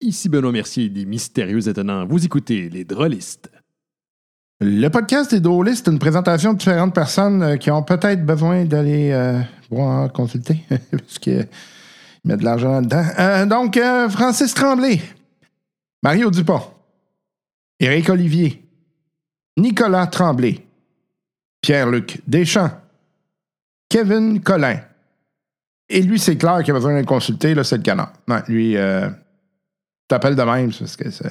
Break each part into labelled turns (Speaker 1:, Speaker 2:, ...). Speaker 1: Ici Benoît Mercier des Mystérieux Étonnants. Vous écoutez Les Drôlistes.
Speaker 2: Le podcast des Drôlistes est une présentation de différentes personnes euh, qui ont peut-être besoin d'aller euh, voir, consulter, parce qu'ils mettent de l'argent là-dedans. Euh, donc, euh, Francis Tremblay, Mario Dupont, Éric Olivier, Nicolas Tremblay, Pierre-Luc Deschamps, Kevin Collin. Et lui, c'est clair qu'il a besoin de le consulter, là, c'est le canard. Non, lui, euh, t'appelles de même, c'est parce que c'est.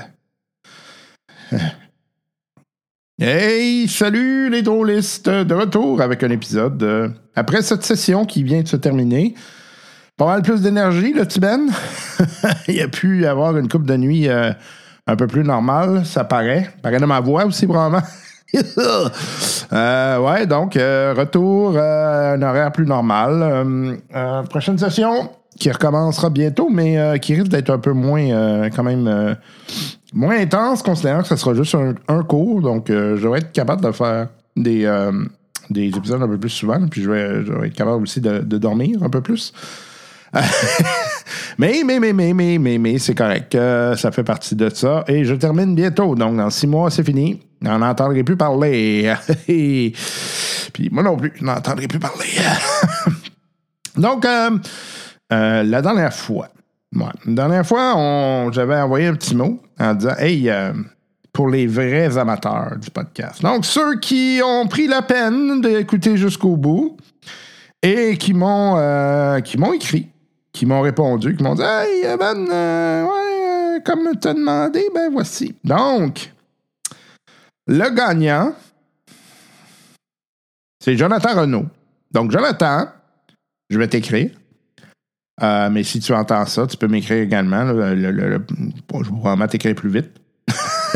Speaker 2: Hey, salut les drôlistes! De retour avec un épisode. euh, après cette session qui vient de se terminer, pas mal plus d'énergie, le petit Ben. Il a pu avoir une coupe de nuit euh, un peu plus normale, ça paraît. Paraît de ma voix aussi, probablement. Euh, ouais, donc, euh, retour à un horaire plus normal. Euh, euh, prochaine session qui recommencera bientôt, mais euh, qui risque d'être un peu moins, euh, quand même, euh, moins intense, considérant que ce sera juste un, un cours. Donc, euh, je vais être capable de faire des, euh, des épisodes un peu plus souvent, puis je vais, je vais être capable aussi de, de dormir un peu plus. Mais, mais, mais, mais, mais, mais, mais, c'est correct. Euh, ça fait partie de ça. Et je termine bientôt. Donc, dans six mois, c'est fini. On n'entendrait plus parler. Puis moi non plus, je n'entendrai plus parler. Donc, euh, euh, la dernière fois, ouais, la dernière fois, on- j'avais envoyé un petit mot en disant Hey, euh, pour les vrais amateurs du podcast. Donc, ceux qui ont pris la peine d'écouter jusqu'au bout et qui m'ont euh, qui m'ont écrit, qui m'ont répondu, qui m'ont dit Hey, Ben, euh, ouais, euh, comme tu as demandé, ben voici. Donc, le gagnant, c'est Jonathan Renault. Donc, Jonathan, je vais t'écrire. Euh, mais si tu entends ça, tu peux m'écrire également. là, le- le- le- bon, je vais probablement t'écrire plus vite.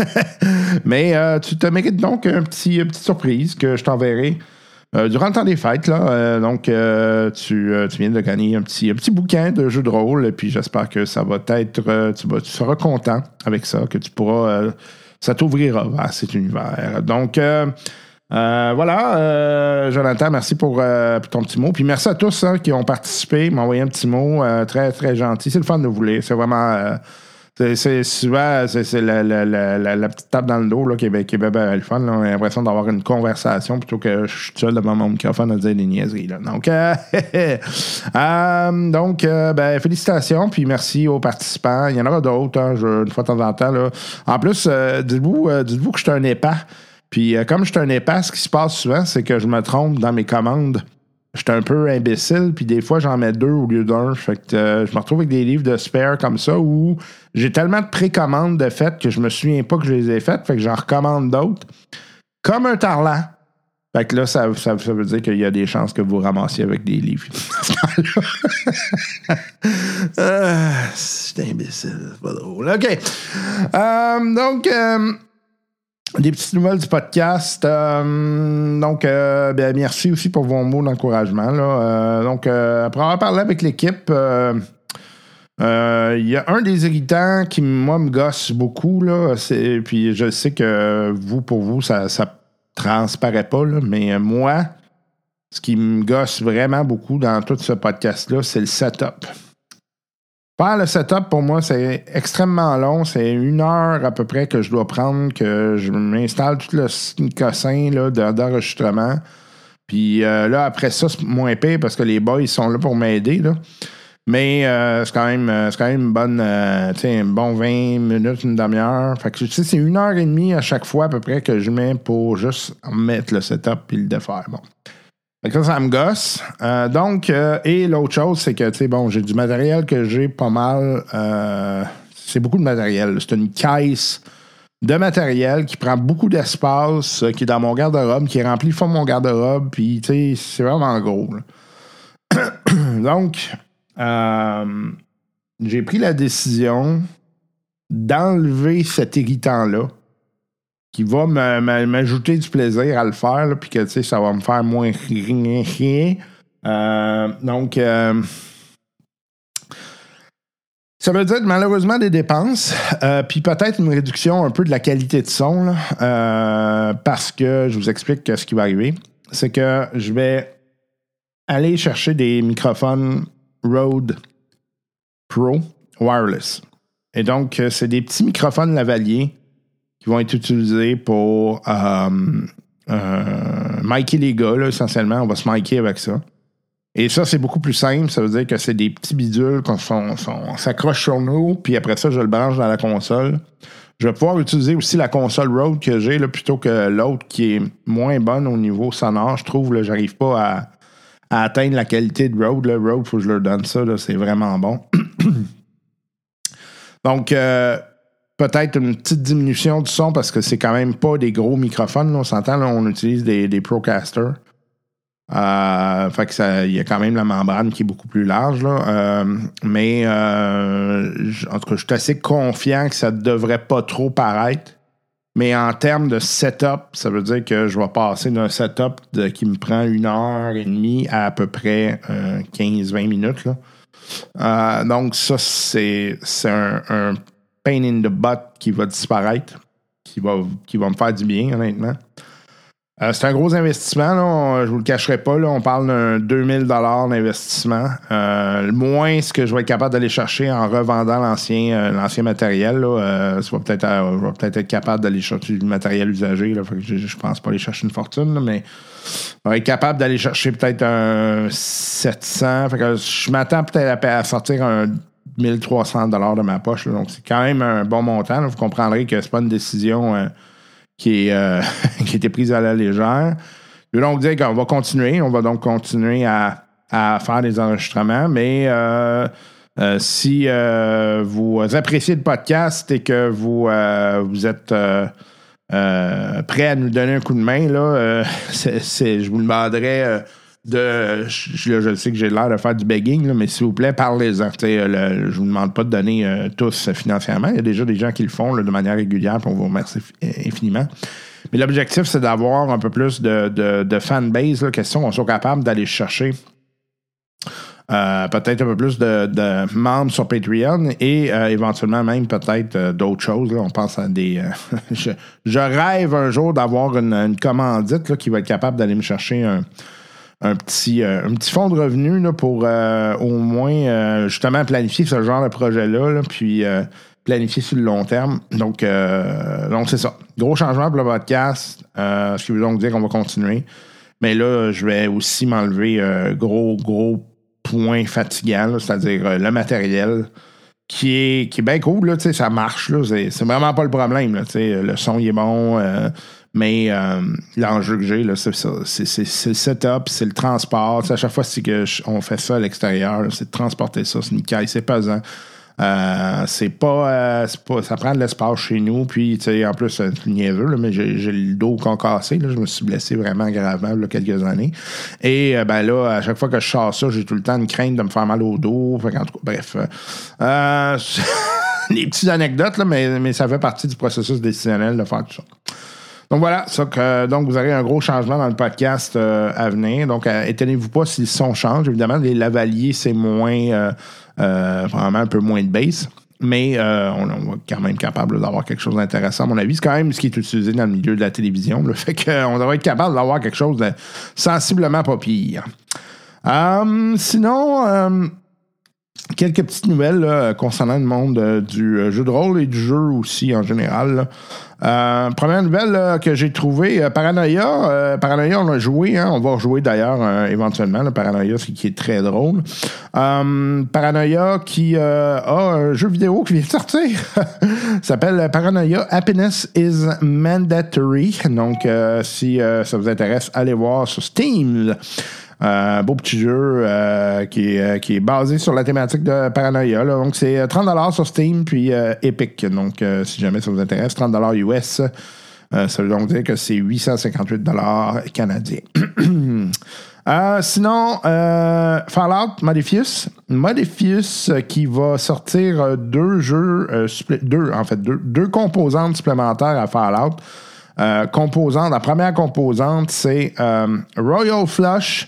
Speaker 2: mais euh, tu te mérites donc un petit, une petite surprise que je t'enverrai euh, durant le temps des fêtes, là, euh, donc, euh, tu, euh, tu viens de gagner un petit, un petit bouquin de jeux de rôle, et puis j'espère que ça va être. euh, tu, vas- tu seras content avec ça, que tu pourras. euh, ça t'ouvrira vers cet univers. Donc, euh, euh, voilà, euh, Jonathan, merci pour, euh, pour ton petit mot. Puis merci à tous hein, qui ont participé, m'ont envoyé un petit mot euh, très, très gentil. C'est le fun de vous lire. C'est vraiment. euh, c'est- c'est souvent c'est c'est la, la- la- la- la petite tape dans le dos là, qui, est bien- qui est bien, bien le fun. là. On a l'impression d'avoir une conversation plutôt que je suis seul devant mon microphone à dire des niaiseries. là. Donc, euh, euh, donc euh, ben, félicitations, puis merci aux participants. Il y en aura d'autres, hein, je- une fois de temps en temps. là. En plus, euh, dites-vous euh, dites-vous que je suis un épas. Puis euh, comme je suis un épas, ce qui se passe souvent, c'est que je me trompe dans mes commandes. J'étais un peu imbécile, puis des fois, j'en mets deux au lieu d'un. Fait que euh, je me retrouve avec des livres de spare comme ça où j'ai tellement de précommandes de faites que je me souviens pas que je les ai faites. Fait que j'en recommande d'autres. Comme un tarlan. Fait que là, ça, ça- ça veut dire qu'il y a des chances que vous ramassiez avec des livres. Ah, c'est imbécile, c'est pas drôle. OK. Euh, donc, euh, des petites nouvelles du podcast. Euh, donc, euh, ben, merci aussi pour vos mots d'encouragement. là. Euh, donc, euh, après avoir parlé avec l'équipe, euh, euh, il y a un des irritants qui, moi, me gosse beaucoup. Là, C'est- puis je sais que vous, pour vous, ça, ça transparaît pas, là, mais euh, moi, ce qui me gosse vraiment beaucoup dans tout ce podcast-là, c'est le setup. Faire le setup, pour moi, c'est extrêmement long. C'est une heure à peu près que je dois prendre, que je m'installe tout le s- cossin là, de- d'enregistrement. Puis euh, là, après ça, c'est moins pire parce que les boys ils sont là pour m'aider. là. Mais euh, c'est quand même euh, c'est quand même une bonne euh, tu sais, un bon 20 minutes, une demi-heure. Fait que tu sais, c'est une heure et demie à chaque fois à peu près que je mets pour juste mettre le setup puis le défaire. Bon. Fait que ça, ça me gosse. Euh, donc, euh, et l'autre chose, c'est que, tu sais, bon, j'ai du matériel que j'ai pas mal. euh, c'est beaucoup de matériel. C'est une caisse de matériel qui prend beaucoup d'espace, euh, qui est dans mon garde-robe, qui remplit fond mon garde-robe, puis, tu sais, c'est vraiment gros. là. donc, euh, j'ai pris la décision d'enlever cet irritant-là qui va me- me- m'ajouter du plaisir à le faire, là, puis que tu sais, ça va me faire moins rien. rien. Euh, donc, euh, ça veut dire malheureusement des dépenses, euh, puis peut-être une réduction un peu de la qualité de son, là, euh, parce que je vous explique que ce qui va arriver. C'est que je vais aller chercher des microphones Rode Pro wireless. Et donc, euh, c'est des petits microphones lavaliers qui vont être utilisés pour euh, euh, micer les gars, là, essentiellement. On va se micer avec ça. Et ça, c'est beaucoup plus simple. Ça veut dire que c'est des petits bidules qu'on s'en- s'en- on s'accroche sur nous, puis après ça, je le branche dans la console. Je vais pouvoir utiliser aussi la console Road que j'ai, là, plutôt que l'autre qui est moins bonne au niveau sonore. Je trouve, là, j'arrive pas à, à atteindre la qualité de Road. Là. Road, faut que je leur donne ça, là, c'est vraiment bon. Donc, euh, peut-être une petite diminution du son parce que c'est quand même pas des gros microphones. là, on s'entend, là, on utilise des, des Procasters. Euh, fait que ça, il y a quand même la membrane qui est beaucoup plus large. là. Euh, mais euh, j- en tout cas, je suis assez confiant que ça devrait pas trop paraître. Mais en termes de setup, ça veut dire que je vais passer d'un setup de- qui me prend une heure et demie à à peu près euh, 15-20 minutes. là. Euh, donc, ça, c'est c'est un, un pain in the butt qui va disparaître, qui va, qui va me faire du bien, honnêtement. Euh, c'est un gros investissement, là, on- je vous le cacherai pas. là, on parle d'un 2000 d'investissement. Euh, le moins ce que je vais être capable d'aller chercher en revendant l'ancien euh, l'ancien matériel, là, euh, ça va peut-être euh, je vais peut-être être capable d'aller chercher du matériel usagé. Là, Fait que je, je pense pas aller chercher une fortune, là, mais on va être capable d'aller chercher peut-être un 700. Fait que je m'attends peut-être à, à sortir un 1300 de ma poche. là. donc, c'est quand même un bon montant. là. Vous comprendrez que c'est pas une décision euh, qui, est, euh, qui a été prise à la légère. Je veux donc dire qu'on va continuer. On va donc continuer à, à faire des enregistrements, mais euh, euh, si euh, vous appréciez le podcast et que vous, euh, vous êtes euh, euh, prêt à nous donner un coup de main, là, euh, c'est- c'est- je vous demanderais euh, de. Je, je- là, je sais que j'ai l'air de faire du begging, là, mais s'il vous plaît, parlez-en. Tu sais, euh, le- Je vous demande pas de donner euh, tous euh, financièrement. Il y a déjà des gens qui le font là, de manière régulière, puis on vous remercie fi- euh, infiniment. Mais l'objectif, c'est d'avoir un peu plus de, de, de fanbase, là, question qu'on soit capable d'aller chercher euh, peut-être un peu plus de, de membres sur Patreon et euh, éventuellement même peut-être euh, d'autres choses. là. On pense à des. euh, je, je rêve un jour d'avoir une, une commandite là, qui va être capable d'aller me chercher un, un petit, euh, un petit fonds de revenus là, pour euh, au moins euh, justement planifier ce genre de projet-là, là, puis euh, planifier sur le long terme. Donc, euh, donc c'est ça. Gros changement pour le podcast, euh, ce qui veut donc dire qu'on va continuer. Mais là, je vais aussi m'enlever euh, gros, gros point fatigant, là, c'est-à-dire euh, le matériel qui est, qui est bien cool, là, tu sais, ça marche, là, c'est, c'est vraiment pas le problème. Là, tu sais, le son il est bon, euh, mais euh, l'enjeu que j'ai, là, c'est ça. C'est, c'est- c'est le setup, c'est le transport. Tu sais, à chaque fois c'est que je- on fait ça à l'extérieur, là, c'est de transporter ça, c'est une caille, c'est pesant. Euh, c'est pas, euh, c'est pas- ça prend de l'espace chez nous puis tu sais en plus c'est niaiseux là, mais j'ai, j'ai le dos concassé là, je me suis blessé vraiment gravement il y a quelques années et euh, ben là à chaque fois que je sors ça j'ai tout le temps une crainte de me faire mal au dos Fait qu'en tout cas, bref euh, euh, des petites anecdotes là, mais, mais ça fait partie du processus décisionnel de faire tout ça donc voilà, ça que- donc vous aurez un gros changement dans le podcast euh, à venir. Donc euh, étonnez-vous pas si le son change. Évidemment, les lavaliers, c'est moins, euh, euh, probablement un peu moins de bass. Mais euh, on, on va quand même capable d'avoir quelque chose d'intéressant, à mon avis. C'est quand même ce qui est utilisé dans le milieu de la télévision. Le fait qu'on devrait être capable d'avoir quelque chose de sensiblement pas pire. Euh, sinon, euh, quelques petites nouvelles là, concernant le monde euh, du euh, jeu de rôle et du jeu aussi en général. là. Euh, première nouvelle là, que j'ai trouvée, euh, Paranoia. Euh, Paranoia, on a joué. hein. on va rejouer d'ailleurs euh, éventuellement. le Paranoia, ce qui est très drôle. Euh, Paranoia qui euh, a un jeu vidéo qui vient de sortir. Ça s'appelle Paranoia Happiness is Mandatory. Donc, euh, si euh, ça vous intéresse, allez voir sur Steam. Euh, beau petit jeu euh, qui, est, euh, qui est basé sur la thématique de Paranoia. là. Donc, c'est euh, 30$ sur Steam puis euh, Epic. Donc, euh, si jamais ça vous intéresse, 30$ US. Euh, ça veut donc dire que c'est 858$ canadiens. Euh, sinon, euh, Fallout Modifius. Modifius euh, qui va sortir euh, deux jeux, euh, supplé- deux, en fait, deux, deux composantes supplémentaires à Fallout. Euh, composante, la première composante, c'est euh, Royal Flush,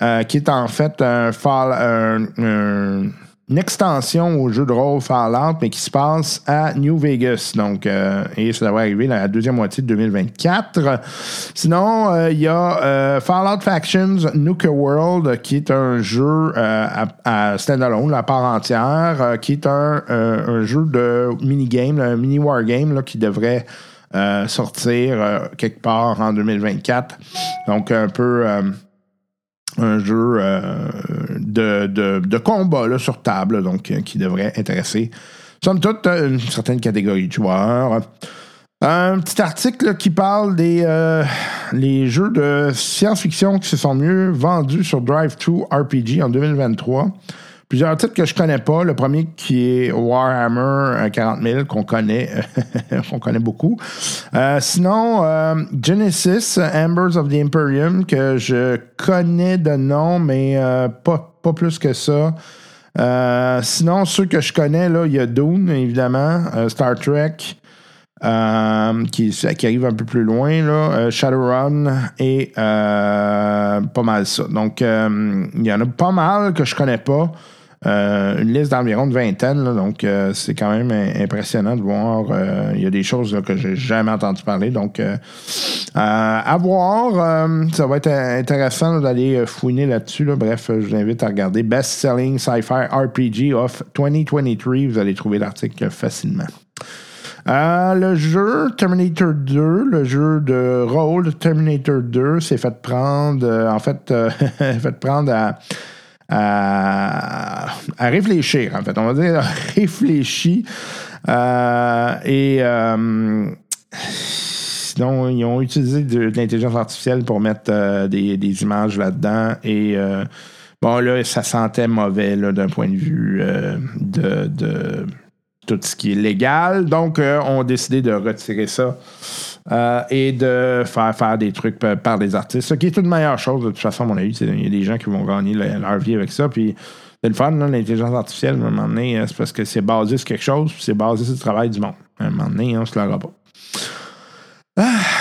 Speaker 2: euh, qui est en fait un, fall, un- un- une extension au jeu de rôle Fallout, mais qui se passe à New Vegas. Donc, euh, et ça va arriver la deuxième moitié de 2024. Sinon, euh, il y a euh, Fallout Factions Nuka World, qui est un jeu euh, à, à standalone, à part entière, euh, qui est un, euh, un jeu de mini-game, un mini-wargame là, qui devrait euh, sortir euh, quelque part en 2024. Donc, un peu. euh, un jeu euh, de, de, de combat là, sur table, donc euh, qui devrait intéresser, somme toute, euh, une certaine catégorie de joueurs. Un petit article là, qui parle des euh, les jeux de science-fiction qui se sont mieux vendus sur Drive-Thru RPG en 2023. Plusieurs titres que je connais pas. Le premier qui est Warhammer euh, 40 000 qu'on connaît, qu'on connaît beaucoup. Euh, sinon, euh, Genesis, euh, Embers of the Imperium, que je connais de nom, mais euh, pas, pas plus que ça. Euh, sinon, ceux que je connais, là, il y a Dune, évidemment, euh, Star Trek, euh, qui, qui arrive un peu plus loin, là, euh, Shadowrun et euh, pas mal ça. Donc, euh, il y en a pas mal que je connais pas. Euh, une liste d'environ de vingtaine, là, donc euh, c'est quand même im- impressionnant de voir. euh, Il y a des choses là, que j'ai jamais entendu parler, donc euh, euh, à voir. euh, ça va être euh, intéressant là, d'aller euh, fouiner là-dessus. là. Bref, euh, je vous invite à regarder Best Selling Sci-Fi RPG of 2023. Vous allez trouver l'article facilement. Euh, le jeu Terminator 2, le jeu de rôle de Terminator 2, s'est fait prendre, euh, en fait, euh, fait prendre à, à, à réfléchir, en fait. On va dire réfléchi. Euh, et euh, sinon, ils ont utilisé de, de l'intelligence artificielle pour mettre euh, des, des images là-dedans. Et euh, bon, là, ça sentait mauvais là, d'un point de vue euh, de- de tout ce qui est légal. Donc, euh, on a décidé de retirer ça euh, et de faire faire des trucs par, par les artistes, ce qui est une meilleure chose. De toute façon, à mon avis, c'est- il y a des gens qui vont gagner le- leur vie avec ça. Puis, c'est le fun, là, l'intelligence artificielle, à un moment donné, euh, c'est parce que c'est basé sur quelque chose, puis c'est basé sur le travail du monde. À un moment donné, hein, on se l'aura pas.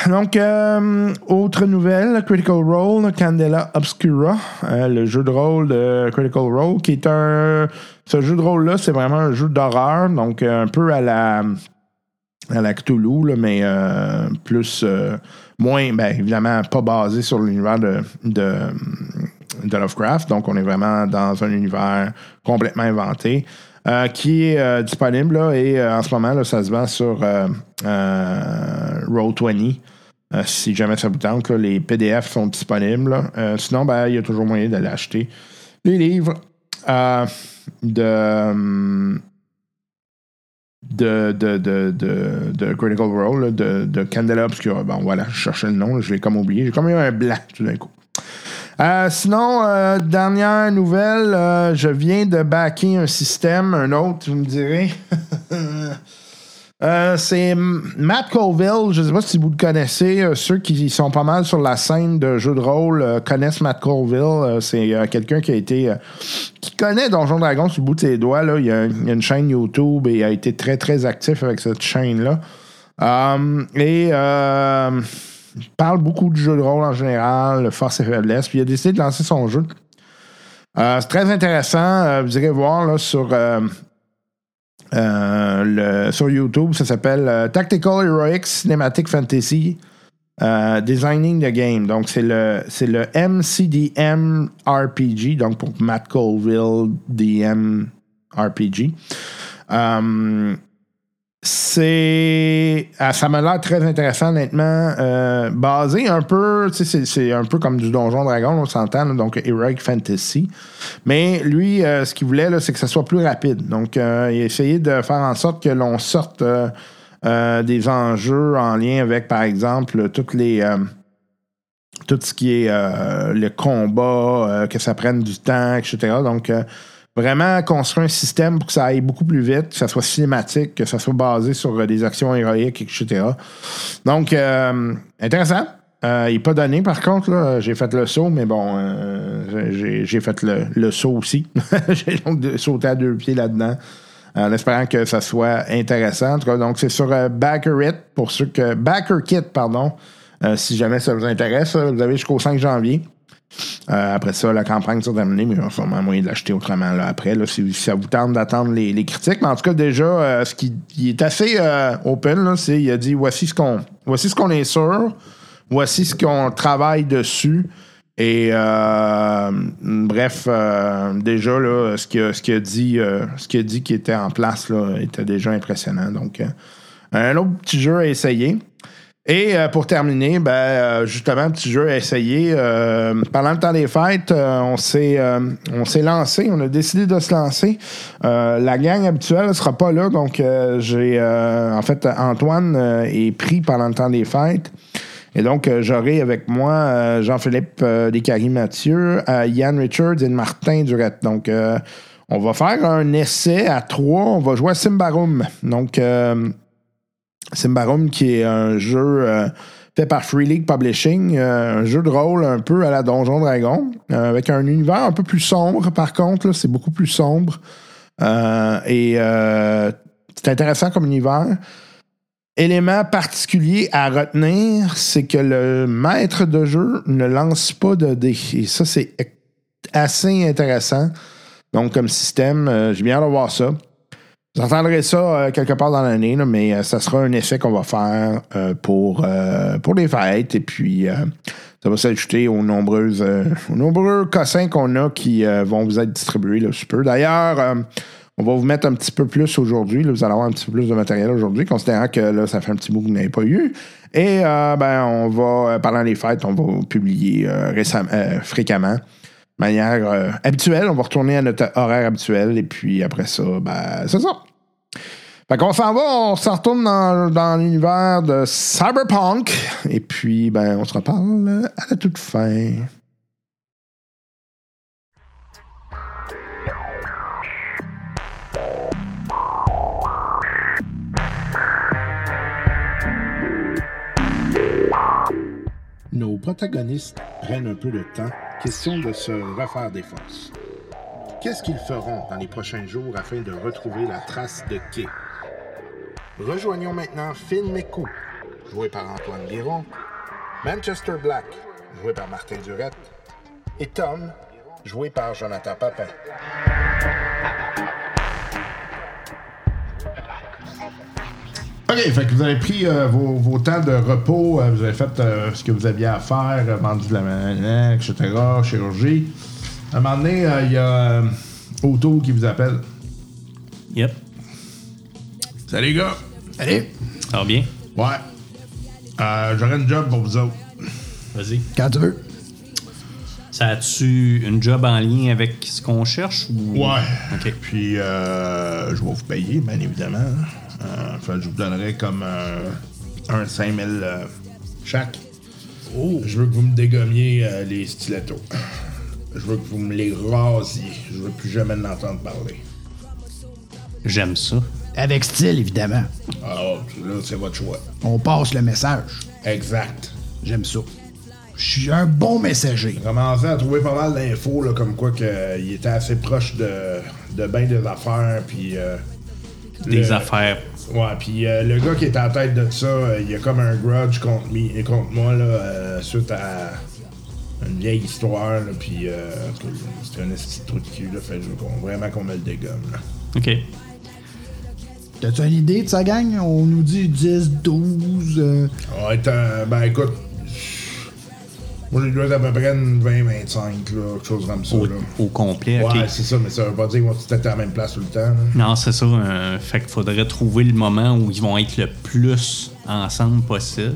Speaker 2: Donc, euh, autre nouvelle, Critical Role, Candela Obscura, euh, le jeu de rôle de Critical Role, qui est un... Ce jeu de rôle-là, c'est vraiment un jeu d'horreur, donc euh, un peu à la, à la Cthulhu, là, mais euh, plus... euh, moins, ben, évidemment, pas basé sur l'univers de, de, de Lovecraft, donc on est vraiment dans un univers complètement inventé. euh, qui est euh, disponible là, et euh, en ce moment là, ça se vend sur euh, euh, Roll20. Euh, si jamais ça vous tente, là, les PDF sont disponibles. là. Euh, sinon, ben, il y a toujours moyen d'aller acheter les livres euh, de, hum, de, de, de, de- de Critical Role, là, de, de Candela Obscura. Bon, voilà, je cherchais le nom, là, je l'ai comme oublié. J'ai comme eu un blanc tout d'un coup. Euh, sinon, euh, dernière nouvelle, euh, je viens de backer un système, un autre, vous me direz. Euh, c'est M- Matt Colville. Je ne sais pas si vous le connaissez. Euh, ceux qui sont pas mal sur la scène de jeux de rôle euh, connaissent Matt Colville. Euh, c'est euh, quelqu'un qui a été. euh, qui connaît Donjon Dragon sur le bout de ses doigts. Là. Il, y a, il y a une chaîne YouTube et il a été très, très actif avec cette chaîne-là. Euh, et. euh, il parle beaucoup de jeux de rôle en général, force et faiblesse. Puis il a décidé de lancer son jeu. Euh, c'est très intéressant. Euh, vous irez voir là, sur. euh, euh, le- sur YouTube. Ça s'appelle euh, Tactical Heroic Cinematic Fantasy euh, Designing the Game. Donc, c'est le, c'est le MCDM RPG, donc pour Matt Colville DM RPG. Euh, c'est. ah, ça m'a l'air très intéressant, honnêtement. Euh, basé un peu. tu sais, C'est, c'est un peu comme du Donjon Dragon, on s'entend, là, donc Heroic Fantasy. Mais lui, euh, ce qu'il voulait, là, c'est que ça soit plus rapide. Donc, euh, il a essayé de faire en sorte que l'on sorte euh, euh, des enjeux en lien avec, par exemple, toutes les. euh, tout ce qui est euh, le combat, euh, que ça prenne du temps, etc. Donc, euh, vraiment construire un système pour que ça aille beaucoup plus vite, que ça soit cinématique, que ça soit basé sur euh, des actions héroïques, etc. Donc, euh, intéressant. Euh, il n'est pas donné, par contre, là. j'ai fait le saut, mais bon, euh, j'ai, j'ai fait le, le saut aussi. j'ai donc de- sauté à deux pieds là-dedans, en espérant que ça soit intéressant. En tout cas, donc, c'est sur euh, Backer It, pour ceux que... Backer Kit, pardon, euh, si jamais ça vous intéresse. euh, Vous avez jusqu'au 5 janvier. Euh, après ça, la campagne s'est terminée, mais il y a sûrement moyen de l'acheter autrement là, après, là, si, si ça vous tente d'attendre les, les critiques. Mais en tout cas, déjà, euh, ce qui il est assez euh, open, là, c'est il a dit voici ce qu'on voici ce qu'on est sûr, voici ce qu'on travaille dessus. Et euh, bref, euh, déjà, là, ce qu'il a, ce qu'il a dit euh, ce qu'il a dit qui était en place là, était déjà impressionnant. Donc, euh, un autre petit jeu à essayer. Et euh, pour terminer, ben, euh, justement, petit jeu à essayer. Euh, pendant le temps des fêtes, euh, on s'est euh, on s'est lancé, on a décidé de se lancer. Euh, la gang habituelle ne sera pas là, donc euh, j'ai euh, en fait Antoine euh, est pris pendant le temps des fêtes. Et donc, euh, j'aurai avec moi euh, Jean-Philippe euh, Descaries Mathieu, euh, Yann Richards et Martin Durette. Donc, euh, on va faire un essai à trois. On va jouer à Simbarum. Donc, euh, Simbarum, qui est un jeu euh, fait par Free League Publishing, euh, un jeu de rôle un peu à la Donjon Dragon, euh, avec un univers un peu plus sombre, par contre, là, c'est beaucoup plus sombre. Euh, et euh, c'est intéressant comme univers. Élément particulier à retenir, c'est que le maître de jeu ne lance pas de dés. Et ça, c'est e- assez intéressant. Donc, comme système, euh, j'ai bien hâte de voir ça. Vous entendrez ça euh, quelque part dans l'année, là, mais euh, ça sera un essai qu'on va faire euh, pour, euh, pour les fêtes. Et puis, euh, ça va s'ajouter aux, nombreuses, euh, aux nombreux cossins qu'on a qui euh, vont vous être distribués là, sous peu. D'ailleurs, euh, on va vous mettre un petit peu plus aujourd'hui. là. vous allez avoir un petit peu plus de matériel aujourd'hui, considérant que là, ça fait un petit bout que vous n'avez pas eu. Et euh, ben, on va, euh, pendant les fêtes, on va publier euh, récem- euh, fréquemment manière euh, habituelle. On va retourner à notre horaire habituel et puis après ça, ben, c'est ça. Fait qu'on s'en va, on s'en retourne dans, dans l'univers de Cyberpunk et puis ben, on se reparle à la toute fin. Nos protagonistes prennent un peu de temps, question de se refaire des forces. Qu'est-ce qu'ils feront dans les prochains jours afin de retrouver la trace de Kay? Rejoignons maintenant Finn McCoo, joué par Antoine Biron, Manchester Black, joué par Martin Durette, et Tom, joué par Jonathan Papin. OK, fait que vous avez pris euh, vos, vos temps de repos, euh, vous avez fait euh, ce que vous aviez à faire, euh, vendu de la manette, etc., chirurgie. À un moment donné, euh, il y a euh, Otto qui vous appelle.
Speaker 3: Yep.
Speaker 2: Salut, les gars! Salut!
Speaker 3: Ça va bien?
Speaker 2: Ouais. Euh, J'aurais une job pour vous autres.
Speaker 3: Vas-y.
Speaker 4: Quand tu veux.
Speaker 3: Ça a-tu une job en lien avec ce qu'on cherche ou.
Speaker 2: Ouais.
Speaker 3: Ok.
Speaker 2: Puis, euh, je vais vous payer, bien évidemment. Euh, fait que je vous donnerai comme euh, un 5000 euh, chaque. Je veux que vous me dégommiez euh, les stilettos. Je veux que vous me les rasiez. Je veux plus jamais l'entendre parler.
Speaker 3: J'aime ça.
Speaker 4: Avec style, évidemment.
Speaker 2: Alors, Ah, là, c'est votre choix.
Speaker 4: On passe le message.
Speaker 2: Exact.
Speaker 4: J'aime ça. Je suis un bon messager.
Speaker 2: commencé à trouver pas mal d'infos, là, comme quoi qu'il était assez proche de, de bien des affaires, puis... euh,
Speaker 3: Des
Speaker 2: le-
Speaker 3: affaires.
Speaker 2: Ouais, puis euh, le gars qui est en tête de ça, euh, il y a comme un grudge contre, mi- contre moi, là, euh, suite à une vieille histoire, là, puis euh, en tout cas, c'était un esti de trou de cul, là, fait que je veux qu'on- vraiment qu'on me le dégomme, là.
Speaker 3: OK.
Speaker 4: T'as-tu une idée de sa gang? On nous dit 10, 12. euh,
Speaker 2: On va être, euh, ben écoute, moi j'ai dû être à peu près une 20-25, là, quelque chose comme ça,
Speaker 3: Au,
Speaker 2: là.
Speaker 3: au complet, Oh, OK. Mm-hmm.
Speaker 2: Ouais, c'est ça, mais ça veut pas dire qu'on était à la même place tout le temps, là.
Speaker 3: non, c'est ça. euh, fait qu'il faudrait trouver le moment où ils vont être le plus ensemble possible.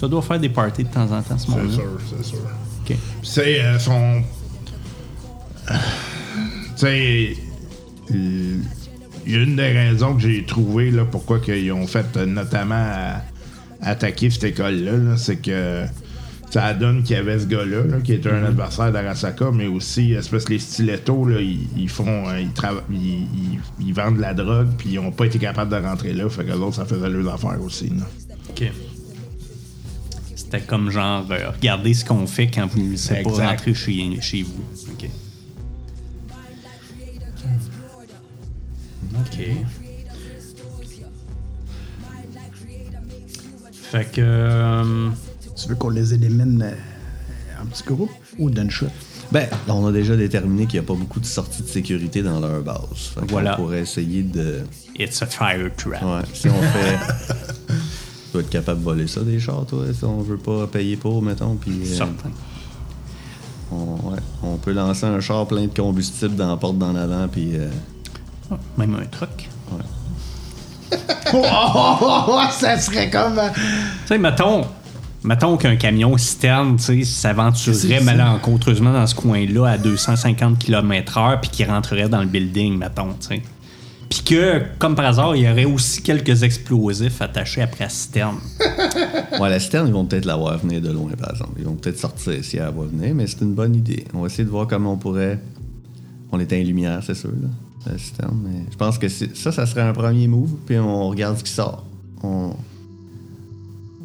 Speaker 3: Ça doit faire des parties de temps en temps, ce
Speaker 2: C'est
Speaker 3: moment-là.
Speaker 2: sûr, c'est sûr.
Speaker 3: OK.
Speaker 2: Puis, tu sais, euh, son. Tu sais. euh, Il y a une des raisons que j'ai trouvé là, pourquoi ils ont fait euh, notamment à- attaquer cette école-là, là, c'est que ça donne qu'il y avait ce gars-là, là, qui
Speaker 5: Mhm.
Speaker 2: était un adversaire d'Arasaka, mais aussi, euh, c'est parce que les stilettos, là, ils, ils font. euh, Ils, trava- ils, ils- ils vendent de la drogue, puis ils ont pas été capables de rentrer là, fait que l'autre, ça faisait leurs affaires aussi. là.
Speaker 3: OK. C'était comme genre, euh, regardez ce qu'on fait quand vous ne laissez pas
Speaker 2: Exact.
Speaker 3: rentrer chez, chez vous. OK. OK. Fait que. euh,
Speaker 4: Tu veux qu'on les élimine euh, un petit groupe ou d'une shot?
Speaker 6: Ben, on a déjà déterminé qu'il n'y a pas beaucoup de sorties de sécurité dans leur base. Fait qu'on
Speaker 3: Voilà.
Speaker 6: pourrait essayer de.
Speaker 3: It's a fire trap.
Speaker 6: Ouais, si on fait. tu vas être capable de voler ça des chars, toi, si on veut pas payer pour, mettons. Puis, euh,
Speaker 3: Certain.
Speaker 6: on, ouais, on peut lancer un char plein de combustible dans la porte d'en avant, puis. euh,
Speaker 3: Ah, Même un truc.
Speaker 4: Oh, oh, oh, oh, ça serait comme. euh,
Speaker 3: Tu sais, mettons, mettons qu'un camion citerne tu sais, s'aventurerait
Speaker 4: Qu'est-ce que
Speaker 3: malencontreusement dans ce coin-là à 250 km/h puis qu'il rentrerait dans le building, mettons. tu sais. Puis que, comme par hasard, il y aurait aussi quelques explosifs attachés après la citerne.
Speaker 6: Ouais, la citerne, ils vont peut-être la voir venir de loin, par exemple. Ils vont peut-être sortir si elle va venir, mais c'est une bonne idée. On va essayer de voir comment on pourrait. On éteint les lumières, c'est sûr, là, la citerne. Mais je pense que c'est- ça, ça serait un premier move, puis on regarde ce qui sort. On,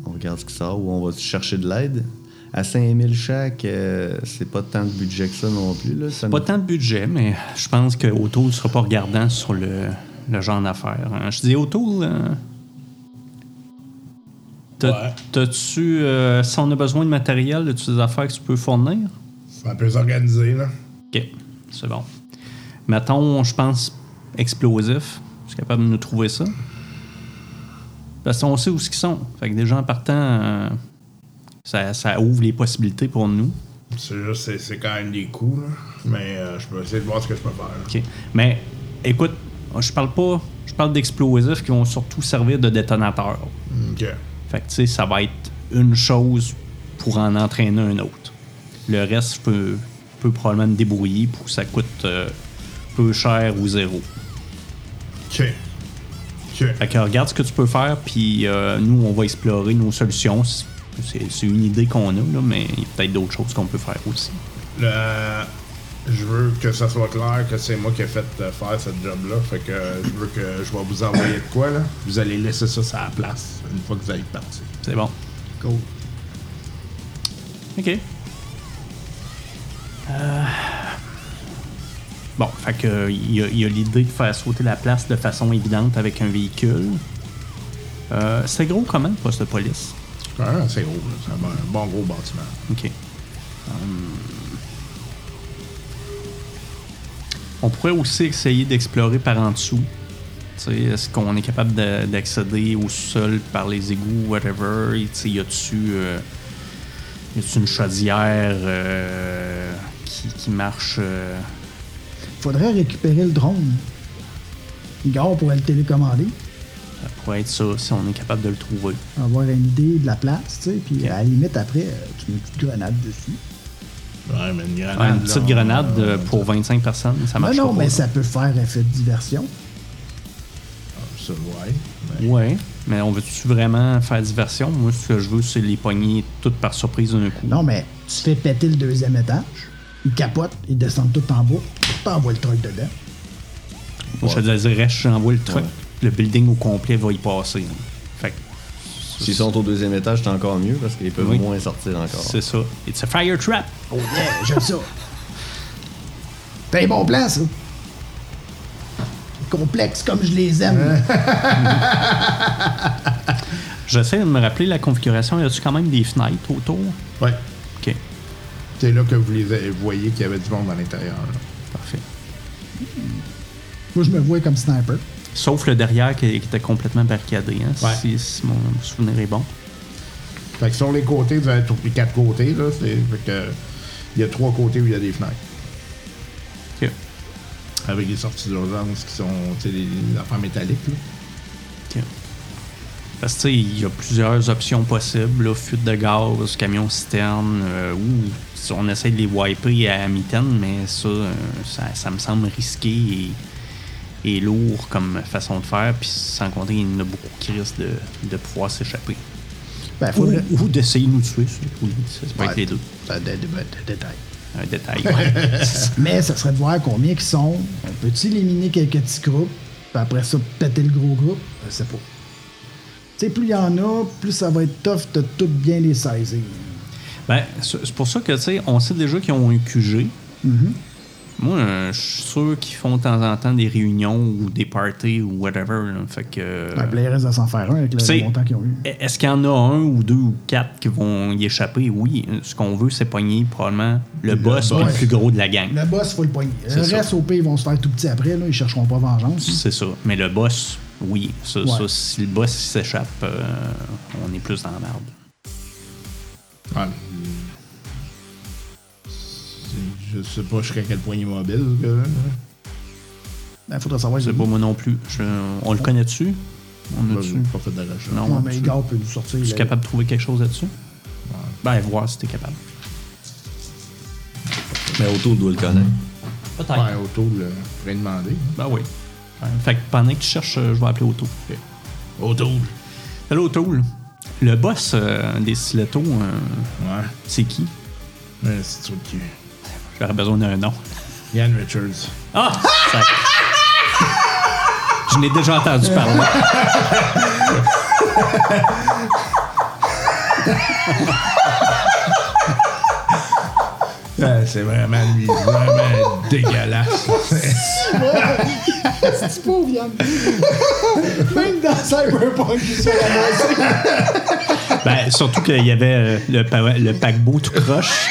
Speaker 6: on regarde ce qui sort ou on va chercher de l'aide. À 5000 chaque, euh, c'est pas tant de budget que ça non plus. Là. Ça
Speaker 3: Pas
Speaker 6: nous-
Speaker 3: tant de budget, mais je pense que O'Toole ne sera pas regardant sur le, le genre d'affaires. hein. Je dis O'Toole. euh, t'as-
Speaker 5: Ouais.
Speaker 3: T'as-tu. euh, si on a besoin de matériel, as-tu des affaires que tu peux fournir?
Speaker 5: On peut s'organiser, là.
Speaker 3: OK, c'est bon. Mettons, je pense, explosif. Je suis capable de nous trouver ça. Parce qu'on sait où ils sont. Fait que des gens partant, euh, ça, ça ouvre les possibilités pour nous.
Speaker 5: C'est juste, c'est- c'est quand même des coups, là. Mais euh, je peux essayer de voir ce que je peux faire. là.
Speaker 3: OK. Mais écoute, je parle pas. Je parle d'explosifs qui vont surtout servir de détonateur.
Speaker 5: Ok.
Speaker 3: Fait que tu sais, ça va être une chose pour en entraîner un autre. Le reste, je peux, je peux probablement me débrouiller pour que ça coûte euh, peu cher ou zéro.
Speaker 5: Ok. Ok.
Speaker 3: Fait que regarde ce que tu peux faire, puis euh, nous, on va explorer nos solutions. C'est- C'est c'est une idée qu'on a, là, mais il y a peut-être d'autres choses qu'on peut faire aussi.
Speaker 5: Le- Je veux que ça soit clair que c'est moi qui ai fait euh, faire ce job-là. Fait que euh, je veux que je vais vous envoyer de quoi, là. Vous allez laisser ça sur la place une fois que vous allez partir.
Speaker 3: C'est bon.
Speaker 4: Cool.
Speaker 3: OK. Euh, Bon, fait que il y a, il y a l'idée de faire sauter la place de façon évidente avec un véhicule. Euh, c'est gros comment, le poste de police?
Speaker 5: Ah, c'est haut, là. C'est un bon gros bâtiment.
Speaker 3: OK. Hum. On pourrait aussi essayer d'explorer par en dessous. Tu sais, Est-ce qu'on est capable de- d'accéder au sol par les égouts, whatever? Et tu sais, Y a-tu euh, y a-tu une chaudière euh, qui, qui marche? euh?
Speaker 4: Faudrait récupérer le drone. Igor pourrait le télécommander,
Speaker 3: Ça pourrait être ça, si on est capable de le trouver.
Speaker 4: avoir une idée de la place, tu sais, puis à la limite, après, euh, tu mets une petite grenade dessus.
Speaker 5: Ouais, mais une grenade.
Speaker 4: Ah,
Speaker 3: Ouais, une petite
Speaker 5: là,
Speaker 3: grenade
Speaker 5: euh,
Speaker 3: euh, pour 25 personnes, ça
Speaker 4: Mais
Speaker 3: marche
Speaker 4: Ben non,
Speaker 3: pas.
Speaker 4: mais ça peut faire effet de diversion.
Speaker 5: ça, ouais. mais-
Speaker 3: Ouais, mais on veut-tu vraiment faire diversion? Moi, ce que je veux, c'est les pogner toutes par surprise d'un coup.
Speaker 4: Non, mais tu fais péter le deuxième étage, ils capotent, ils descendent tout en bas, t'envoies le truc dedans.
Speaker 3: Moi, je te dirais, j'envoie le truc, le building au complet va y passer. hein. Fait que
Speaker 6: S'ils sont au deuxième étage, c'est encore mieux parce qu'ils peuvent
Speaker 3: Oui.
Speaker 6: moins sortir encore.
Speaker 3: c'est ça. It's a fire trap!
Speaker 4: Oh yeah, j'aime ça. T'as un bon plan, ça. Complexe comme je les aime.
Speaker 3: J'essaie de me rappeler la configuration. Y a-tu quand même des fenêtres autour?
Speaker 5: Ouais.
Speaker 3: Ok,
Speaker 5: C'est là que vous les vous voyez qu'il y avait du monde à l'intérieur. là.
Speaker 3: parfait.
Speaker 4: Moi, je me vois comme sniper.
Speaker 3: Sauf le derrière qui, qui était complètement barricadé, hein,
Speaker 5: Ouais.
Speaker 3: si, si mon souvenir est bon.
Speaker 5: Fait que sur les côtés, vous allez trouver quatre côtés, là. C'est, fait que. Il y a trois côtés où il y a des fenêtres.
Speaker 3: Ok.
Speaker 5: Avec des sorties d'urgence qui sont, tu sais, des, des affaires métalliques, là.
Speaker 3: Ok. Parce que, tu sais, il y a plusieurs options possibles. là. fuite de gaz, camion citerne, euh, ou si on essaie de les wiper à mitaine, mais ça, euh, ça, ça me semble risqué et, et lourd comme façon de faire. Puis sans compter, il y en a beaucoup qui risquent de, de pouvoir s'échapper.
Speaker 4: Ben,
Speaker 3: Ou,
Speaker 4: faudrait.
Speaker 3: ou d'essayer de nous tuer, ça, oui, ça, ça peut être les deux.
Speaker 4: Ça des des- des détails.
Speaker 3: Un détail. ouais.
Speaker 4: Mais ça serait de voir combien qui sont. On peut-tu éliminer quelques petits groupes, puis après ça, péter le gros groupe? Je sais pas. Tu sais, plus il y en a, plus ça va être tough de tout bien les saisir.
Speaker 3: Ben, c'est c'est pour ça que, tu sais, on sait déjà qu'ils ont un QG. Moi, euh, je suis sûr qu'ils font de temps en temps des réunions ou des parties ou whatever. là. Fait que.
Speaker 4: Ben, puis là, il reste à s'en faire un avec le,
Speaker 3: C'est-
Speaker 4: le montant qu'ils ont eu.
Speaker 3: Est-ce qu'il y en a un ou deux ou quatre qui vont y échapper? Oui. Ce qu'on veut, c'est pogner probablement le, boss, puis le
Speaker 4: boss.
Speaker 3: plus gros de la gang.
Speaker 4: Le boss, faut le poignet. Le
Speaker 3: C'est ça.
Speaker 4: reste, au pire, ils vont se faire tout petit après. Là, ils chercheront pas vengeance.
Speaker 3: C'est ça. Mais le boss, oui. Ça,
Speaker 4: Ouais.
Speaker 3: ça, si le boss il s'échappe, euh, on est plus dans la merde.
Speaker 5: Ah, c'est- Je sais pas jusqu'à quel point il est mobile, ce gars-là.
Speaker 4: Il Ben, faudrait savoir.
Speaker 3: C'est
Speaker 4: lui.
Speaker 3: pas moi non plus. Je- on le connaît dessus? On le
Speaker 5: Là,
Speaker 3: dessus?
Speaker 5: j'ai pas fait de recherche.
Speaker 3: Non,
Speaker 4: Ouais,
Speaker 3: on
Speaker 4: mais
Speaker 3: le-tu?
Speaker 4: Igor peut nous sortir.
Speaker 3: Tu
Speaker 4: là.
Speaker 3: es capable de trouver quelque chose là-dessus? Ben, voir si t'es capable.
Speaker 6: Mais autour doit le connaître.
Speaker 3: Peut-être.
Speaker 5: Ouais, autour, là, faudrait demander. hein.
Speaker 3: Ben oui. Ouais. Fait que pendant que tu cherches, euh, je vais appeler Auto.
Speaker 5: Autour.
Speaker 3: Allô, Auto. là. Le boss euh, des Stilettos, euh,
Speaker 5: Ouais.
Speaker 3: c'est qui?
Speaker 5: Ouais, c'est tout le cul.
Speaker 3: J'aurais besoin d'un nom.
Speaker 5: Yann Richards.
Speaker 3: Ah! Ça- Je n'ai déjà entendu parler.
Speaker 5: Ah, c'est vraiment lui, vraiment dégueulasse.
Speaker 4: C'est pauvre, Yann. Même dans Cyberpunk, il se fait ramasser.
Speaker 3: Ben, surtout qu'il y avait euh, le, pa- le paquebot tout croche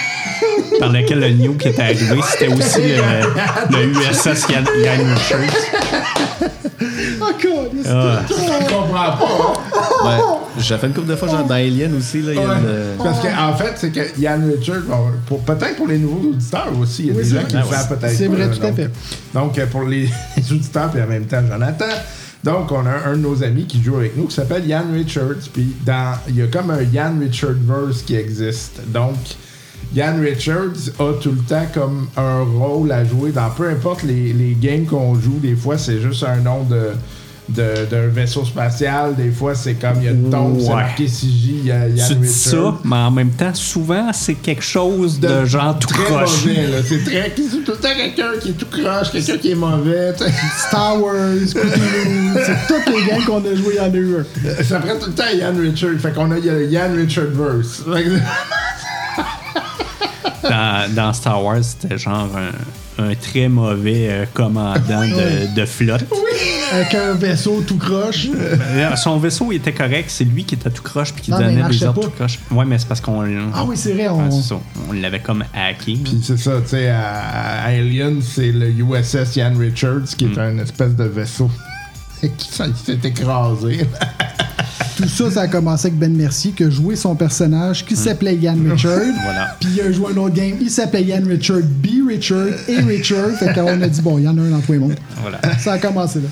Speaker 3: par lequel le New qui était arrivé, c'était aussi euh, le USS Yann Yann Richards.
Speaker 4: Oh, God, c'est
Speaker 3: Ah.
Speaker 5: Je comprends pas. hein?
Speaker 6: Ouais. J'ai fait une couple de fois, genre dans Alien aussi, là, il y a
Speaker 5: Ouais.
Speaker 6: une. euh,
Speaker 3: Euh,
Speaker 5: Parce qu'en en fait, c'est que Yann Richards, bon, pour, peut-être pour les nouveaux auditeurs aussi, il y a
Speaker 4: Oui,
Speaker 5: des
Speaker 4: c'est
Speaker 5: gens
Speaker 4: vrai. Ben
Speaker 5: qui le savent peut-être.
Speaker 4: C'est
Speaker 5: pas,
Speaker 4: vrai,
Speaker 5: là,
Speaker 4: tout à
Speaker 5: donc-
Speaker 4: fait.
Speaker 5: Donc, euh, pour les, les auditeurs, puis en même temps, Jonathan. Donc, on a un de nos amis qui joue avec nous qui s'appelle Yann Richards. Puis, dans, il y a comme un Yann Richards verse qui existe. Donc, Yann Richards a tout le temps comme un rôle à jouer dans peu importe les, les games qu'on joue. Des fois, c'est juste un nom de. de- D'un vaisseau spatial, des fois c'est comme il y a une tombe, c'est
Speaker 3: Ouais.
Speaker 5: marqué CJ, il y a Yann
Speaker 3: Tu dis ça,
Speaker 5: Richards.
Speaker 3: mais en même temps, souvent, c'est quelque chose de, genre tout
Speaker 5: très
Speaker 3: croche.
Speaker 5: mauvais, là. C'est très. C'est tout le temps quelqu'un qui est tout croche, quelqu'un qui est mauvais. tu sais.
Speaker 4: Star Wars, Scooby-Doo, c'est toutes les games qu'on a joué, il y en a eu un.
Speaker 5: Ça prend tout le temps Yann Richard. Fait qu'on a le Yann Richard verse.
Speaker 3: Dans, dans Star Wars, c'était genre un, un très mauvais euh, commandant de, de flotte. Ah.
Speaker 4: Avec un vaisseau tout croche.
Speaker 3: Euh, Son vaisseau il était correct, c'est lui qui était tout croche puis qui
Speaker 4: Non, mais il
Speaker 3: donnait des
Speaker 4: marchait
Speaker 3: ordres
Speaker 4: pas.
Speaker 3: tout croche. Ouais, mais c'est parce qu'on
Speaker 4: Ah oui, c'est vrai, on.
Speaker 3: ouais, c'est ça. on l'avait comme hacké. là.
Speaker 5: Puis c'est ça, tu sais, à à Alien, c'est le USS Yann Richards qui est un espèce de vaisseau. qui s'est qui s'est écrasé.
Speaker 4: Tout ça, ça a commencé avec Ben Mercier qui a joué son personnage qui s'appelait Yann Richard.
Speaker 3: Hum. Voilà.
Speaker 4: Puis il a joué un autre game, il s'appelait Yann Richard, B Richard et Richard. Fait qu'on a dit, bon, il y en a un dans tous les mondes.
Speaker 3: Voilà.
Speaker 4: Ça a commencé là.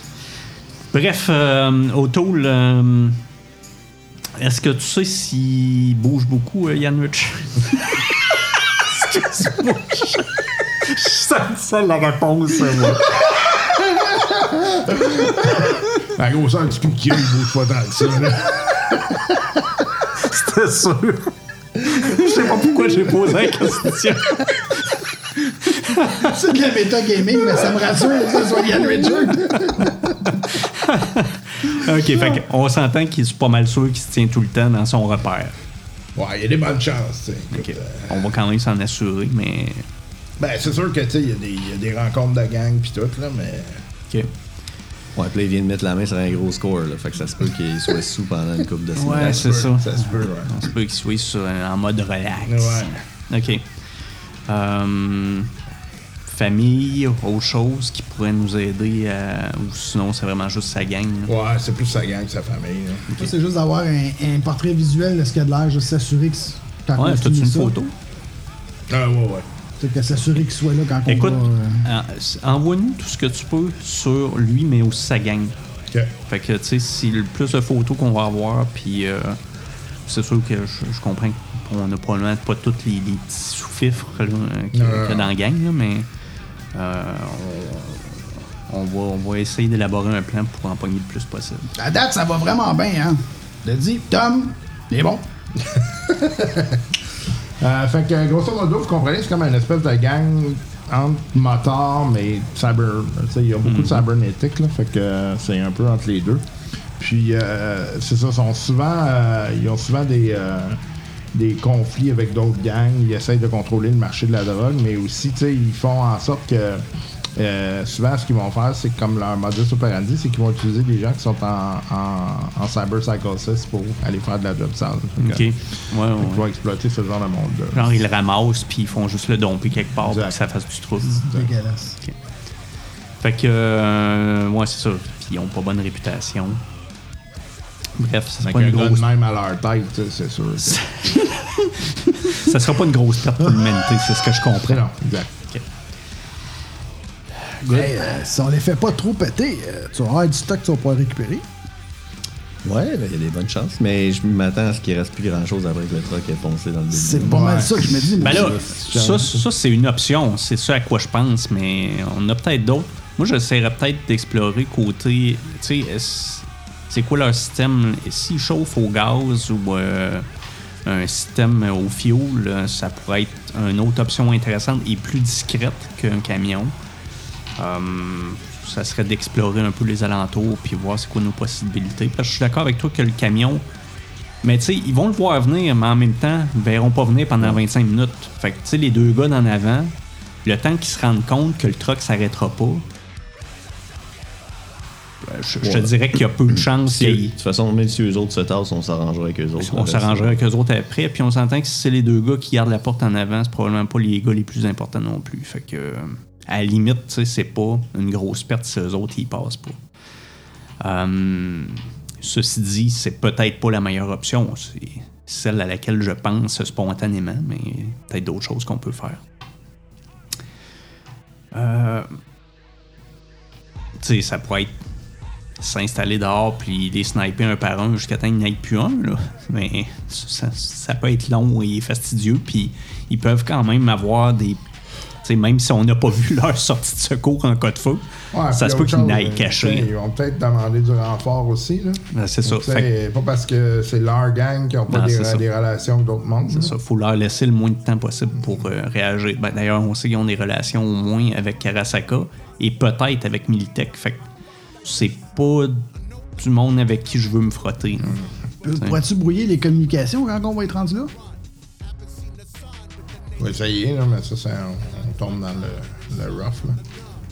Speaker 3: Bref, euh, O'Toole, euh, est-ce que tu sais s'il bouge beaucoup, euh, Yann Rich? Excuse-moi. Je sens ça la réponse, moi.
Speaker 5: La grosseur du cul qu'il a, il bouge pas tant que ça. là.
Speaker 3: C'était sûr. Je sais pas pourquoi j'ai posé la question.
Speaker 4: C'est de la méta gaming, mais ça me rassure que ce soit Yann Richard.
Speaker 3: ok, fait qu'on s'entend qu'il est pas mal sûr qu'il se tient tout le temps dans son repère.
Speaker 5: Ouais, il y a des bonnes chances, tu sais.
Speaker 3: Ok.
Speaker 5: Écoute, euh,
Speaker 3: On va quand même s'en assurer, mais.
Speaker 5: Ben, c'est sûr que, tu sais, il y a des- il y, a des rencontres de gang pis tout, là, mais.
Speaker 3: Ok.
Speaker 6: Ouais, puis là, il vient de mettre la main sur un gros score, là. Fait que ça se peut qu'il soit sous pendant une couple de semaines.
Speaker 3: Ouais, Ben, c'est ça.
Speaker 5: Ça se peut, ouais.
Speaker 3: On se peut qu'il soit sur- euh, en mode relax.
Speaker 5: Ouais.
Speaker 3: OK. Euh, famille, autre chose qui pourrait nous aider, à- ou sinon c'est vraiment juste sa gang. là.
Speaker 5: Ouais, c'est plus sa gang que sa famille. hein. là.
Speaker 4: Moi, C'est juste d'avoir un, un portrait visuel de ce qu'il y a de l'air, juste s'assurer que c'est- quand
Speaker 3: Ouais,
Speaker 4: on
Speaker 3: t'as-tu
Speaker 4: finit
Speaker 3: une
Speaker 4: ça,
Speaker 3: photo?
Speaker 5: Ah, ouais, ouais.
Speaker 4: c'est que s'assurer qu'il soit là quand on
Speaker 3: Écoute,
Speaker 4: va, euh,
Speaker 3: en- envoie-nous tout ce que tu peux sur lui, mais aussi sa gang.
Speaker 5: Ok.
Speaker 3: Fait que, tu sais, si le plus de photos qu'on va avoir, puis euh, c'est sûr que je, je comprends qu'on n'a probablement pas tous les, les petits sous-fifres là, euh, qu'il y
Speaker 5: Non,
Speaker 3: a
Speaker 5: non,
Speaker 3: qu'il y a
Speaker 5: non.
Speaker 3: dans la gang, là, mais euh, on, on va, on va essayer d'élaborer un plan pour empoigner le plus possible.
Speaker 4: À date, ça va vraiment bien, hein. Je te dis, Tom, il est bon.
Speaker 5: Euh, fait que grosso modo, vous comprenez, c'est comme une espèce de gang entre motards, mais cyber. tu sais, Il y a
Speaker 4: Mhm.
Speaker 5: beaucoup de cybernétique, là, fait que euh, c'est un peu entre les deux. Puis, euh, c'est ça, sont souvent, euh, ils ont souvent des, euh, des conflits avec d'autres gangs. Ils essayent de contrôler le marché de la drogue, mais aussi, tu sais, ils font en sorte que euh, souvent, ce qu'ils vont faire, c'est que comme leur modus operandi, c'est qu'ils vont utiliser des gens qui sont en, en, en cyber psychosis pour aller faire de la job sale. Fait
Speaker 3: Ok.
Speaker 5: que-
Speaker 3: Ouais, ouais.
Speaker 5: fait qu'ils vont exploiter ce genre de monde-là.
Speaker 3: Genre, ils le ramassent, puis ils font juste le domper quelque part
Speaker 5: Exact.
Speaker 3: pour que ça fasse du trouble.
Speaker 4: Dégueulasse.
Speaker 3: Fait que, euh, ouais, c'est ça. Puis ils ont pas bonne réputation. Bref, ça sera
Speaker 5: Fait
Speaker 3: pas une
Speaker 5: qu'un gars de
Speaker 3: grosse.
Speaker 5: même à leur tête, tu sais, c'est sûr. que-
Speaker 3: Ça sera pas une grosse perte pour l'humanité, c'est ce que je comprends.
Speaker 5: Non, exact.
Speaker 4: Hey, euh, si on les fait pas trop péter, euh, tu vas avoir du stock que tu vas pouvoir récupérer.
Speaker 6: Ouais, ben, il y a des bonnes chances, mais je m'attends à ce qu'il reste plus grand-chose après que le truck est foncé dans le
Speaker 4: C'est
Speaker 6: début.
Speaker 4: pas mal
Speaker 5: Ouais.
Speaker 4: ça que je me dis.
Speaker 3: Ben
Speaker 4: mais
Speaker 3: là,
Speaker 4: je-
Speaker 3: ça, ça, c'est une option. C'est ça à quoi je pense, mais on a peut-être d'autres. Moi, j'essaierais peut-être d'explorer côté. Tu sais, est-ce- c'est quoi leur système S'ils chauffent au gaz ou euh, un système au fioul, euh, ça pourrait être une autre option intéressante et plus discrète qu'un camion. Euh, ça serait d'explorer un peu les alentours puis voir c'est quoi nos possibilités. Parce que je suis d'accord avec toi que le camion, mais tu sais, ils vont le voir venir, mais en même temps, ils verront pas venir pendant 25 minutes. Fait que tu sais, les deux gars en avant, le temps qu'ils se rendent compte que le truck s'arrêtera pas, euh, je, je te
Speaker 6: Ouais.
Speaker 3: dirais qu'il y a peu de chances
Speaker 6: Si- de
Speaker 3: qu'ils.
Speaker 6: toute façon, même si eux autres se tassent, on s'arrangera avec eux autres.
Speaker 3: On
Speaker 6: Après ça.
Speaker 3: s'arrangerait avec eux autres après, puis on s'entend que si c'est les deux gars qui gardent la porte en avant, c'est probablement pas les gars les plus importants non plus. Fait que, euh, à la limite, tu sais, c'est pas une grosse perte si eux autres, ils passent pas. Euh, ceci dit, c'est peut-être pas la meilleure option. C'est celle à laquelle je pense spontanément, mais peut-être d'autres choses qu'on peut faire. Euh, tu sais, ça pourrait être s'installer dehors puis les sniper un par un jusqu'à temps qu'il n'y ait plus un. Là. Mais ça, ça peut être long et fastidieux. Puis ils peuvent quand même avoir des. tu sais, même si on n'a pas vu leur sortie de secours en cas de feu,
Speaker 5: Ouais,
Speaker 3: ça
Speaker 5: puis
Speaker 3: se peut
Speaker 5: autre
Speaker 3: qu'ils
Speaker 5: chose,
Speaker 3: n'aillent
Speaker 5: euh, tu sais,
Speaker 3: cacher.
Speaker 5: Ils vont peut-être demander du renfort aussi. Là.
Speaker 3: Ben, c'est ça.
Speaker 5: Tu sais,
Speaker 3: Fait que-
Speaker 5: Pas parce que c'est leur gang qui n'ont pas
Speaker 3: Non,
Speaker 5: des,
Speaker 3: c'est ça.
Speaker 5: des relations avec d'autres mondes. là.
Speaker 3: C'est ça, faut leur laisser le moins de temps possible pour euh, réagir. Ben, D'ailleurs, on sait qu'ils ont des relations au moins avec Karasaka et peut-être avec Militech. Fait que c'est pas du monde avec qui je veux me frotter. là.
Speaker 4: Peux- Pourrais-tu brouiller les communications quand on va être rendu là?
Speaker 5: On va essayer, là, mais ça, c'est- on, on tombe dans le, le rough. Là.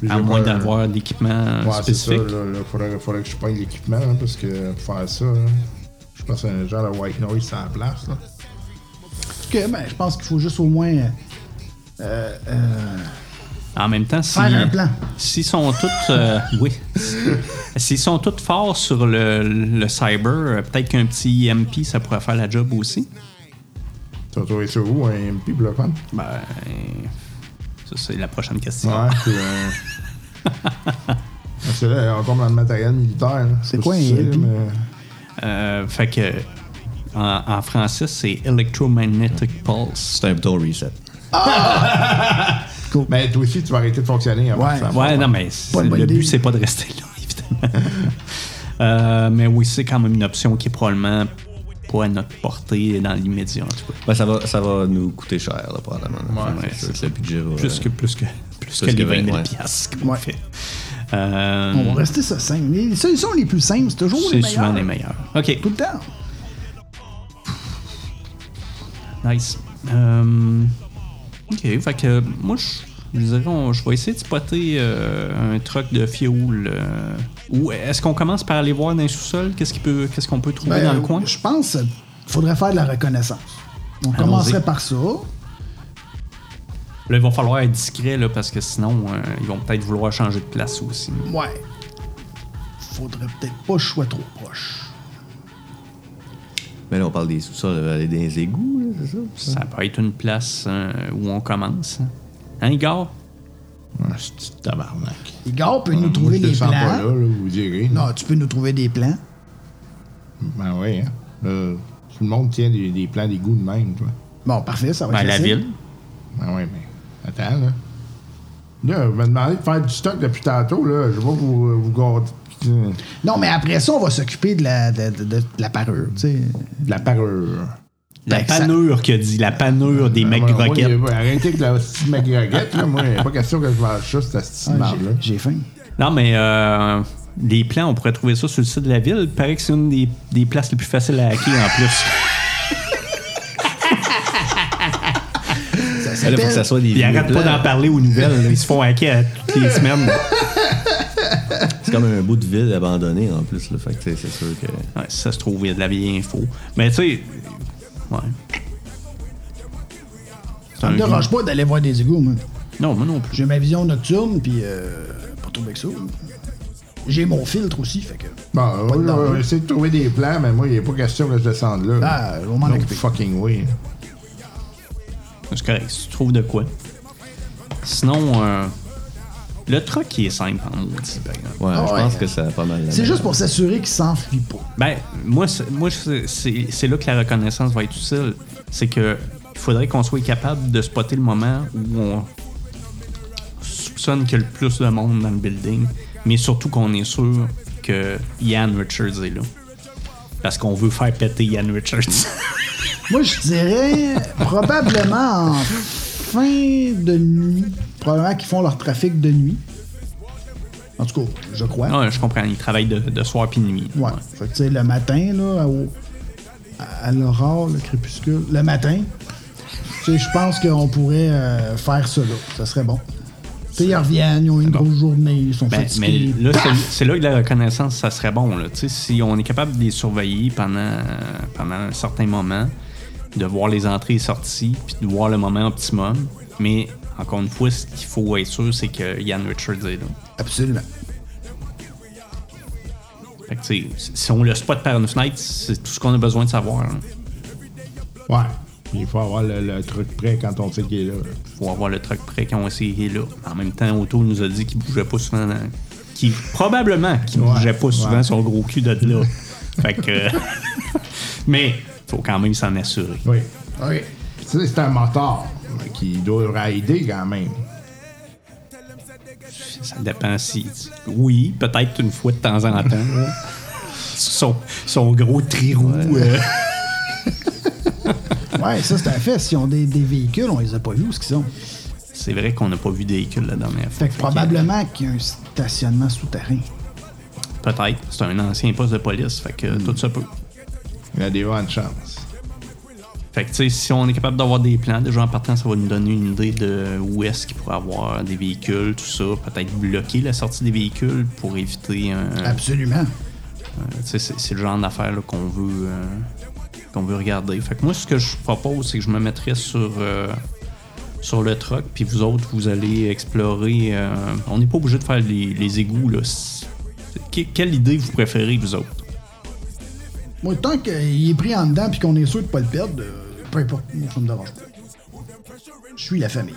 Speaker 5: Puis
Speaker 3: À
Speaker 5: j'ai
Speaker 3: moins
Speaker 5: pas- euh,
Speaker 3: d'avoir l'équipement euh,
Speaker 5: Ouais, c'est ça.
Speaker 3: spécifique.
Speaker 5: Il faudrait, faudrait que je paye l'équipement là, parce que pour faire ça, là, je pense que c'est un genre de white noise sur la place. Là.
Speaker 4: Ok, ben, je pense qu'il faut juste au moins. euh, euh, euh,
Speaker 3: En même temps, si,
Speaker 4: Faire un plan.
Speaker 3: s'ils sont tous, euh, oui, s'ils sont tous forts sur le, le cyber, euh, peut-être qu'un petit IMP, ça pourrait faire la job aussi.
Speaker 5: Tu vas trouver sur vous un MP bloquant.
Speaker 3: Ben, ça c'est la prochaine question.
Speaker 5: Ouais, puis. euh, Parce que là, on tombe dans le matériel militaire. là.
Speaker 4: C'est
Speaker 5: Pas
Speaker 4: quoi
Speaker 5: si
Speaker 4: un
Speaker 5: tu sais,
Speaker 4: MP?
Speaker 5: mais-
Speaker 3: Euh, fait que en, en français, c'est electromagnetic pulse.
Speaker 6: C'est un bouton reset.
Speaker 5: Mais toi aussi, tu vas arrêter de fonctionner. après
Speaker 4: Ouais.
Speaker 5: ça.
Speaker 3: Ouais, non, mais c'est-
Speaker 4: Pas une bonne
Speaker 3: le but,
Speaker 4: idée.
Speaker 3: c'est pas de rester là, évidemment. Euh, mais oui, c'est quand même une option qui est probablement pas à notre portée dans l'immédiat, en tout cas.
Speaker 6: Ben, ça, va, ça va nous coûter cher, là, probablement. là.
Speaker 3: Ouais,
Speaker 6: c'est
Speaker 3: c'est
Speaker 6: sûr que le budget va.
Speaker 3: Plus que, plus que, plus que
Speaker 6: que
Speaker 3: les
Speaker 6: 20
Speaker 3: 20 000
Speaker 6: ouais.
Speaker 3: piastres qu'on
Speaker 4: Ouais.
Speaker 3: fait. Euh,
Speaker 4: On va rester ça simple. Les solutions les plus simples, c'est toujours les
Speaker 3: c'est
Speaker 4: meilleures.
Speaker 3: souvent les meilleurs. OK,
Speaker 4: Tout le temps.
Speaker 3: nice. Euh, OK, fait que euh, moi, je je dirais, on- je vais essayer de spotter euh, un truck de fioul. euh, ou est-ce qu'on commence par aller voir dans les sous-sols? Qu'est-ce qu'il peut- qu'est-ce qu'on peut trouver
Speaker 4: Ben,
Speaker 3: dans le coin?
Speaker 4: Je pense qu'il faudrait faire de la reconnaissance. On commencerait par ça.
Speaker 3: Là, il va falloir être discret, là, parce que sinon, euh, ils vont peut-être vouloir changer de place aussi.
Speaker 4: Ouais. Faudrait peut-être pas que je sois trop proche.
Speaker 6: Mais là, on parle des sous-sols, euh, des égouts, là, c'est ça?
Speaker 3: Ça peut être une place euh, où on commence. Hein, Igor?
Speaker 5: Un petit Ah, tabarnak.
Speaker 4: Igor
Speaker 3: Ah,
Speaker 4: peut nous
Speaker 5: Moi,
Speaker 4: trouver
Speaker 5: je
Speaker 4: des
Speaker 5: descends
Speaker 4: plans.
Speaker 5: pas là, là, vous direz.
Speaker 4: Non, tu peux nous trouver des plans.
Speaker 5: Ben oui, hein. Là, tout le monde tient des, des plans d'égout de même, toi.
Speaker 4: Bon, parfait, ça va
Speaker 3: Ben,
Speaker 4: être
Speaker 3: la
Speaker 4: facile.
Speaker 3: ville.
Speaker 5: Ben oui, mais attends, là. Là, vous m'avez demandé de faire du stock depuis tantôt, là. Je vais pas vous, Euh, vous garder de
Speaker 4: Non, mais après ça, on va s'occuper de la, de, de- de la parure. tu sais.
Speaker 5: la parure.
Speaker 3: La
Speaker 4: Ben, ça-
Speaker 3: panure qu'il a dit, la panure
Speaker 4: Euh,
Speaker 3: des mecs
Speaker 5: Moi, moi,
Speaker 3: roquettes.
Speaker 5: il- Arrêtez avec la hostie McGroquette, là. Moi, il a pas question que je mange ça, cette hostie
Speaker 4: Ah, j'ai-
Speaker 5: de marde, là.
Speaker 4: J'ai faim.
Speaker 3: Non, mais euh, les plans, on pourrait trouver ça sur le site de la ville. Paraît que c'est une des, des places les plus faciles à hacker en plus.
Speaker 6: Là, faut que ça soit des
Speaker 3: Ils
Speaker 6: vieux
Speaker 3: arrêtent pas
Speaker 6: plans.
Speaker 3: d'en parler aux nouvelles. là. Ils se font hacker à toutes les semaines.
Speaker 6: C'est comme un bout de ville abandonné en plus. Là. Fait que tu sais, c'est sûr que.
Speaker 3: Ouais, si ça se trouve, il y a de la vieille info. Mais tu sais. Ouais.
Speaker 4: Ça me
Speaker 3: Un-
Speaker 4: dérange pas d'aller voir des égouts, moi.
Speaker 3: Non, moi non plus.
Speaker 4: J'ai ma vision nocturne, puis euh, pas trop avec ça. J'ai mon filtre aussi, fait que.
Speaker 5: Bon,
Speaker 4: Pas de
Speaker 5: on
Speaker 4: danger.
Speaker 5: va essayer de trouver des plans, mais moi, il n'est pas question que je descende là.
Speaker 4: Ah, on m'en
Speaker 5: No
Speaker 4: occupe.
Speaker 5: fucking way.
Speaker 3: C'est correct, si tu trouves de quoi. Sinon, euh, le truc, il est simple en maudit, par exemple.
Speaker 6: Ouais, je
Speaker 4: ouais.
Speaker 6: pense que ça a pas mal. la
Speaker 4: C'est
Speaker 6: même-
Speaker 4: juste pour s'assurer qu'ils s'enfuient pas.
Speaker 3: Ben, moi, c'est- moi c'est- c'est c'est là que la reconnaissance va être utile. C'est que il faudrait qu'on soit capable de spotter le moment où on soupçonne qu'il y a le plus de monde dans le building, mais surtout qu'on est sûr que Ian Richards est là. Parce qu'on veut faire péter Ian Richards.
Speaker 4: Moi, je dirais probablement en fin de nuit. Probablement qu'ils font leur trafic de nuit. En tout cas, je crois.
Speaker 3: non, je comprends, il travaille de, de soir puis de nuit.
Speaker 4: Ouais. Fait que, tu sais, le matin, là, au- à, à l'aurore, le crépuscule, le matin, tu sais, je pense qu'on pourrait euh, faire ça, là. Ça serait bon. Tu sais, ils reviennent, ils ont une
Speaker 3: Bon.
Speaker 4: grosse journée, ils sont
Speaker 3: Ben,
Speaker 4: fatigués.
Speaker 3: mais là, c'est- c'est là que la reconnaissance, ça serait bon. Là. Tu sais, Si on est capable de les surveiller pendant, euh, pendant un certain moment, de voir les entrées et sorties, puis de voir le moment optimum. Mais encore une fois, ce qu'il faut être sûr, c'est que Ian Richards est là.
Speaker 4: Absolument.
Speaker 3: Fait que, tu sais, si on le spot par une fenêtre, c'est tout ce qu'on a besoin de savoir. hein. là.
Speaker 5: Ouais. Il faut avoir le, le truc prêt quand on sait qu'il est là.
Speaker 3: pour avoir le truc près quand on sait qu'il est là. En même temps, Otto nous a dit qu'il bougeait pas souvent. dans- qu'il- probablement qu'il
Speaker 5: Ouais,
Speaker 3: bougeait pas souvent
Speaker 5: ouais.
Speaker 3: son gros cul de là. fait que. euh, Mais faut quand même s'en assurer.
Speaker 5: Oui. OK. Tu sais, c'est un moteur qui doit aider quand même.
Speaker 3: Ça dépend si. Oui, peut-être une fois de temps en temps. là. son, son gros trirou. euh,
Speaker 4: Ouais, ça, c'est un fait. S'ils ont des, des véhicules, on les a pas vus où ce qu'ils sont.
Speaker 3: C'est vrai qu'on n'a pas vu de véhicule la dernière fois.
Speaker 4: Fait que probablement qu'il y a un stationnement souterrain.
Speaker 3: Peut-être. C'est un ancien poste de police. Fait que tout ça peut.
Speaker 5: Il a des bonnes chances.
Speaker 3: Fait que, tu sais, si on est capable d'avoir des plans, déjà en partant, ça va nous donner une idée de où est-ce qu'il pourrait avoir des véhicules, tout ça. Peut-être bloquer la sortie des véhicules pour éviter un.
Speaker 4: Ah.
Speaker 3: un-
Speaker 4: Absolument.
Speaker 3: tu sais, c'est c'est le genre d'affaires là, qu'on veut, euh, qu'on veut regarder. Fait que moi, ce que je propose, c'est que je me mettrais sur. euh, sur le truck, puis vous autres, vous allez explorer. euh, on n'est pas obligé de faire les, les égouts, là. C'est- que- quelle idée vous préférez, vous autres?
Speaker 4: Moi, tant qu'il est pris en dedans puis qu'on est sûr de pas le perdre, euh, peu importe, moi, ça me dérange pas. Je suis la famille.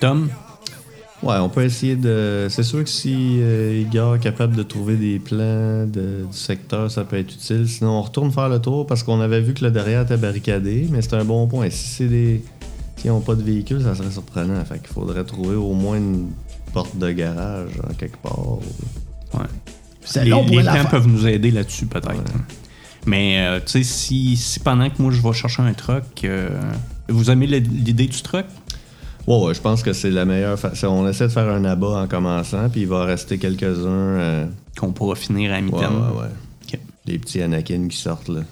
Speaker 3: Tom,
Speaker 6: Ouais, on peut essayer de. C'est sûr que si euh, Igor est capable de trouver des plans de- du secteur, ça peut être utile. Sinon, on retourne faire le tour parce qu'on avait vu que le derrière était barricadé, mais c'est un bon point. Si c'est des. S'ils n'ont pas de véhicule, ça serait surprenant. Fait qu'il faudrait trouver au moins une porte de garage en quelque part.
Speaker 3: ouais.
Speaker 4: C'est
Speaker 3: les,
Speaker 4: long pour
Speaker 3: les
Speaker 4: la
Speaker 3: plans
Speaker 4: faire.
Speaker 3: peuvent nous aider là-dessus, peut-être. Mais, euh, tu sais, si, si pendant que moi je vais chercher un truck, euh, vous aimez le- l'idée du truck?
Speaker 6: Ouais, ouais, je pense que c'est la meilleure façon. On essaie de faire un abat en commençant, puis il va en rester quelques-uns. euh,
Speaker 3: Qu'on pourra finir à mi-temps.
Speaker 6: Ouais, ouais, ouais.
Speaker 3: Ok.
Speaker 6: Les petits Anakin qui sortent, là.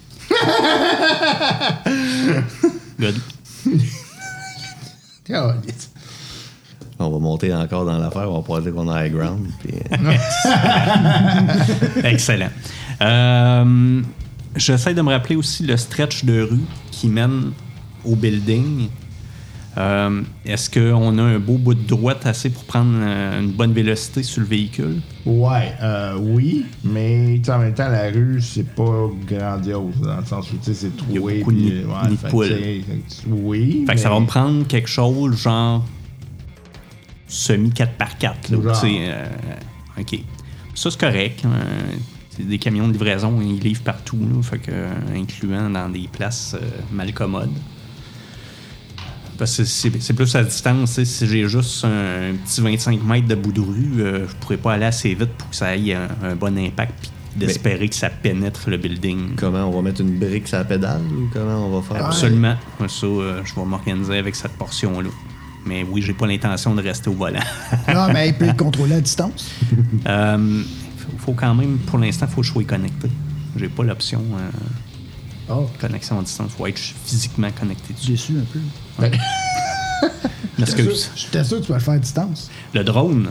Speaker 3: Good.
Speaker 5: Caliste.
Speaker 6: On va monter encore dans l'affaire, on va pas dire qu'on a high ground. Puis, euh,
Speaker 3: Excellent. Euh, J'essaie de me rappeler aussi le stretch de rue qui mène au building. Euh, Est-ce qu'on a un beau bout de droite assez pour prendre euh, une bonne vélocité sur le véhicule?
Speaker 5: Ouais, euh, oui, mais tu sais, en même temps, la rue, c'est pas grandiose, hein. dans le sens où tu sais, c'est
Speaker 3: y a
Speaker 5: troué.
Speaker 3: beaucoup de
Speaker 5: puis, euh,
Speaker 3: nids-
Speaker 5: ouais,
Speaker 3: nids de
Speaker 5: fait que,
Speaker 3: poules.
Speaker 5: tu sais, fait que, Oui.
Speaker 3: Fait que ça
Speaker 5: mais-
Speaker 3: va me prendre quelque chose genre semi 4 par 4 là, où
Speaker 5: Genre.
Speaker 3: tu sais, euh, OK. Ça c'est correct. euh, c'est des camions de livraison, ils livrent partout là, fait que euh, incluant dans des places euh, mal commodes. Parce que c'est c'est plus à distance, tu sais, si j'ai juste un, petit 25 mètres de bout de rue, euh, je pourrais pas aller assez vite pour que ça ait un, un bon impact puis d'espérer que ça pénètre le building.
Speaker 6: comment on va mettre une brique sur la pédale ou comment on va
Speaker 4: Ah,
Speaker 6: faire
Speaker 3: Absolument. Moi, Ça, euh, je vais m'organiser avec cette portion-là. Mais oui, j'ai pas l'intention de rester au volant.
Speaker 4: Non, mais il peut le contrôler à distance.
Speaker 3: Euh, faut- faut quand même, pour l'instant, faut que je sois connecté. J'ai pas l'option. euh,
Speaker 4: Oh,
Speaker 3: Connexion à distance, faut être physiquement connecté dessus.
Speaker 4: déçu un peu.
Speaker 3: M'excuse.
Speaker 4: J'étais sûr que tu vas le faire à distance.
Speaker 3: Le drone,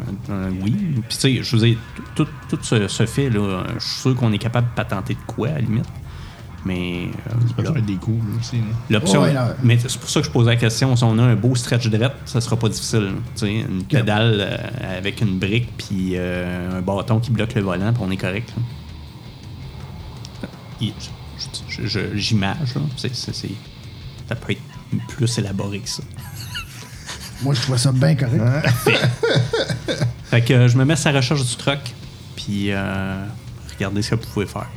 Speaker 3: euh, euh, oui. Puis, tu sais, je vous ai. Tout, tout ce, ce fait, là, euh, je suis sûr qu'on est capable de patenter de quoi, à la limite. Mais. euh,
Speaker 7: Ça va être des coups, là, aussi. là.
Speaker 3: L'option.
Speaker 4: Ouais, là.
Speaker 3: mais c'est pour ça que je posais la question. Si on a un beau stretch de ça sera pas difficile. Tu sais, une pédale euh, avec une brique puis euh, un bâton qui bloque le volant, puis on est correct. là. Il- je- je- je- J'image. là. C'est- c'est- c'est- Ça peut être plus élaboré que ça.
Speaker 4: Moi, je trouvais ça bien correct.
Speaker 3: Fait que euh, je me mets à la recherche du truck, puis euh, regardez ce que vous pouvez faire.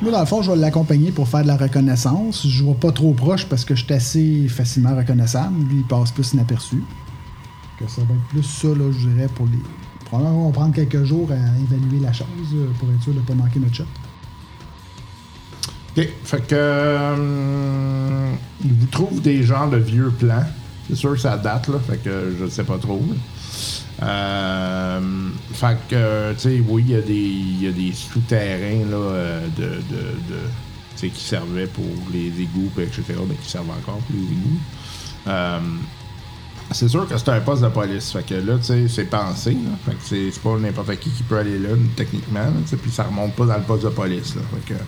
Speaker 4: Moi, dans le fond, je vais l'accompagner pour faire de la reconnaissance. Je vois pas trop proche parce que je suis assez facilement reconnaissable. Lui, il passe plus inaperçu. Que ça va être plus ça, là, je dirais, pour les. Probablement, on va prendre quelques jours à évaluer la chose euh, pour être sûr de pas manquer notre shot.
Speaker 5: OK. Fait que. euh, il vous trouve des genres de vieux plans. C'est sûr que ça date, là. Fait que je sais pas trop. là. Euh, fait que, tu sais, oui, il y a des- il y a des, souterrains, là, euh, de. de, de tu sais, qui servaient pour les égouts, puis etc., mais qui servent encore pour les égouts. Euh, c'est sûr que c'est un poste de police. Fait que là, tu sais, c'est pensé. Là. Fait que c'est c'est pas n'importe qui qui peut aller là, techniquement. là, tu sais, puis ça remonte pas dans le poste de police. Là. Fait que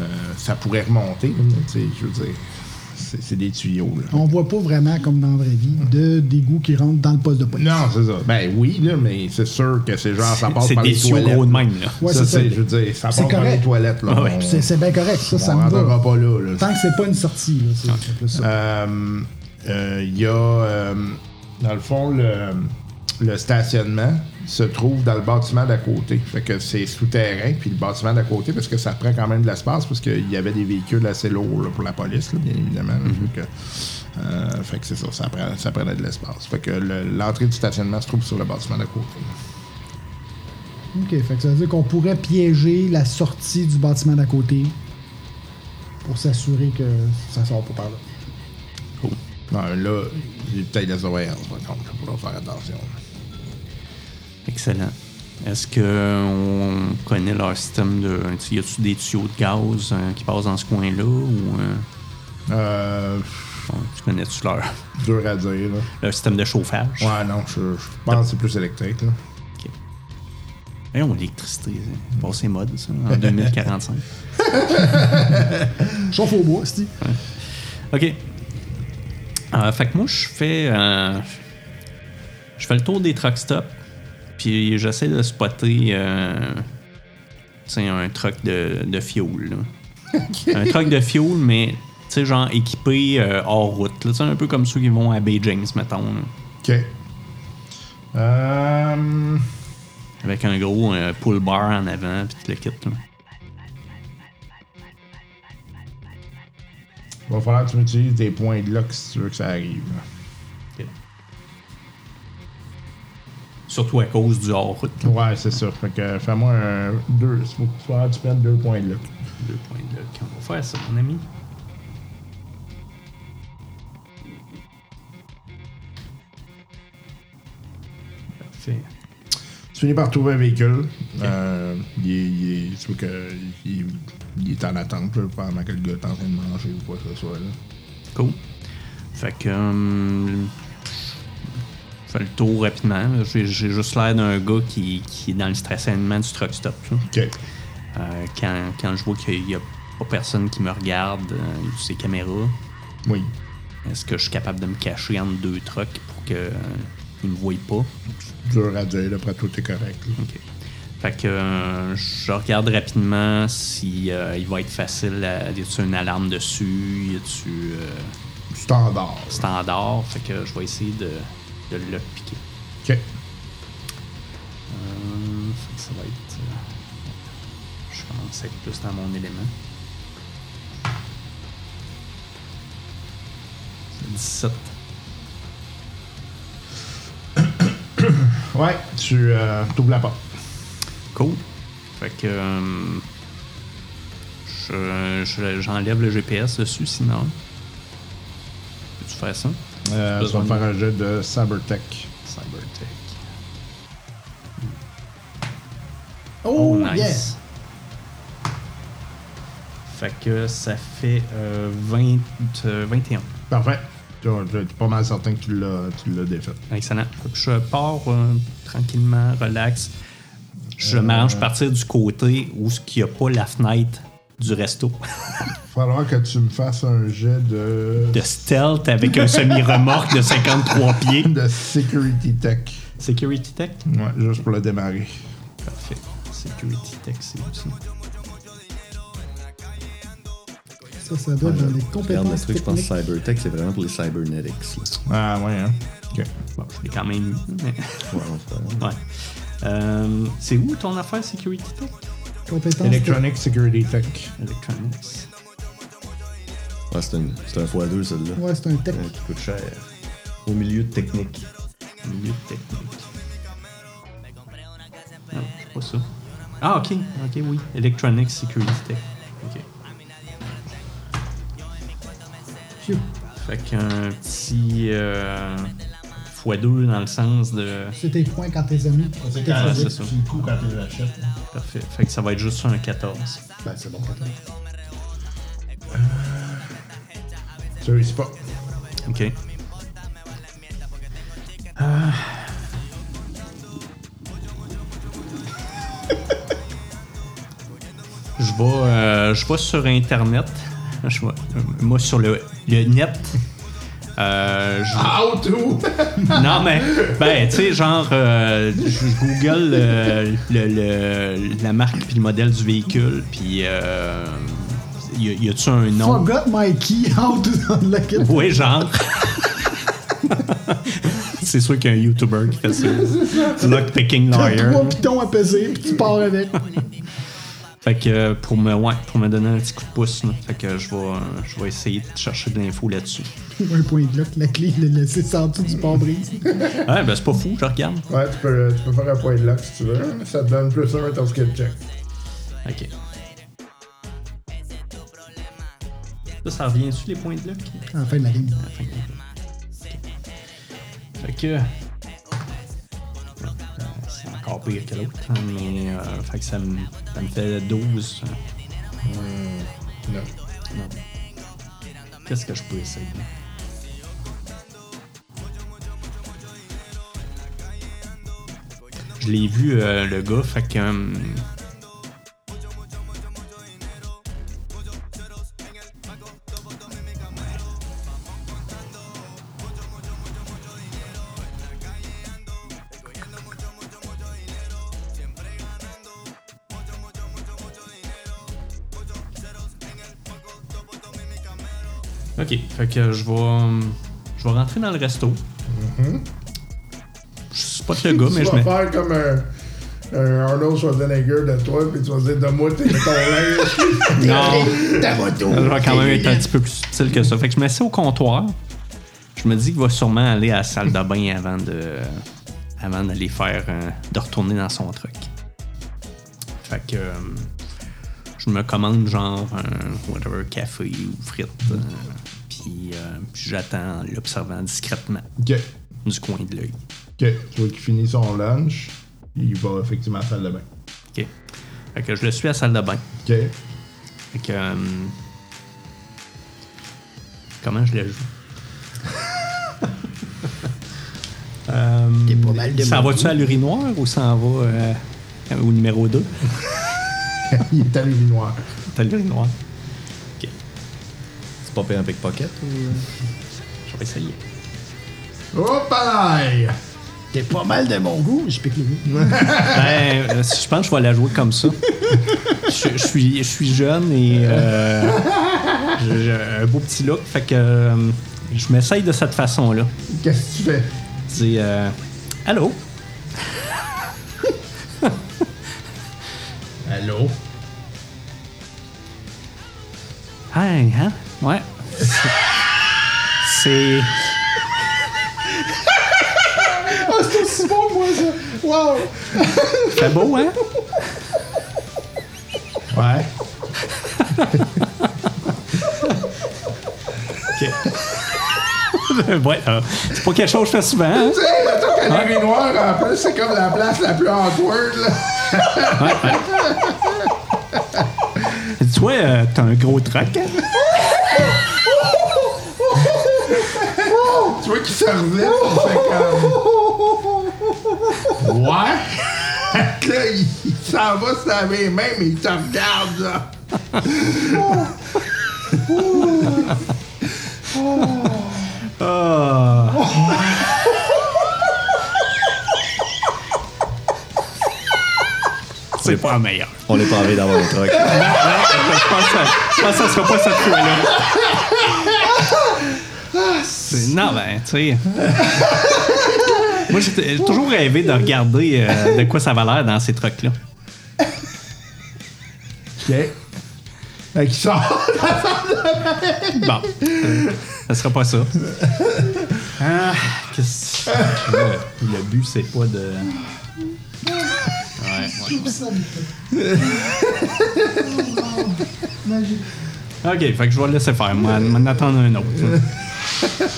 Speaker 5: euh, ça pourrait remonter. là, mais tu sais, je veux dire, c'est c'est des tuyaux. Là.
Speaker 4: On voit pas vraiment, comme dans la vraie vie, de dégoûts qui rentrent dans le poste de police.
Speaker 5: Non, c'est ça. Ben oui, là, mais c'est sûr que c'est genre, Ah, ça passe
Speaker 3: C'est
Speaker 5: par
Speaker 3: des
Speaker 5: les
Speaker 3: tuyaux
Speaker 5: toilettes.
Speaker 3: gros de même, là.
Speaker 4: Ouais,
Speaker 5: ça,
Speaker 4: c'est ça.
Speaker 5: c'est, je veux dire, ça passe
Speaker 4: C'est
Speaker 5: par les
Speaker 4: correct.
Speaker 5: toilettes. Là,
Speaker 3: ouais.
Speaker 5: On-
Speaker 4: C'est c'est bien correct, ça, ça
Speaker 5: on
Speaker 4: me va.
Speaker 5: rentrera pas là. là.
Speaker 4: Tant que c'est pas une sortie, là, c'est c'est plus ça.
Speaker 5: Euh, euh, Il y a, euh, dans le fond, le, le stationnement se trouve dans le bâtiment d'à côté. Fait que c'est souterrain, puis le bâtiment d'à côté, parce que ça prend quand même de l'espace, parce qu'il y avait des véhicules assez lourds là, pour la police, là, bien évidemment. là.
Speaker 3: Mhm.
Speaker 5: Fait que, euh, fait que c'est ça, ça, prend, ça prenait de l'espace. Fait que le- l'entrée du stationnement se trouve sur le bâtiment d'à côté.
Speaker 4: OK, fait que ça veut dire qu'on pourrait piéger la sortie du bâtiment d'à côté pour s'assurer que ça sort pas par là.
Speaker 5: Non, là, il y a peut-être des surveillance, par contre, là, pour faire attention.
Speaker 3: Excellent. Est-ce qu'on connaît leur système de. Y a-tu des tuyaux de gaz euh, qui passent dans ce coin-là ou. euh,
Speaker 5: Euh,
Speaker 3: bon, tu connais-tu leur,
Speaker 5: dur à dire, là.
Speaker 3: leur système de chauffage?
Speaker 5: Ouais, non, je, je pense que c'est plus électrique, là.
Speaker 3: Eh, on l'électricité, c'est passé mode, ça, en 2045.
Speaker 4: Chauffe au bois, cest
Speaker 3: OK. Euh, fait que moi, je fais. euh, je fais le tour des truck stops. Puis j'essaie de spotter. euh, tu sais, un truck de, de fuel. là. Un truck de fuel, mais. Tu sais, genre équipé euh, hors route. là. Tu sais, un peu comme ceux qui vont à Bay James, mettons. là.
Speaker 5: OK. Euh,
Speaker 3: Avec un gros euh, pull bar en avant, puis tout le kit. là.
Speaker 5: va falloir que tu m'utilises des points de luck si tu veux que ça arrive.
Speaker 3: Surtout à cause du hors route. là.
Speaker 5: Ouais, c'est ça. Fait que fais-moi un 2. Il va falloir que tu perdes 2 points de luck.
Speaker 3: Deux points de luck. On va faire ça, mon ami. Parfait.
Speaker 5: Tu finis par trouver un véhicule. Euh, il est, il est- tu vois que il, il est en attente là, pendant que le gars est en train de manger ou quoi que ce soit. Là.
Speaker 3: Cool. Fait que. hum, je fais le tour rapidement. là. J'ai j'ai juste l'air d'un gars qui, qui est dans le stressement du truck stop. là.
Speaker 5: OK.
Speaker 3: Euh, quand, quand je vois qu'il n'y a pas personne qui me regarde, euh, il y a ces caméras,
Speaker 5: Oui.
Speaker 3: est-ce que je suis capable de me cacher entre deux trucks pour qu'ils ne me voient pas?
Speaker 5: Dur à dire, là, après tout est correct. là.
Speaker 3: OK. Fait que euh, je regarde rapidement si euh, il va être facile. À, y a-tu une alarme dessus? Y a-tu euh,
Speaker 5: Standard.
Speaker 3: standard? Fait que je vais essayer de, de le piquer.
Speaker 5: OK.
Speaker 3: Euh, fait que ça va être. euh, je commence à être plus dans mon élément. C'est 17.
Speaker 5: Ouais, tu euh, ouvres la porte.
Speaker 3: Cool. Fait que. euh, je- je- J'enlève le GPS dessus sinon. Peux-tu faire ça?
Speaker 5: Euh, tu vas me faire un jeu de Cybertech.
Speaker 3: Cybertech.
Speaker 4: Oh,
Speaker 3: Oh, nice.
Speaker 4: yes!
Speaker 3: Fait que ça fait euh, 20, euh, 21.
Speaker 5: Parfait. Tu vois, Je suis pas mal certain que tu l'as, tu l'as défait.
Speaker 3: Excellent. Fait que Je pars euh, tranquillement, relax. Je m'arrange partir du côté où ce qu'il n'y a pas la fenêtre du resto.
Speaker 5: Falloir que tu me fasses un jet de,
Speaker 3: De stealth avec un semi-remorque de 53 pieds.
Speaker 5: de security tech.
Speaker 3: Security Tech?
Speaker 5: Ouais, juste pour le démarrer.
Speaker 3: Parfait. Security Tech, c'est où ça?
Speaker 4: Ça, ça doit être dans les
Speaker 6: Euh, Regarde le
Speaker 4: compétences
Speaker 6: truc, je pense
Speaker 4: techniques.
Speaker 6: Cybertech, c'est vraiment pour les cybernetics. là.
Speaker 5: Ah ouais, hein. Ok.
Speaker 3: Bon, je l'ai quand même eu, mais...
Speaker 6: Ouais, on fait-
Speaker 3: Ouais. Euh, c'est où ton affaire Security Tech?
Speaker 4: Compétences
Speaker 5: Electronic security tech.
Speaker 3: Electronics.
Speaker 6: Ouais, Ah, c'est une- c'est un x2, celui-là.
Speaker 4: tech- Ouais, c'est un tech.
Speaker 6: Euh, qui coûte cher. Au milieu de technique.
Speaker 3: Milieu de technique. Non, c'est pas ça. Ah, ok. Ok, oui. Electronics Security Tech. Ok.
Speaker 4: Phew.
Speaker 3: Fait qu'un petit euh, x2 dans le sens de.
Speaker 4: C'est tes points quand tes amis.
Speaker 5: C'est
Speaker 4: quand
Speaker 3: c'est Ah, ça.
Speaker 5: le coup quand tu l'achètes. hein.
Speaker 3: Parfait. Fait que ça va être juste un 14.
Speaker 5: Ben, c'est bon, quand Tu réussis pas.
Speaker 3: Ok. Je vais, euh, je vais sur Internet. Je vais- euh, moi, sur le, le net. Euh, je-
Speaker 5: Ah, tout!
Speaker 3: non, mais, ben, tu sais, genre, euh, je je google euh, le- le- la marque puis le modèle du véhicule, puis euh, y, a- y a-tu un nom?
Speaker 4: Forgot my key Oh, out on the kit.
Speaker 3: Oui, genre. c'est sûr qu'il y a un YouTuber qui fait ça. Lockpicking
Speaker 4: T'as
Speaker 3: lawyer.
Speaker 4: trois pitons à peser, puis tu pars avec.
Speaker 3: Fait que euh, pour me, ouais, pour me donner un petit coup de pouce, là. fait que je vais, euh, je vais essayer de chercher de l'info là-dessus.
Speaker 4: un point de lock, la clé, le laisser sans dessous du pare-brise.
Speaker 3: Ouais, ben c'est pas fou, je regarde.
Speaker 5: Ouais, tu peux, tu peux faire un point de lock si tu veux. Ça te donne plus un à ton skill check.
Speaker 3: Ok. Ça, ça revient sur les points de lock?
Speaker 4: À la fin de la game.
Speaker 3: Fait que. C'est encore pire que l'autre, hein, mais euh, fait que ça me, ça me fait 12. Mm.
Speaker 5: Non.
Speaker 3: Qu'est-ce que je peux essayer? Je l'ai vu, euh, le gars, fait que. hum, Ok, fait que je vais. hum, Je vais rentrer dans le resto. Je suis pas le gars, mais
Speaker 5: Mm-hmm. tu
Speaker 3: je
Speaker 5: vas
Speaker 3: mets.
Speaker 5: faire comme un, un Arnold Schwarzenegger de toi, puis tu vas dire de moi, t'es ton linge.
Speaker 3: Non. Je vais quand même être un petit peu plus subtil que ça. Fait que je mets ça au comptoir. Je me dis qu'il va sûrement aller à la salle de bain avant de avant d'aller faire euh, de retourner dans son truc. Fait que euh, je me commande genre un whatever café ou frites. euh, puis euh, puis j'attends en l'observant discrètement
Speaker 5: Ok.
Speaker 3: du coin de l'œil.
Speaker 5: Ok. Tu vois qu'il finit son lunch. Il va effectivement à la salle de bain.
Speaker 3: OK. Fait que je le suis à la salle de bain.
Speaker 5: Ok.
Speaker 3: Fait que euh, comment je le joue?
Speaker 4: T'es pas mal de
Speaker 3: Ça va-tu à l'urinoir ou ça en va euh, au numéro 2?
Speaker 5: Il est à noir.
Speaker 3: T'as l'urinoir. Ok,
Speaker 6: C'est pas payé en pickpocket ou.
Speaker 3: je vais essayer.
Speaker 5: Oh, pareil!
Speaker 2: T'es pas mal de mon goût.
Speaker 4: Je pique le goût.
Speaker 3: Ben, euh, je pense que je vais la jouer comme ça. Je, je suis, je suis jeune et euh, j'ai j'ai un beau petit look. Fait que euh, je m'essaye de cette façon-là.
Speaker 5: Qu'est-ce que tu fais?
Speaker 3: C'est euh, Allô?
Speaker 5: Allô?
Speaker 3: Hey, hein? Ouais. C'est.
Speaker 5: Ah, C'est bon, moi, ça! Wow!
Speaker 3: C'est beau, hein?
Speaker 5: Ouais.
Speaker 3: ouais, euh, c'est pas quelque chose que je fais souvent. hein?
Speaker 5: Tu sais, mettons qu'à l'urinoir, en plus, c'est comme la place la plus awkward, là.
Speaker 3: Tu Toi, euh, t'as un gros trac. hein?
Speaker 5: Tu vois qu'il se revenait, il fait comme. Ouais! Fait que là, il il s'en va se laver les mains, mais il te regarde, là.
Speaker 3: C'est pas la meilleure.
Speaker 6: On n'est pas envie d'avoir le truc.
Speaker 3: Je pense que ça- je pense que ça sera pas cette fois-là. C'est- Non, ben, tu sais. Moi, j'ai t- j'ai toujours rêvé de regarder euh, de quoi ça va l'air dans ces trucs-là.
Speaker 5: OK. Fait qu'il sort.
Speaker 3: Bon. Euh, ça sera pas ça. Ah, qu'est-ce que- le, le but, c'est pas de. Ouais, ouais. Ok, fait que je vais le laisser faire. Moi, m'en attendre un autre.
Speaker 5: Ça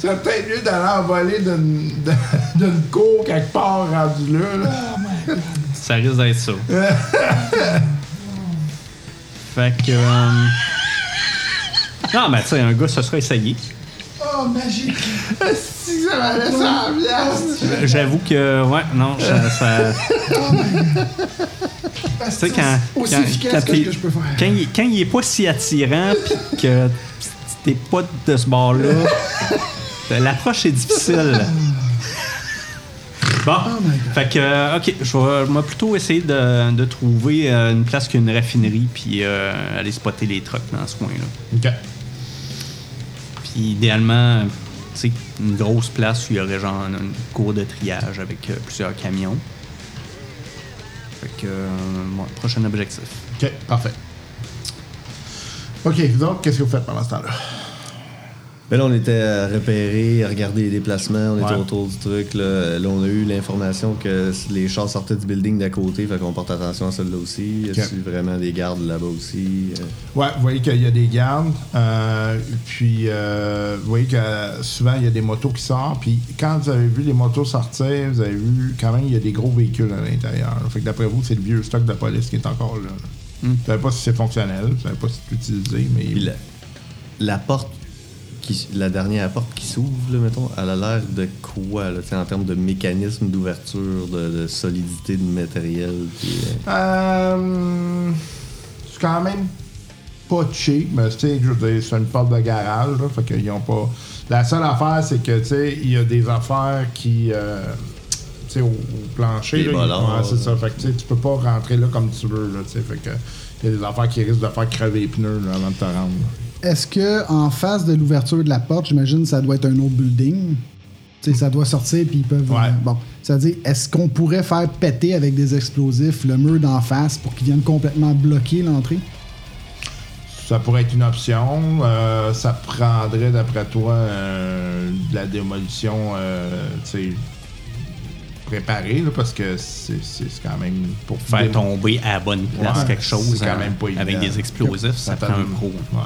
Speaker 5: serait peut-être mieux d'aller envoler d'une d'une- d'une cour quelque part rendu là, là.
Speaker 3: Ça risque d'être ça. fait que. euh, Non, mais tu sais, un gars se serait essayé.
Speaker 4: Oh, magique!
Speaker 5: Si ça m'allait ça en place.
Speaker 3: J'avoue que, ouais, non, ça. ça- tu sais, quand.
Speaker 4: Aussi
Speaker 3: quand-
Speaker 4: efficace
Speaker 3: quand
Speaker 4: que ce
Speaker 3: il-
Speaker 4: que je peux faire.
Speaker 3: Quand il, quand il est pas si attirant, pis que t'es pas de ce bord-là, l'approche est difficile. Bon,
Speaker 4: Oh
Speaker 3: fait que, euh, ok, je vais je vais plutôt essayer de, de trouver euh, une place qu'une raffinerie, puis euh, aller spotter les trucks dans ce coin-là.
Speaker 5: OK.
Speaker 3: Puis idéalement, tu sais, une grosse place où il y aurait genre une cour de triage avec euh, plusieurs camions. Fait que, euh, ouais, prochain objectif.
Speaker 5: OK, parfait. OK, donc, qu'est-ce que vous faites pendant ce temps-là?
Speaker 6: Mais là, on était à repérer, à regarder les déplacements, on était
Speaker 3: Ouais.
Speaker 6: autour du truc. Là. Là, on a eu l'information que les chars sortaient du building d'à côté, fait qu'on porte attention à celle-là aussi.
Speaker 5: Ok.
Speaker 6: Y a-t-il vraiment des gardes là-bas aussi? Euh,
Speaker 5: Ouais, vous voyez qu'il y a des gardes, euh, puis euh, vous voyez que souvent il y a des motos qui sortent, puis quand vous avez vu les motos sortir, vous avez vu quand même il y a des gros véhicules à l'intérieur. Fait que d'après vous, c'est le vieux stock de police qui est encore là. Vous savez pas si c'est fonctionnel, vous savez pas si c'est utilisé, mais
Speaker 6: Hmm. Puis la, la porte, qui, la dernière porte qui s'ouvre, là, mettons, elle a l'air de quoi, là, tu sais, en termes de mécanisme d'ouverture, de, de solidité de matériel? puis, euh,
Speaker 5: Euh, c'est quand même pas cheap, mais tu sais, je veux dire, c'est une porte de garage, là, fait qu'ils ont pas. La seule affaire, c'est que tu sais, il y a des affaires qui, euh, tu sais, au, au plancher,
Speaker 6: Des
Speaker 5: là, ils-
Speaker 6: bollards,
Speaker 5: ouais, c'est
Speaker 6: là.
Speaker 5: ça. Fait que tu sais, tu peux pas rentrer là comme tu veux, là, tu sais, fait que il y a des affaires qui risquent de faire crever les pneus là, avant de te rendre. là.
Speaker 4: Est-ce que en face de l'ouverture de la porte, j'imagine ça doit être un autre building? Tu sais, ça doit sortir puis ils peuvent. euh,
Speaker 5: Ouais.
Speaker 4: bon, c'est-à-dire, est-ce qu'on pourrait faire péter avec des explosifs le mur d'en face pour qu'ils viennent complètement bloquer l'entrée?
Speaker 5: Ça pourrait être une option. euh, ça prendrait, d'après toi, euh, de la démolition, euh, tu sais, préparée, là, parce que c'est c'est- c'est quand même pour
Speaker 3: Faire
Speaker 5: dé-
Speaker 3: tomber à la bonne place
Speaker 5: Ouais,
Speaker 3: quelque chose
Speaker 5: c'est quand
Speaker 3: hein,
Speaker 5: même pas évident.
Speaker 3: avec des explosifs, ça,
Speaker 5: fait
Speaker 3: prend un pro.
Speaker 5: Ouais.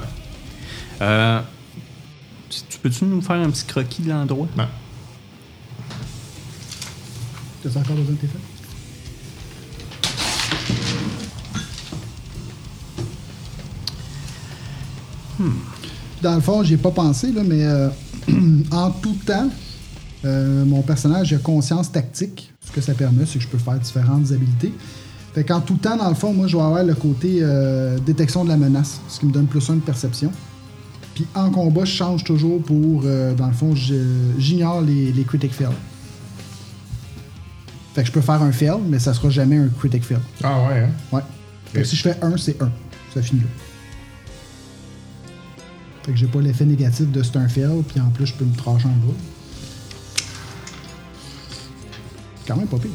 Speaker 3: Euh, tu- tu peux-tu nous faire un petit croquis de l'endroit?
Speaker 5: Non.
Speaker 4: T'as encore besoin de tes fesses? Hmm. Dans le fond, j'y ai pas pensé, là, mais euh, en tout temps, euh, mon personnage a conscience tactique. Ce que ça permet, c'est que je peux faire différentes habilités. Fait qu'en tout temps, dans le fond, moi, je vais avoir le côté euh, détection de la menace, ce qui me donne plus un de perception. Puis en combat, je change toujours pour, euh, dans le fond, je- j'ignore les, les critic fails. Fait que je peux faire un fail, mais ça sera jamais un critic fail.
Speaker 5: Ah ouais, hein?
Speaker 4: Ouais. Fait que si je fais un, c'est un. Ça finit là. Fait que j'ai pas l'effet négatif de c'est un fail, puis en plus, je peux me trancher en gros. Quand même pas pire.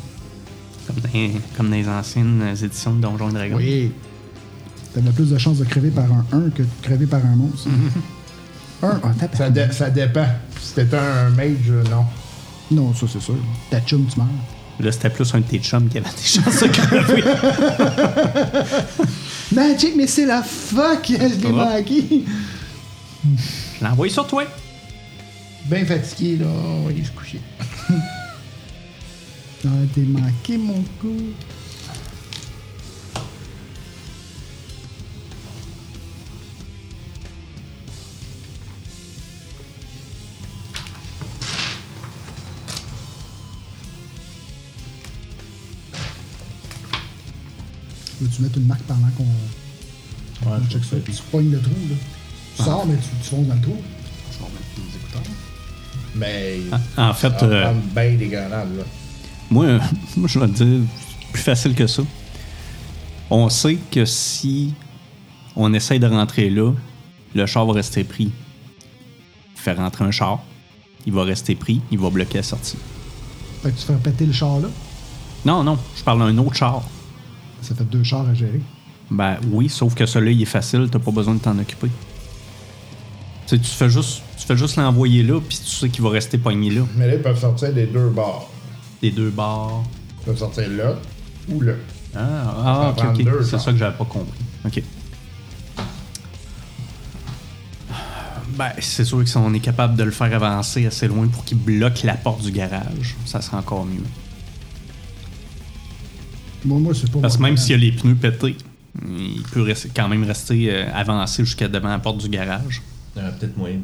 Speaker 3: Comme dans, comme dans les anciennes éditions de Donjons et Dragons.
Speaker 5: Oui.
Speaker 4: T'avais plus de chances de crever par un 1 que de crever par un monstre. Un, ah, t'as
Speaker 5: Ça, dé- ça dépend. Si t'étais un mage, euh, non.
Speaker 4: Non, ça c'est sûr. Ta chum, tu meurs.
Speaker 3: Là, c'était plus un de tes chums qui avait des chances de crever.
Speaker 4: Magic, mais c'est la fuck! Je l'ai
Speaker 3: va?
Speaker 4: manqué!
Speaker 3: Je l'envoie sur toi.
Speaker 4: Ben
Speaker 5: Bien fatigué, là, on va aller se coucher.
Speaker 4: Ah, t'es manqué, mon coup. Veux-tu mettre une marque pendant qu'on
Speaker 3: Ouais,
Speaker 4: qu'on
Speaker 3: je
Speaker 4: check ça?
Speaker 3: vais
Speaker 4: Tu pognes le trou, là. Tu sors, mais tu, tu fonces dans le trou.
Speaker 5: Je vais remettre des écouteurs. Mais.
Speaker 3: En- en fait,
Speaker 5: Ça va
Speaker 3: euh,
Speaker 5: prendre bien des grenades, là.
Speaker 3: Moi, euh, moi, je vais te dire, c'est plus facile que ça. On sait que si on essaye de rentrer là, le char va rester pris. Faire rentrer un char, il va rester pris, il va bloquer la sortie.
Speaker 4: Fait que tu fais péter le char, là.
Speaker 3: Non, non, je parle d'un autre char.
Speaker 4: Ça fait deux chars à gérer.
Speaker 3: Ben oui, sauf que celui-là, il est facile, t'as pas besoin de t'en occuper. Tu sais, tu fais juste, tu fais juste l'envoyer là, puis tu sais qu'il va rester pogné là.
Speaker 5: Mais là, ils peuvent sortir des deux bords.
Speaker 3: Les deux barres.
Speaker 5: Ils peuvent sortir là ou là.
Speaker 3: Ah, ah
Speaker 5: Ça
Speaker 3: ok,
Speaker 5: prend
Speaker 3: ok.
Speaker 5: deux,
Speaker 3: C'est
Speaker 5: genre.
Speaker 3: ça que j'avais pas compris. Ok. Ben, c'est sûr que si on est capable de le faire avancer assez loin pour qu'il bloque la porte du garage, ça serait encore mieux.
Speaker 4: Moi, moi, c'est pas.
Speaker 3: Parce que
Speaker 4: mon
Speaker 3: même
Speaker 4: plan.
Speaker 3: s'il y a les pneus pétés, il peut rester- quand même rester euh, avancé jusqu'à devant la porte du garage.
Speaker 6: Il y aurait peut-être moyen.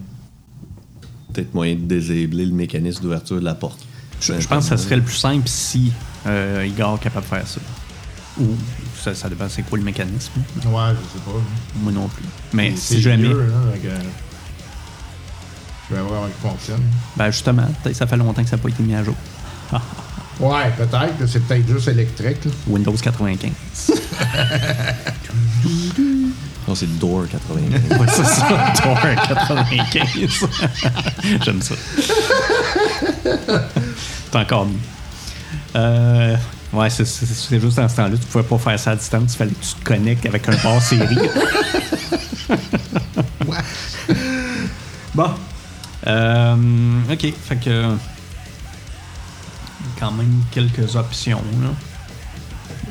Speaker 6: Peut-être moyen de désébler le mécanisme d'ouverture de la porte.
Speaker 3: Je, je pense que ça serait le plus simple si euh, Igor est capable de faire ça. Ou ça, ça dépend c'est quoi le mécanisme.
Speaker 5: Ouais, Ah, je sais pas. hein.
Speaker 3: Moi non plus. Mais
Speaker 5: C'est
Speaker 3: ben, si jamais.
Speaker 5: vieux, là, donc, euh, Je vais voir comment il fonctionne.
Speaker 3: Ben justement, peut-être ça fait longtemps que ça n'a pas été mis à jour. Ah.
Speaker 5: Ouais, peut-être. là, C'est peut-être juste électrique. là.
Speaker 3: Windows 95.
Speaker 6: Non, c'est le Door 95.
Speaker 3: Ouais, c'est ça, Thor 95. J'aime ça. T'es encore mieux. Euh, ouais, c'est- c'est c'est juste dans ce temps-là, tu pouvais pas faire ça à distance, il fallait que tu te connectes avec un port série. bon. Euh, ok, fait que. Quand même quelques options, là.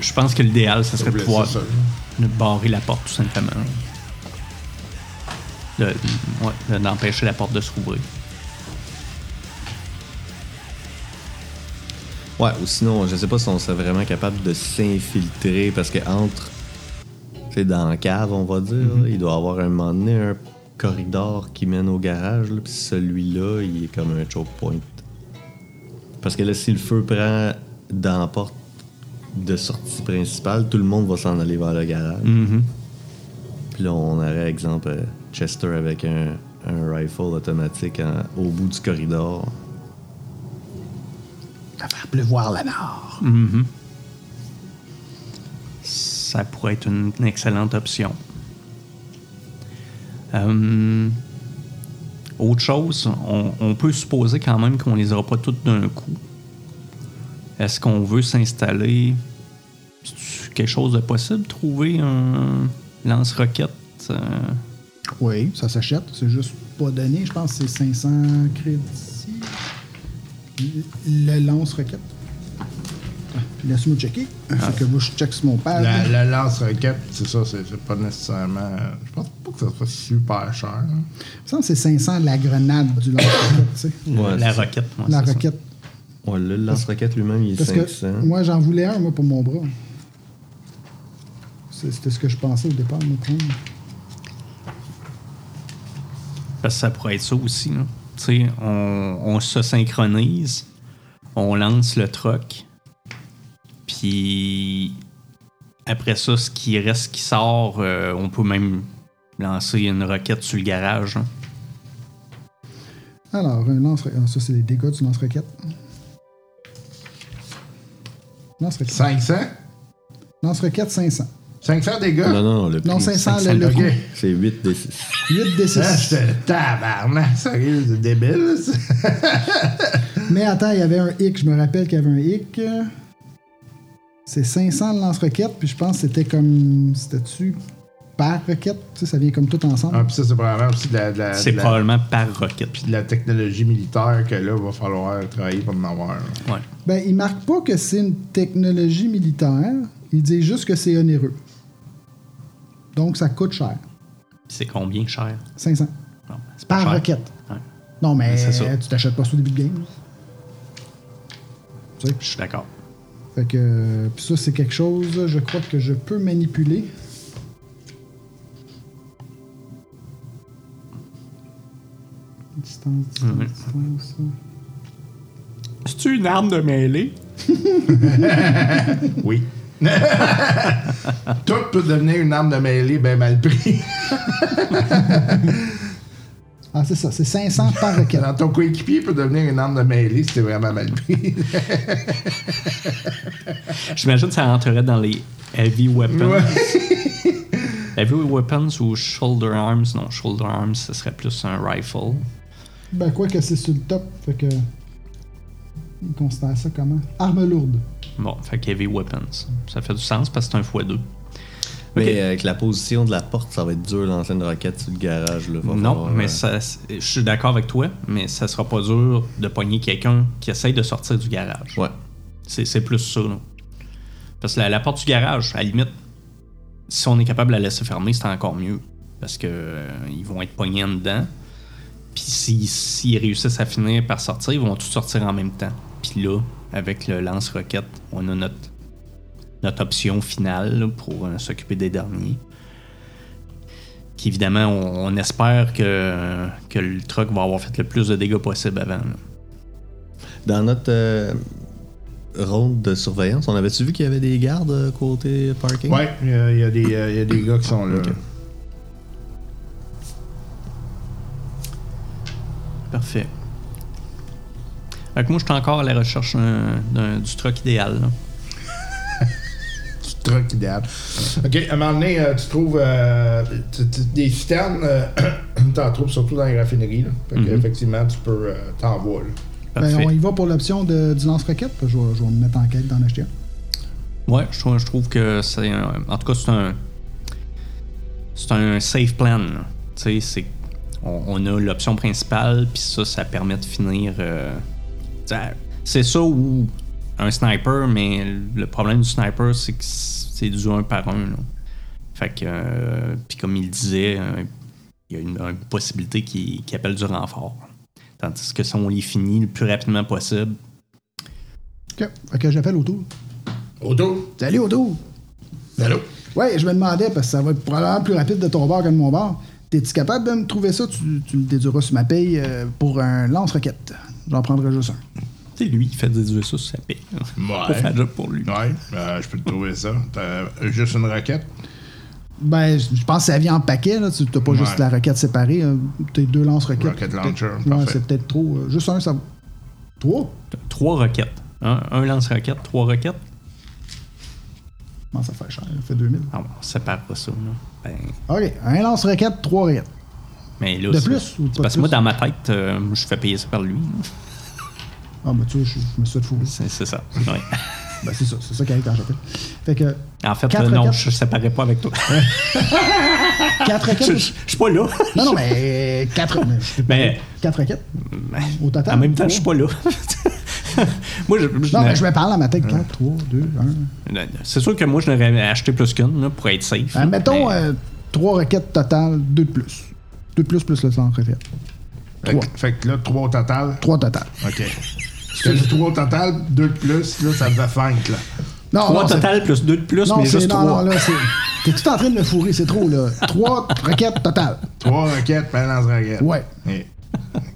Speaker 3: Je pense que l'idéal, ça serait de
Speaker 5: Blesser
Speaker 3: pouvoir
Speaker 5: ça, là.
Speaker 3: de barrer la porte, tout simplement. De- Euh, ouais, de- d'empêcher la porte de s'ouvrir.
Speaker 6: ouais, ou sinon, je sais pas si on serait vraiment capable de s'infiltrer parce que entre. C'est dans la cave, on va dire. là, Il doit y avoir un moment donné un corridor qui mène au garage, là, puis celui-là, il est comme un choke point. Parce que là, si le feu prend dans la porte de sortie principale, tout le monde va s'en aller vers le garage. Puis là, on aurait, exemple, euh, Chester avec un, un rifle automatique en- au bout du corridor.
Speaker 4: À faire pleuvoir la mort.
Speaker 3: Ça pourrait être une, une excellente option. Euh, autre chose, on, on peut supposer quand même qu'on les aura pas toutes d'un coup. Est-ce qu'on veut s'installer C'est-tu quelque chose de possible Trouver un lance-roquette euh,
Speaker 4: Oui, ça s'achète. C'est juste pas donné. Je pense que c'est 500 crédits. Le lance-roquette. Ah, Puis laisse-moi checker.
Speaker 3: Ah.
Speaker 4: Fait que moi, je check sur mon pad.
Speaker 5: La, la lance-roquette, c'est ça, c'est c'est pas nécessairement. Je pense pas que ça soit super cher. hein.
Speaker 4: Il me semble que c'est 500 la grenade du lance-roquette, tu sais.
Speaker 6: Ouais,
Speaker 3: La
Speaker 6: c'est-
Speaker 3: roquette, ouais,
Speaker 4: la
Speaker 3: c'est ça.
Speaker 4: roquette.
Speaker 6: Ouais, là, le lance-roquette lui-même, il est
Speaker 4: Parce
Speaker 6: 500.
Speaker 4: que moi, j'en voulais un, moi, pour mon bras. C'est- C'était ce que je pensais au départ, moi, prendre.
Speaker 3: Parce que ça pourrait être ça aussi. là. Tu sais, on, on se synchronise, on lance le truck, puis après ça, ce qui reste qui sort, euh, on peut même lancer une roquette sur le garage. hein.
Speaker 4: Alors, un lance-roquette. Ah, Ça, c'est les dégâts du lance-roquette. Lance-roquette.
Speaker 5: 500
Speaker 4: Lance-roquette, 500.
Speaker 5: 500 dégâts
Speaker 6: Non, non, non, le prix,
Speaker 4: Non, 500, le- le,
Speaker 5: Ok.
Speaker 4: coup.
Speaker 6: C'est 8 des 6.
Speaker 4: 8 des 6.
Speaker 5: Ah, j'étais tabarnak, sérieux, c'est débile. ça.
Speaker 4: Mais attends, il y avait un hic. Je me rappelle qu'il y avait un hic. C'est 500 le lance-roquette, puis je pense que c'était comme. C'était-tu par roquette? Tu sais, ça vient comme tout ensemble.
Speaker 5: Ah, puis ça, c'est probablement aussi de la, de la-
Speaker 3: C'est
Speaker 5: Euh, de la-
Speaker 3: probablement par roquette.
Speaker 5: de la technologie militaire que là, va falloir travailler pour en avoir. là.
Speaker 3: Ouais.
Speaker 4: Ben, il marque pas que c'est une technologie militaire. Il dit juste que c'est onéreux. Donc, ça coûte cher.
Speaker 3: C'est combien cher?
Speaker 4: 500.
Speaker 3: Non, c'est pas
Speaker 4: Par
Speaker 3: cher.
Speaker 4: roquette.
Speaker 3: Ouais,
Speaker 4: Non, mais
Speaker 3: Ben, c'est ça.
Speaker 4: tu t'achètes pas ça au début de game. Tu sais,
Speaker 3: je suis d'accord.
Speaker 4: Fait que. euh, Puis ça, c'est quelque chose, je crois que je peux manipuler. Distance, distance, distance.
Speaker 3: C'est-tu une arme de mêlée?
Speaker 5: Oui. Tout peut devenir une arme de mêlée bien mal pris.
Speaker 4: Ah, c'est ça, c'est 500 par requête.
Speaker 5: Dans ton coéquipier peut devenir une arme de mêlée si t'es vraiment mal pris.
Speaker 3: J'imagine que ça rentrerait dans les heavy weapons.
Speaker 5: Ouais.
Speaker 3: Heavy weapons ou shoulder arms. Non, shoulder arms, ce serait plus un rifle.
Speaker 4: Ben, quoi que c'est sur le top, fait que. Il considère ça comment Arme lourde.
Speaker 3: Bon, fait que heavy weapons. Ça fait du sens parce que c'est un x2.
Speaker 6: Mais euh, avec la position de la porte, ça va être dur lancer une roquette sur le garage. Là. Va
Speaker 3: Non,
Speaker 6: falloir,
Speaker 3: mais
Speaker 6: euh,
Speaker 3: ça, c'est- je suis d'accord avec toi, mais ça sera pas dur de pogner quelqu'un qui essaye de sortir du garage.
Speaker 6: Ouais.
Speaker 3: C'est, c'est plus ça. là. Parce que la, la porte du garage, à la limite, si on est capable de la laisser fermer, c'est encore mieux. Parce que euh, ils vont être pognés en dedans. Puis si- s'ils réussissent à finir par sortir, ils vont tous sortir en même temps. Puis là, avec le lance-roquette, on a notre, notre option finale là, pour euh, s'occuper des derniers. Qui évidemment, on, on espère que, que le truck va avoir fait le plus de dégâts possible avant. là.
Speaker 6: Dans notre euh, ronde de surveillance, on avait-tu vu qu'il y avait des gardes euh, côté parking?
Speaker 5: ouais, il y, a- il y a des, euh, il y a des gars qui sont là.
Speaker 3: Parfait. Fait que moi, je suis encore à la recherche euh, d'un- du truck idéal. là.
Speaker 5: petit truc idéal. OK, à un moment donné, euh, tu trouves euh, tu- tu- des citernes, euh, t'en trouves surtout dans les raffineries. Là. Fait que,
Speaker 3: Mhm.
Speaker 5: Effectivement, tu peux euh, t'en voir. là.
Speaker 4: Ben,
Speaker 3: Parfait.
Speaker 4: on y va pour l'option de- du lance-roquette. puis Je vais, je vais me mettre en quête d'en acheter un.
Speaker 3: Ouais, je trouve, je trouve que c'est. un- en tout cas, c'est un. C'est un safe plan. là. Tu sais, c'est. On, on a l'option principale, puis ça, ça permet de finir. euh, tu sais, c'est ça ou un sniper, mais le problème du sniper, c'est que c'est du un par un. là. Fait que. euh, puis comme il disait, euh, il y a une, une possibilité qui, qui appelle du renfort. Tandis que si on les finit le plus rapidement possible,
Speaker 4: Ok. Fait que j'appelle autour.
Speaker 5: Auto?
Speaker 4: Salut autour.
Speaker 5: Allô?
Speaker 4: Ouais, je me demandais, parce que ça va être probablement plus rapide de ton bord que de mon bord. T'es-tu capable de me trouver ça? Tu, tu me déduiras sur ma paye euh, pour un lance-roquette. J'en prendrai juste un.
Speaker 3: tu sais, lui, il fait déduire ça sur sa paye. là. Pour faire le job pour lui.
Speaker 5: Ouais, euh, je peux te trouver ça. T'as euh, juste une raquette?
Speaker 4: Ben, je je pense que ça vient en paquet, là. Tu t'as pas juste
Speaker 5: Ouais.
Speaker 4: la roquette séparée. hein. T'es deux lance-roquettes.
Speaker 5: Rocket launcher,
Speaker 4: Peut-être- Ouais,
Speaker 5: parfait.
Speaker 4: c'est peut-être trop. euh, Juste un, ça va. Trois?
Speaker 3: Trois roquettes. Un, un lance-roquette, trois roquettes.
Speaker 4: Comment ça fait cher? Ça fait 2000.
Speaker 3: Ah bon, on sépare pas ça, là. Ben,
Speaker 4: OK, un lance-roquette, trois roquettes.
Speaker 3: mais là,
Speaker 4: De
Speaker 3: c'est-
Speaker 4: plus ou
Speaker 3: c'est
Speaker 4: pas de
Speaker 3: Parce que moi,
Speaker 4: plus?
Speaker 3: dans ma tête, euh, je fais payer ça par lui. là.
Speaker 4: Ah, ben, tu vois, je, je me suis fait fourrer.
Speaker 3: C'est c'est ça. ouais.
Speaker 4: Ben, c'est ça. C'est ça qui arrive quand j'appelle. Fait que,
Speaker 3: En fait,
Speaker 4: Quatre
Speaker 3: euh, non,
Speaker 4: roquettes.
Speaker 3: je séparais pas avec toi.
Speaker 4: quatre
Speaker 3: Je
Speaker 4: roquettes.
Speaker 3: je- je suis pas là.
Speaker 4: Non, non, mais quatre. mais je-
Speaker 3: Mais-
Speaker 4: Quatre raquettes. Au total.
Speaker 3: En même temps, je suis
Speaker 4: trois.
Speaker 3: pas là. moi, je, je
Speaker 4: Non,
Speaker 3: n'ai-
Speaker 4: mais je me parle à ma tête. 4, 3, 2, 1.
Speaker 3: C'est sûr que moi, je n'aurais acheté plus qu'une là, pour être safe. là,
Speaker 4: Ah, mettons euh,
Speaker 3: mais-
Speaker 4: 3 requêtes totales, 2 de plus. 2 de plus plus le sang requête.
Speaker 5: Fait,
Speaker 4: Trois.
Speaker 5: que- fait que là, trois au total.
Speaker 4: 3 total.
Speaker 5: OK. Je te dis trois au total, deux de plus, là, ça devait cinq, là.
Speaker 4: Non,
Speaker 3: Trois
Speaker 4: non, c'est-
Speaker 3: total plus deux de plus,
Speaker 4: Non,
Speaker 3: mais
Speaker 4: c'est
Speaker 3: juste
Speaker 4: non, non,
Speaker 3: trois.
Speaker 4: là, c'est. T'es tout en train de me fourrer, c'est trop, là. 3 requêtes totales.
Speaker 5: Trois raquettes, pas lance raquette.
Speaker 4: Ouais.
Speaker 5: Et-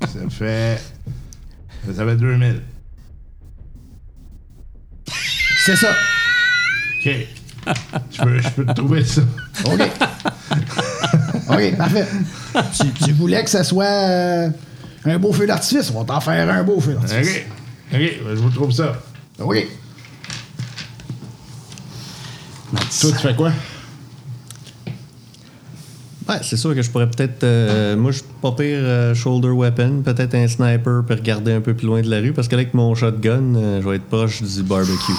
Speaker 5: ça fait... Ça fait 2000.
Speaker 4: C'est ça.
Speaker 5: OK. Je peux, je peux te trouver ça.
Speaker 4: OK. OK, parfait. Tu, tu voulais que ça soit euh, un beau feu d'artifice. On va t'en faire un beau feu d'artifice.
Speaker 5: OK. OK, ben, je vous trouve ça.
Speaker 4: OK.
Speaker 5: Toi, tu fais quoi?
Speaker 6: Ouais, c'est sûr que je pourrais peut-être. euh, moi, je suis pas pire euh, shoulder weapon, peut-être un sniper, puis regarder un peu plus loin de la rue, parce que là, avec mon shotgun, euh, je vais être proche du barbecue.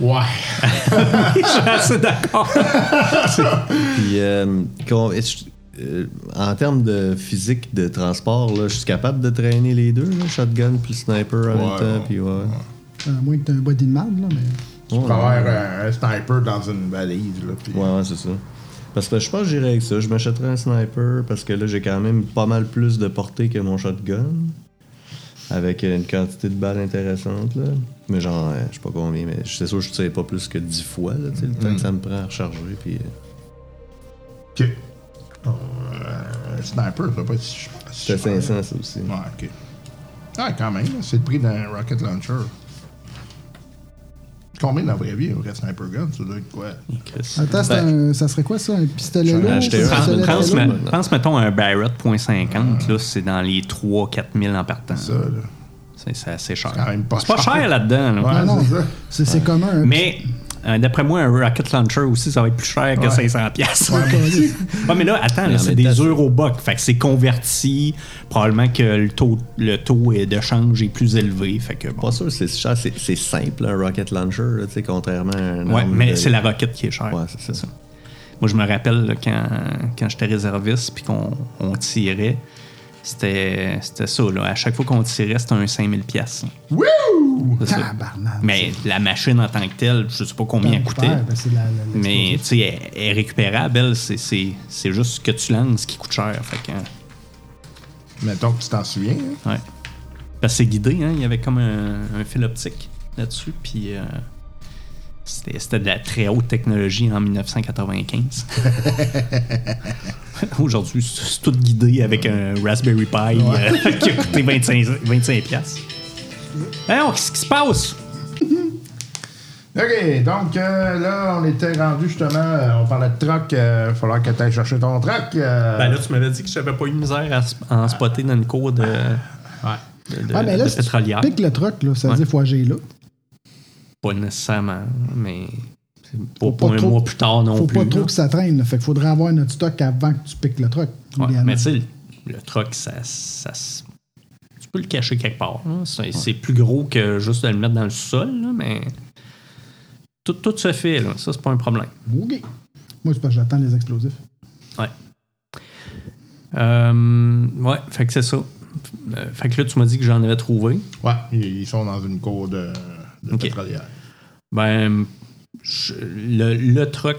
Speaker 5: Ouais.
Speaker 3: Je suis assez d'accord.
Speaker 6: Puis, euh, qu'on- est-ce- euh, en termes de physique de transport, là, je suis capable de traîner les deux, là, shotgun puis sniper en
Speaker 5: Ouais,
Speaker 6: même temps,
Speaker 5: ouais,
Speaker 6: puis ouais.
Speaker 4: À moins que t'aies un body de marde, là, mais.
Speaker 6: Ouais,
Speaker 5: Tu peux avoir un, un sniper dans une valise, là. puis-
Speaker 6: Ouais, ouais, c'est ça. Parce que je pense que j'irai avec ça. Je m'achèterai un sniper parce que là, j'ai quand même pas mal plus de portée que mon shotgun. Avec une quantité de balles intéressante, là. Mais genre, euh, je sais pas combien, mais c'est sûr que je tire pas plus que 10 fois, là, tu sais, le
Speaker 5: Hmm.
Speaker 6: temps que ça me prend à recharger, puis... euh,
Speaker 5: OK. Euh, un sniper, ça peut pas être si cher.
Speaker 6: c'est 500, ça aussi.
Speaker 5: Ouais, OK. Ah, quand même, là, c'est le prix d'un rocket launcher. Combien dans la vraie vie un vrai sniper gun Ça doit être quoi
Speaker 3: Chris.
Speaker 4: Attends, c'est
Speaker 3: Ben,
Speaker 4: un- ça serait quoi ça? Un pistolet
Speaker 6: J'en ai
Speaker 4: lourd?
Speaker 6: acheté un.
Speaker 4: un
Speaker 3: Pense,
Speaker 4: pistolet
Speaker 3: pense,
Speaker 4: très
Speaker 3: mais-
Speaker 4: lourd?
Speaker 3: pense, mettons, un Barrett .50, là, c'est dans les 3-4 000 en partant.
Speaker 5: Ça, là.
Speaker 3: C'est c'est assez cher.
Speaker 5: quand même pas
Speaker 3: C'est pas
Speaker 5: cher.
Speaker 3: cher là-dedans. là.
Speaker 5: Ouais,
Speaker 4: Ah non,
Speaker 5: c'est ça.
Speaker 4: c'est c'est commun. hein.
Speaker 3: Mais euh, d'après moi, un rocket launcher aussi, ça va être plus cher que 500 pièces. Ouais, mais là, attends, là,
Speaker 6: en
Speaker 3: c'est
Speaker 6: même
Speaker 3: des
Speaker 6: temps, c'est-
Speaker 3: eurobucks. Fait que c'est converti. Probablement que le taux, le taux est- de change est plus élevé. Fait que bon.
Speaker 6: Pas sûr, c'est cher, c'est c'est simple, un rocket launcher, là, tu sais, contrairement à un.
Speaker 3: Ouais,
Speaker 6: arme
Speaker 3: mais
Speaker 6: de-
Speaker 3: c'est la roquette qui est chère.
Speaker 6: Ouais, c'est ça.
Speaker 3: Moi, je me rappelle là, quand, quand j'étais réserviste puis qu'on on tirait, c'était c'était ça. Là. À chaque fois qu'on tirait, c'était un 5000 pièces.
Speaker 5: Wouh
Speaker 3: C'est ça.
Speaker 4: Tabarnak.
Speaker 3: Mais la machine en tant que telle, je sais pas combien elle coûtait.
Speaker 4: Ouais, ben, c'est la- la-
Speaker 3: Mais tu sais, elle- elle est récupérable, elle, c'est- c'est c'est juste ce que tu lances qui coûte cher. Fait que, hein,
Speaker 5: Mettons que tu t'en souviens. hein.
Speaker 3: ouais. Parce que c'est guidé, hein, il y avait comme un, un fil optique là-dessus, puis euh, c'était c'était de la très haute technologie en 1995. Aujourd'hui, c'est c'est tout guidé avec un Raspberry Pi euh, qui a coûté 25, 25$. piastres. Alors, qu'est-ce qui se passe?
Speaker 5: OK, donc euh, là, on était rendu justement, euh, on parlait de truck, euh, falloir que tu ailles chercher ton truck. euh,
Speaker 3: Ben là, tu m'avais dit que j'avais pas eu de misère à s- en spotter dans une cour de, de, de-
Speaker 4: Ah, mais là,
Speaker 3: Euh, de
Speaker 4: si
Speaker 3: pétrolière.
Speaker 4: tu piques le truc, là, ça veut
Speaker 3: Ouais.
Speaker 4: dire faut agir là.
Speaker 3: Pas nécessairement, mais pour,
Speaker 4: pas
Speaker 3: pour un
Speaker 4: trop-
Speaker 3: mois plus tard non
Speaker 4: Faut
Speaker 3: plus.
Speaker 4: pas trop
Speaker 3: là.
Speaker 4: que ça traîne. là. Fait qu'il faudrait avoir notre stock avant que tu piques le truc.
Speaker 3: Ouais,
Speaker 4: idéalement.
Speaker 3: Mais tu sais, le, le truck, ça, ça se- tu peux le cacher quelque part. là. C'est c'est plus gros que juste de le mettre dans le sol, là, mais tout, tout se fait. Là. Ça, c'est pas un problème.
Speaker 4: OK. Moi, c'est parce que j'attends les explosifs.
Speaker 3: Ouais. Euh, ouais, fait que c'est ça. Euh, Fait que là, tu m'as dit que j'en avais trouvé.
Speaker 5: Ouais, ils ils sont dans une cour de, de
Speaker 3: Ok.
Speaker 5: pétrolière.
Speaker 3: Ben, je- le, le truck.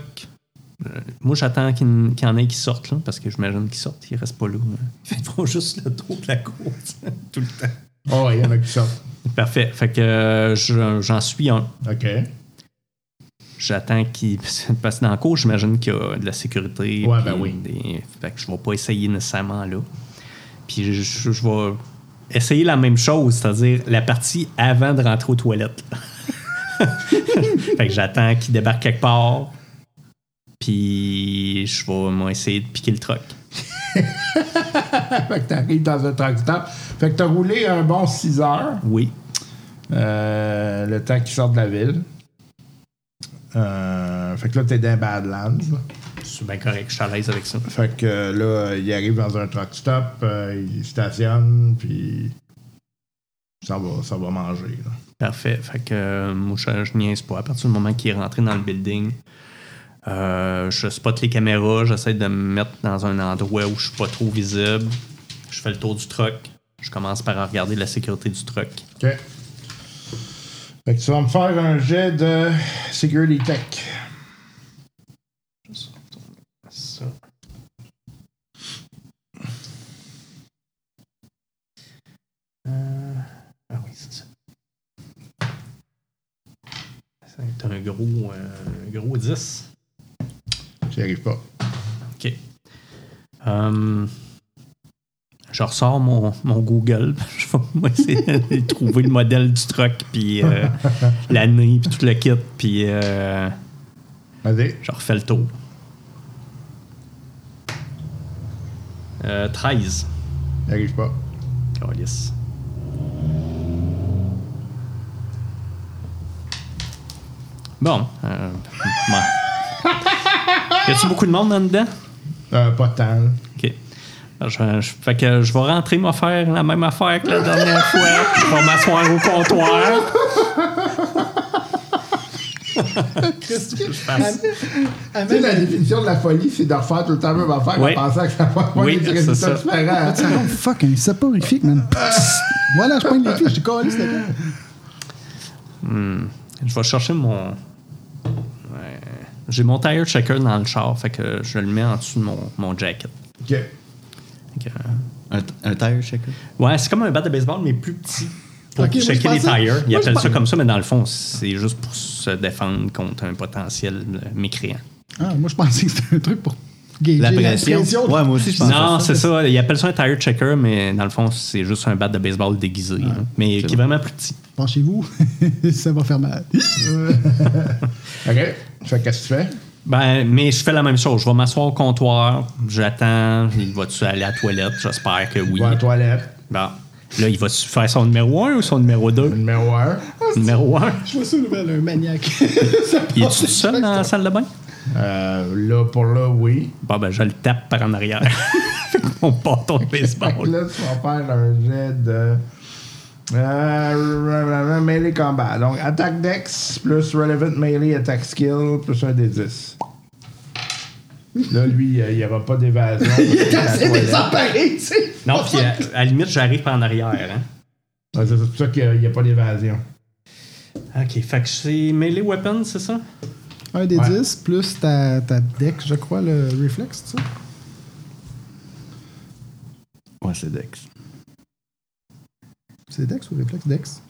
Speaker 3: euh, Moi, j'attends qu'il y en- qu'il y en ait qui sortent, là, parce que j'imagine qu'ils sortent, ils restent pas là. hein. Ils font juste le tour de la cour, tout le temps.
Speaker 5: Oh, il y en a qui sortent.
Speaker 3: Parfait. Fait que euh, je- j'en suis un.
Speaker 5: OK.
Speaker 3: J'attends qu'ils. Parce que dans la cour, j'imagine qu'il y a de la sécurité.
Speaker 5: Ouais,
Speaker 3: puis
Speaker 5: ben oui.
Speaker 3: des- Fait que je vais pas essayer nécessairement là. Puis je, je vais essayer la même chose, c'est-à-dire la partie avant de rentrer aux toilettes. fait que j'attends qu'il débarque quelque part. Puis je vais moi, essayer de piquer le truck.
Speaker 5: Fait que t'arrives dans un truck stop. Fait que t'as roulé un bon 6 heures,
Speaker 3: Oui.
Speaker 5: euh, le temps qu'ils sortent de la ville. Euh, fait que là, t'es dans Badlands.
Speaker 3: C'est bien Ben, correct, je suis à l'aise avec ça.
Speaker 5: Fait que euh, là, euh, il arrive dans un truck stop, euh, il stationne, puis ça va, ça va manger. là.
Speaker 3: Parfait. Fait que euh, moi, je, je niaise pas. À partir du moment qu'il est rentré dans le building, euh, je spot les caméras, j'essaie de me mettre dans un endroit où je suis pas trop visible. Je fais le tour du truck. Je commence par regarder la sécurité du truck.
Speaker 5: OK. Fait que tu vas me faire un jet de Security Tech.
Speaker 3: Ça. Euh, ah oui, c'est ça. C'est un gros, euh, un gros 10.
Speaker 5: Tu n'y arrives pas.
Speaker 3: OK. Hum, je ressors mon, mon Google. Je vais moi, essayer de trouver le modèle du truck, puis euh, l'année, puis tout le kit, puis euh,
Speaker 5: Vas-y.
Speaker 3: je refais le tour. Euh, 13.
Speaker 5: Il arrive pas.
Speaker 3: Câlisse. Bon. Euh, bon. Y a-tu beaucoup de monde là dedans?
Speaker 5: Euh, pas de temps. là.
Speaker 3: OK. Je, je- fait que je vais rentrer me faire la même affaire que la dernière fois. Je vais m'asseoir au comptoir.
Speaker 4: Ah,
Speaker 5: Tu sais, la définition de la folie, c'est de refaire tout le temps la même affaire
Speaker 3: Oui.
Speaker 5: en pensant que ça va avoir
Speaker 3: Oui,
Speaker 5: des
Speaker 3: c'est
Speaker 5: résultats
Speaker 3: ça.
Speaker 5: différents.
Speaker 4: Ah, oh, fuck, un saporifique, man. voilà, je prends les fiches, j'ai collé, c'était bien.
Speaker 3: Je vais chercher mon. Ouais. J'ai mon tire checker dans le char, fait que je le mets en dessous de mon, mon jacket.
Speaker 5: OK.
Speaker 3: Fait que-
Speaker 6: Un, t- un tire checker.
Speaker 3: ouais, c'est comme un bat de baseball, mais plus petit. Pour
Speaker 4: Ok, moi, je
Speaker 3: checker les
Speaker 4: pensais-
Speaker 3: tires. Ils
Speaker 4: moi, je
Speaker 3: appellent ça
Speaker 4: pensais-
Speaker 3: comme ça, mais dans le fond, c'est juste pour se défendre contre un potentiel euh, mécréant.
Speaker 4: Ah, moi, je pensais que c'était un truc pour gager
Speaker 6: La pression.
Speaker 4: pression.
Speaker 6: Ouais, moi aussi, je pense.
Speaker 3: Non, c'est ça. Ils appellent ça un tire checker, mais dans le fond, c'est juste un bat de baseball déguisé. là. Mais qui est vraiment plus petit.
Speaker 4: Penchez-vous, ça va faire mal.
Speaker 5: OK. Fait que qu'est-ce que tu fais?
Speaker 3: Ben, mais je fais la même chose. Je vais m'asseoir au comptoir, j'attends. Il va-tu aller à la toilette? J'espère que oui.
Speaker 5: Va à la toilette.
Speaker 3: Bon. Là, il va-tu faire son numéro 1 ou son numéro 2?
Speaker 5: Numéro 1.
Speaker 3: Numéro 1.
Speaker 4: Je vois ça, nouvelle, un maniaque. Ça
Speaker 3: Il est
Speaker 4: passe-
Speaker 3: tout seul dans la salle de bain?
Speaker 5: Euh, là, pour là, oui.
Speaker 3: Bon, ben, je le tape par en arrière. Avec mon bâton de
Speaker 5: Fait que
Speaker 3: baseball.
Speaker 5: là, tu vas faire un jet de. Euh, melee combat. Donc, attaque dex plus relevant melee attack skill plus un des 10. Là, lui, euh, il n'y aura pas d'évasion.
Speaker 4: Il est
Speaker 5: La
Speaker 4: assez
Speaker 5: toilette.
Speaker 4: désemparé, tu sais.
Speaker 3: Non, puis à, à la limite, j'arrive par en arrière. Hein?
Speaker 5: Ouais, C'est pour ça qu'il n'y a pas d'évasion.
Speaker 3: Ok, fait que c'est melee weapon, c'est ça?
Speaker 4: Un des
Speaker 5: Ouais.
Speaker 4: 10 plus ta, ta deck, je crois, le réflexe, tu sais.
Speaker 6: Ouais, c'est Dex.
Speaker 4: C'est Dex ou réflexe Dex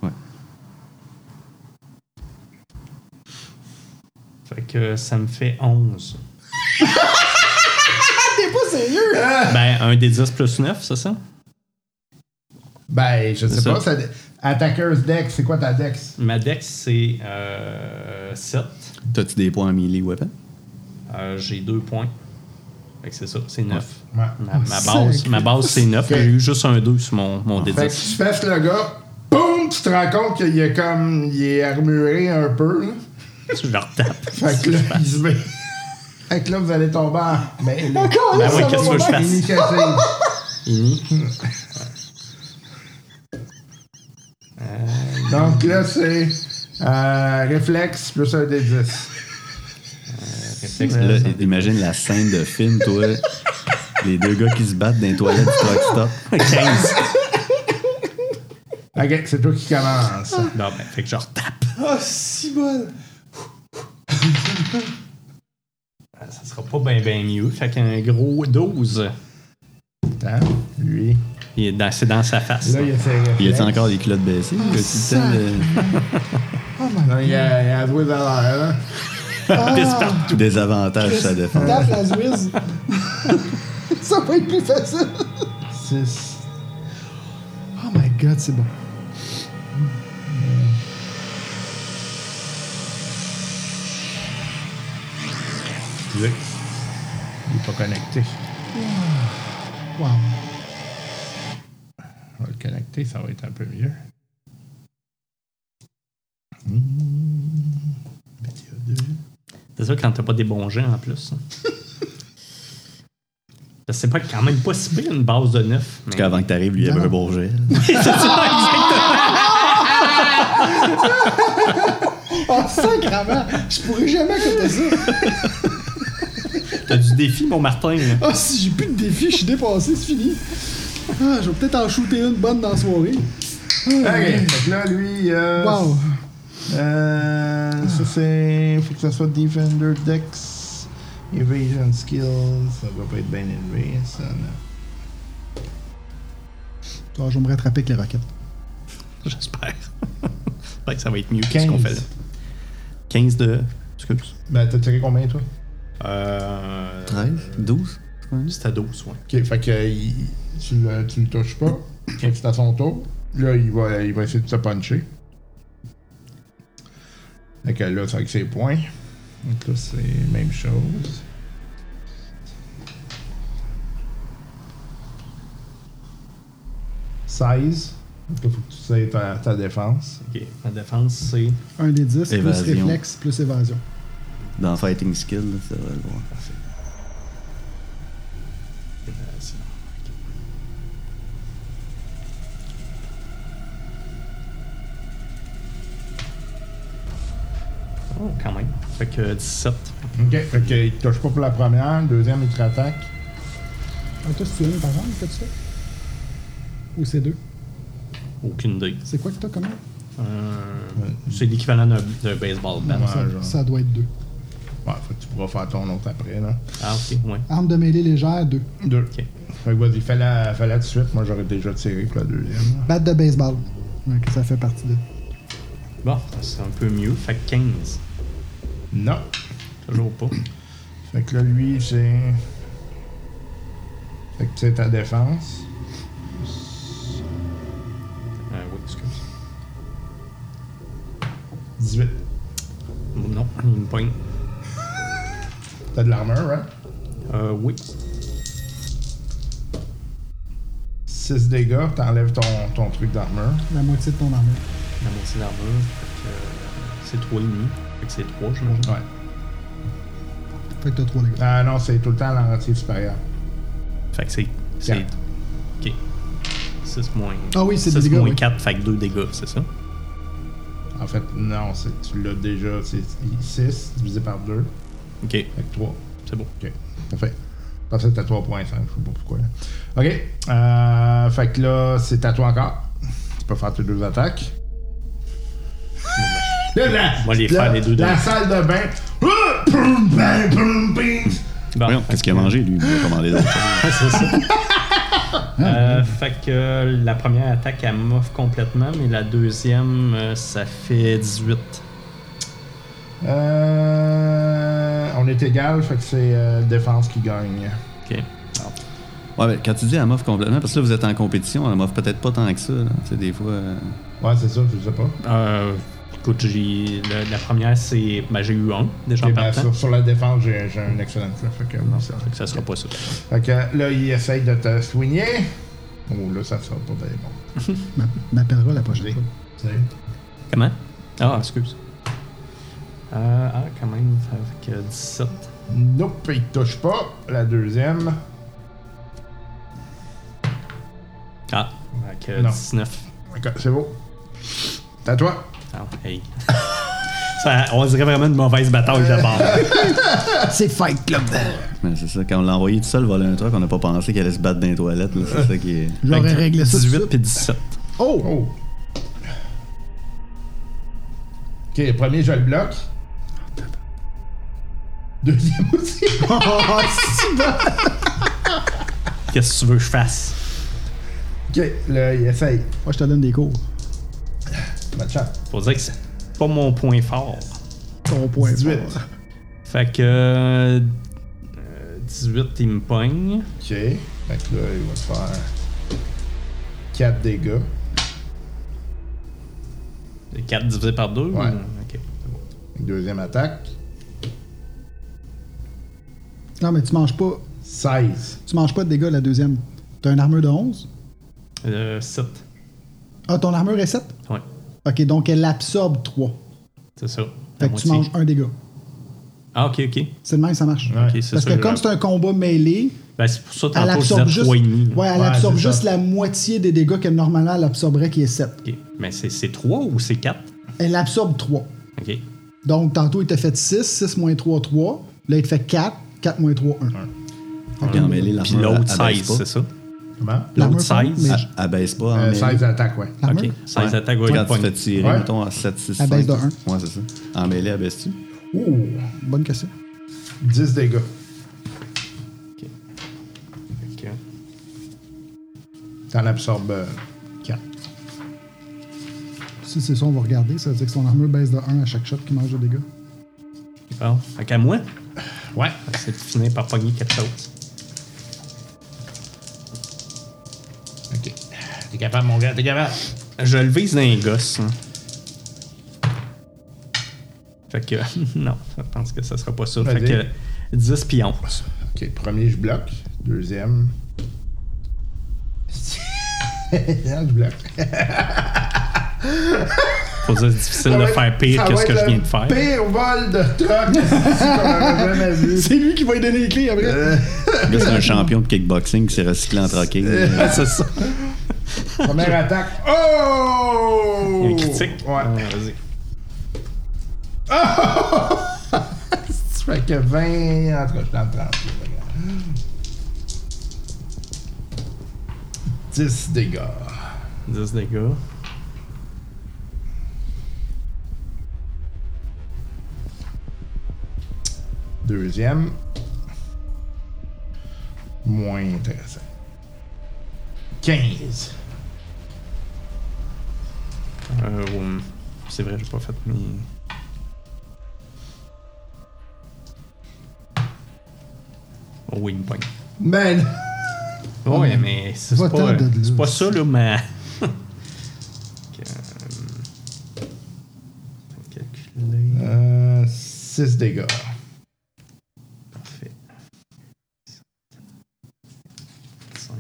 Speaker 3: Fait que ça me fait 11.
Speaker 4: T'es pas sérieux
Speaker 3: Ben, un des 10 plus 9, c'est ça?
Speaker 5: Ben, je sais
Speaker 3: ça.
Speaker 5: pas. Ça... Attacker's dex, c'est quoi ta dex?
Speaker 3: Ma dex, c'est euh, 7.
Speaker 6: T'as-tu des points en melee weapon?
Speaker 3: Euh, j'ai 2 points. Fait que c'est ça, c'est 9.
Speaker 5: Ouais.
Speaker 3: Ma, ma
Speaker 4: Oh,
Speaker 3: base,
Speaker 4: sacré.
Speaker 3: ma base c'est 9.
Speaker 5: Ok.
Speaker 3: J'ai eu juste un 2 sur mon, mon
Speaker 5: Fait que
Speaker 3: D10.
Speaker 5: tu fesses le gars, boum, tu te rends compte qu'il est comme. Il est armuré un peu, là.
Speaker 3: Je le retape.
Speaker 5: Fait que là, il se met. Fait que là, vous allez tomber en. Mais là,
Speaker 4: Encore là,
Speaker 3: Ben oui,
Speaker 4: Ah, ça
Speaker 3: qu'est-ce que tu veux
Speaker 4: va
Speaker 3: que je
Speaker 4: pas
Speaker 3: fasse?
Speaker 5: initiative. Euh, Donc là, c'est. euh, réflexe plus un des 10.
Speaker 6: Là, imagine la scène de film, toi. les deux gars qui se battent dans les toilettes du truck stop.
Speaker 3: 15.
Speaker 5: Ok, c'est toi qui commence.
Speaker 3: Non, ben, fait que je retape.
Speaker 4: Ah, si bon
Speaker 3: Ça sera pas bien ben mieux. Fait qu'un gros 12.
Speaker 5: Attends, lui.
Speaker 3: Il est dans- C'est dans sa face.
Speaker 5: Là, il a ses réflexes.
Speaker 6: Y a-tu encore des culottes baissées? Petit
Speaker 4: sac.
Speaker 6: temps
Speaker 5: Non, il a, il a joué dans l'air, là.
Speaker 6: de désavantage,
Speaker 5: Euh,
Speaker 6: ça défend.
Speaker 4: Tape la Zwiz. ça va être plus facile.
Speaker 5: 6.
Speaker 4: Oh my god, c'est bon.
Speaker 5: Il est pas connecté.
Speaker 4: Wow.
Speaker 5: On va le connecter, ça va être un peu mieux.
Speaker 3: C'est ça quand t'as pas des bons gens en plus. Parce que C'est pas quand même pas si bien une base de 9.
Speaker 6: Parce qu'avant que t'arrives, lui, il y avait un bon jet.
Speaker 4: Oh, sacrement. Je pourrais jamais accepter ça.
Speaker 3: T'as du défi, mon Martin. là.
Speaker 4: Ah, si j'ai plus de défi, je suis dépassé, c'est fini. Ah, je vais peut-être en shooter une bonne dans la soirée.
Speaker 5: Ok, fait que là, lui. Euh,
Speaker 4: Wow.
Speaker 5: Euh, ça c'est. Faut que ça soit Defender Dex. Evasion Skills. Ça va pas être bien élevé, ça. non.
Speaker 4: Ah, je vais me rattraper avec les roquettes.
Speaker 3: J'espère. Ben, ça va être mieux que ce qu'on fait là. 15 de. Excuse.
Speaker 5: Ben, t'as tiré combien, toi
Speaker 3: Euh.
Speaker 6: 13? 12?
Speaker 3: C'était 12, ouais.
Speaker 5: Ok, fait que euh, il- tu, le- tu le touches pas. Fait que c'est à son tour. Là, il va, il va essayer de te puncher. Fait que là, c'est avec ses points. Donc là, c'est même chose. Size. Donc là, faut que tu sais ta, ta défense.
Speaker 3: Ok. Ma défense, c'est.
Speaker 4: Un des 10
Speaker 6: Évasion.
Speaker 4: plus réflexe plus évasion.
Speaker 6: Dans Fighting Skill, là, ça va le voir.
Speaker 3: Oh, quand même. Fait que 17.
Speaker 5: Ok, fait qu'il te touche pas pour la première. Deuxième, il te rattaque.
Speaker 4: Ah, toi, c'est une par exemple que tu fais Ou c'est deux
Speaker 3: Aucune idée.
Speaker 4: C'est quoi que t'as comme arme?
Speaker 3: Euh, c'est l'équivalent d'un d'un baseball bat.
Speaker 5: Ouais,
Speaker 3: ça.
Speaker 5: genre.
Speaker 4: Ça doit être deux.
Speaker 5: Ouais, fait que tu pourras faire ton autre après, là.
Speaker 3: Ah, ok, ouais.
Speaker 4: Arme de mêlée légère, deux.
Speaker 5: Deux.
Speaker 3: Ok.
Speaker 5: Fait que vas-y, fais-la fais-la tout de suite. Moi, j'aurais déjà tiré pour la deuxième.
Speaker 4: Batte de baseball. Donc, ça fait partie de.
Speaker 3: Bon, c'est un peu mieux. Fait que 15.
Speaker 5: Non.
Speaker 3: Toujours pas. Euh,
Speaker 5: Fait que là, lui, c'est.
Speaker 2: Fait que tu sais, ta défense.
Speaker 3: Euh, oui, excuse.
Speaker 2: 18.
Speaker 3: Non, une poigne.
Speaker 2: T'as de l'armure, hein?
Speaker 3: Euh, oui.
Speaker 2: 6 dégâts, t'enlèves ton, ton truc d'armure.
Speaker 4: La moitié de ton armure.
Speaker 3: La moitié d'armure, fait que, euh, c'est 3,5. Fait que c'est 3, j'imagine.
Speaker 2: Ouais.
Speaker 4: Fait que t'as 3 dégâts.
Speaker 2: Ah non, c'est tout le temps la rentier supérieure.
Speaker 3: Fait que c'est. c'est
Speaker 2: Quatre.
Speaker 3: ok. 6 moins.
Speaker 4: Ah oui, c'est
Speaker 3: six
Speaker 4: des dégâts,
Speaker 3: moins
Speaker 4: oui.
Speaker 3: 4, fait que 2 dégâts, c'est ça?
Speaker 2: En fait, non, c'est, tu l'as déjà. C'est 6 divisé par 2.
Speaker 3: Ok,
Speaker 2: Fait que 3.
Speaker 3: c'est bon.
Speaker 2: Ok, parfait. Parce que t'as 3.5, je sais pas pourquoi. Là. Ok, euh, fait que là, c'est à toi encore. Tu peux faire tes deux attaques. Là, la,
Speaker 3: On va les
Speaker 2: la-
Speaker 3: faire les deux
Speaker 2: la
Speaker 3: deux.
Speaker 2: salle de bain. Ah, poum, bang, poum, ping.
Speaker 3: Bon,
Speaker 6: Voyons, qu'est-ce qu'il a mangé, lui? Il a commandé d'autres
Speaker 3: c'est
Speaker 6: choses.
Speaker 3: ça. Euh, fait que la première attaque, elle m'offre complètement, mais la deuxième, euh, ça fait 18.
Speaker 2: Euh, on est égal, fait que c'est euh, défense qui gagne.
Speaker 3: Ok.
Speaker 6: Ouais, mais quand tu dis elle m'offre complètement, parce que là, vous êtes en compétition, elle m'offre peut-être pas tant que ça. là. Tu sais, des fois. euh,
Speaker 2: Ouais, c'est ça, je sais pas.
Speaker 3: Euh, écoute, j'ai. La, la première, c'est. Ben, j'ai eu un déjà en
Speaker 2: Et ben,
Speaker 3: partant.
Speaker 2: sur, sur la défense, j'ai, j'ai un excellent flip, Fait que, ça,
Speaker 3: Fait que ça sera pas ça.
Speaker 2: fait que là, il essaye de te soigner. Oh, là, ça sera pas d'aller bon.
Speaker 4: M'a- M'appellera la prochaine
Speaker 2: J'ai-
Speaker 4: fois.
Speaker 2: c'est-
Speaker 3: Comment Ah, excuse. Euh, ah, quand même, euh, ça fait que 17.
Speaker 2: Nope, il touche pas. La deuxième.
Speaker 3: Ah, fait que
Speaker 2: Non.
Speaker 3: 19.
Speaker 2: Ok, c'est beau. C'est à toi.
Speaker 3: Ah, hey. Ça, on dirait vraiment une mauvaise bataille de bord.
Speaker 4: C'est Fight Club.
Speaker 6: mais Ben, c'est ça, quand on l'a envoyé tout seul voler un truc, on n'a pas pensé qu'elle allait se battre dans les toilettes. là. C'est ça qui est.
Speaker 4: J'aurais réglé ça. tout de
Speaker 3: 18
Speaker 4: suite.
Speaker 3: puis 17.
Speaker 2: Oh! Ok, le premier, je le bloque. Deuxième aussi.
Speaker 4: Oh,
Speaker 3: Qu'est-ce que tu veux que je fasse
Speaker 2: Ok, là, il essaye.
Speaker 4: Moi, je te donne des cours.
Speaker 2: Match up.
Speaker 3: Faut dire que c'est pas mon point fort.
Speaker 4: Ton point.
Speaker 2: 18.
Speaker 4: fort.
Speaker 3: Fait que. euh, 18, il me pogne.
Speaker 2: Ok. Fait que là, il va se faire 4 dégâts.
Speaker 3: 4 divisé par 2
Speaker 2: Ouais.
Speaker 3: Ok.
Speaker 2: Deuxième attaque.
Speaker 4: Non, mais tu manges pas.
Speaker 2: 16.
Speaker 4: Tu manges pas de dégâts la deuxième. T'as une armure de 11.
Speaker 3: Euh, 7.
Speaker 4: Ah, ton armure est 7?
Speaker 3: Ouais,
Speaker 4: Ok, donc elle absorbe 3.
Speaker 3: c'est ça. La
Speaker 4: Fait que tu
Speaker 3: moitié.
Speaker 4: manges un dégât.
Speaker 3: Ah, ok, ok.
Speaker 4: C'est le même que ça marche.
Speaker 3: Ok, c'est
Speaker 4: Parce
Speaker 3: ça.
Speaker 4: que
Speaker 3: je-
Speaker 4: comme c'est un combat mêlé,
Speaker 3: Ben, c'est pour ça
Speaker 4: elle
Speaker 3: tantôt je
Speaker 4: absorbe
Speaker 3: disais
Speaker 4: juste,
Speaker 3: 3,5.
Speaker 4: ouais, elle
Speaker 2: Ouais,
Speaker 4: absorbe
Speaker 2: c'est
Speaker 4: juste
Speaker 2: ça.
Speaker 4: la moitié des dégâts qu'elle normalement elle absorberait, qui est 7.
Speaker 3: Ok. Mais c'est, c'est 3 ou c'est 4
Speaker 4: Elle absorbe 3.
Speaker 3: Ok.
Speaker 4: Donc, tantôt, il t'a fait 6, 6 moins 3, 3. Là, il te fait 4, 4 moins 3, 1.
Speaker 6: Puis en mêlée, l'armure,
Speaker 3: Puis l'autre
Speaker 6: elle baisse
Speaker 3: 16,
Speaker 6: pas.
Speaker 3: c'est ça
Speaker 2: Comment?
Speaker 3: L'autre
Speaker 4: L'armure fond,
Speaker 3: 16.
Speaker 4: mais-
Speaker 6: Elle- Elle baisse pas en
Speaker 2: Euh,
Speaker 6: mêlée.
Speaker 2: 16 attaques, ouais.
Speaker 4: L'armure,
Speaker 3: Ok. 16 attaques, ouais,
Speaker 6: Quand
Speaker 3: pogne.
Speaker 6: tu te fais tirer,
Speaker 2: Ouais.
Speaker 6: mettons, à 7, 6,
Speaker 4: Elle
Speaker 6: 5.
Speaker 4: baisse de
Speaker 6: Ouais, c'est ça. En mêlée, elle baisse-tu?
Speaker 2: Ouh!
Speaker 4: bonne question.
Speaker 2: 10 dégâts.
Speaker 3: Ok.
Speaker 2: T'en absorbes euh, 4.
Speaker 4: Si c'est ça, on va regarder. Ça veut dire que son armure baisse de 1 à chaque shot qui mange de dégâts.
Speaker 3: Bon, fait qu'à moi,
Speaker 2: Ouais.
Speaker 3: c'est de finir par pogner quelque chose.
Speaker 2: Ok. T'es capable, mon gars, t'es capable.
Speaker 3: Je le vise d'un gosse. hein. Fait que, non, je pense que ça sera pas ça. Fait
Speaker 2: Vas-y.
Speaker 3: que 10 puis 11.
Speaker 2: Ok, premier, je bloque. Deuxième. je bloque.
Speaker 3: Faut dire, c'est difficile de faire pire
Speaker 2: Ça
Speaker 3: que
Speaker 2: va
Speaker 3: ce que
Speaker 2: être
Speaker 3: je
Speaker 2: le
Speaker 3: viens de faire.
Speaker 2: Pire vol de truck qu'on aurait jamais vu.
Speaker 4: C'est lui qui va lui donner les clés après.
Speaker 6: Là, c'est un champion de kickboxing qui s'est recyclé en Euh, tracking.
Speaker 3: c'est ça.
Speaker 2: Première attaque. Oh!
Speaker 3: Il y a un critique.
Speaker 2: Ouais.
Speaker 3: Ah, vas-y.
Speaker 2: Ça fait que 20. En tout cas, je suis dans le 30. là, regarde. 10 dégâts.
Speaker 3: 10 dégâts. Euh,
Speaker 2: Deuxième. Moins intéressant. 15.
Speaker 3: Euh, ouais. c'est vrai, j'ai pas fait mes. Oh oui, une poigne.
Speaker 2: Ben,
Speaker 3: Ouais, mais c'est c'est
Speaker 4: Va-t'en
Speaker 3: pas, euh,
Speaker 4: de là.
Speaker 3: c'est pas ça, là, mais. Fait que, euh, calculer.
Speaker 2: euh,
Speaker 5: 6 dégâts.
Speaker 3: Parfait. 5.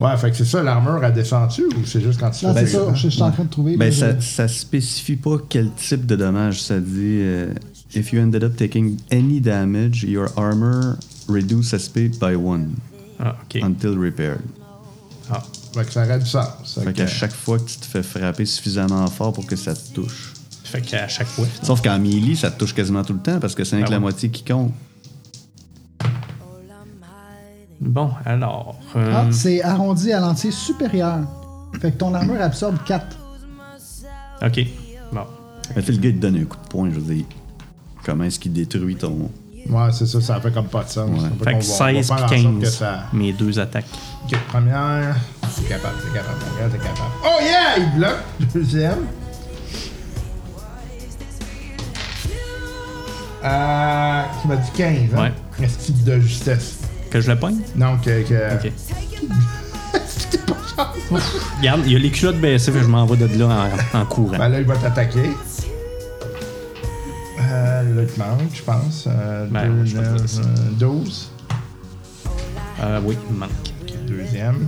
Speaker 5: Ouais, fait que c'est ça, l'armure, elle descend-tu ou c'est juste quand tu
Speaker 4: Non,
Speaker 5: fais
Speaker 4: c'est
Speaker 5: des
Speaker 4: ça.
Speaker 5: dégâts?
Speaker 4: Je, je suis en train de trouver.
Speaker 6: Ben,
Speaker 4: là,
Speaker 6: ça,
Speaker 4: je-
Speaker 6: ça spécifie pas quel type de dommage. Ça dit euh, If you ended up taking any damage, your armor reduces SP by one
Speaker 3: Ah, ok. Ah.
Speaker 6: until repaired.
Speaker 5: Fait que ça aurait du sens.
Speaker 6: Fait
Speaker 5: Ok.
Speaker 6: qu'à chaque fois que tu te fais frapper suffisamment fort pour que ça te touche.
Speaker 3: Fait qu'à chaque fois.
Speaker 6: Sauf qu'en melee, ça te touche quasiment tout le temps parce que c'est avec
Speaker 3: Ah
Speaker 6: la
Speaker 3: ouais.
Speaker 6: moitié qui compte.
Speaker 3: Bon, alors. euh,
Speaker 4: Ah, c'est arrondi à l'entier supérieur. Fait que ton armure absorbe 4.
Speaker 3: ok. Bon.
Speaker 6: Mais tu sais, le gars, il te donne un coup de poing, je veux dire. Comment est-ce qu'il détruit ton.
Speaker 5: Ouais, c'est ça, ça fait comme pas de sens.
Speaker 6: Ouais.
Speaker 5: On peut-
Speaker 3: Fait
Speaker 5: on
Speaker 3: que
Speaker 5: va- on va
Speaker 3: 16
Speaker 5: faire en
Speaker 3: puis
Speaker 5: sorte
Speaker 3: 15.
Speaker 5: que ça-
Speaker 3: Mes deux attaques.
Speaker 5: Ok, première. T'es capable, t'es capable, mon gars, t'es capable. Oh yeah! Il bloque. Deuxième. Euh, tu m'as dit 15, hein?
Speaker 3: Ouais.
Speaker 5: Est-ce qu'il de justesse?
Speaker 3: Que je le pogne?
Speaker 5: Non, que. que...
Speaker 3: Ok. Ouf, Regarde, il y a les culottes baissées, fait que je m'en vais de là en, en
Speaker 5: Ben
Speaker 3: courant.
Speaker 5: là, il va t'attaquer. Euh, là, il te manque, je pense. Euh,
Speaker 3: Ben,
Speaker 5: deux,
Speaker 3: ouais, je vais te
Speaker 5: neuf,
Speaker 3: dire ça.
Speaker 5: euh, 12.
Speaker 3: Euh, oui, il me manque.
Speaker 5: Deuxième.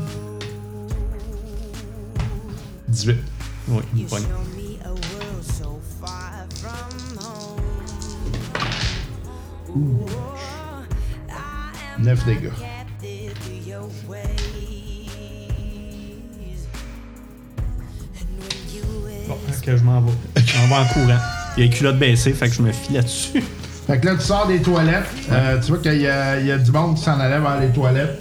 Speaker 5: 18.
Speaker 3: Oui, il me pogne.
Speaker 5: Neuf dégâts.
Speaker 3: Bon, fait que je m'en vais. Je m'en vais en courant. Il y a les culottes baissées, fait que je me fie là-dessus.
Speaker 5: Fait que là, tu sors des toilettes. Euh, tu vois qu'il y, a- il y a du monde qui s'en allait vers les toilettes.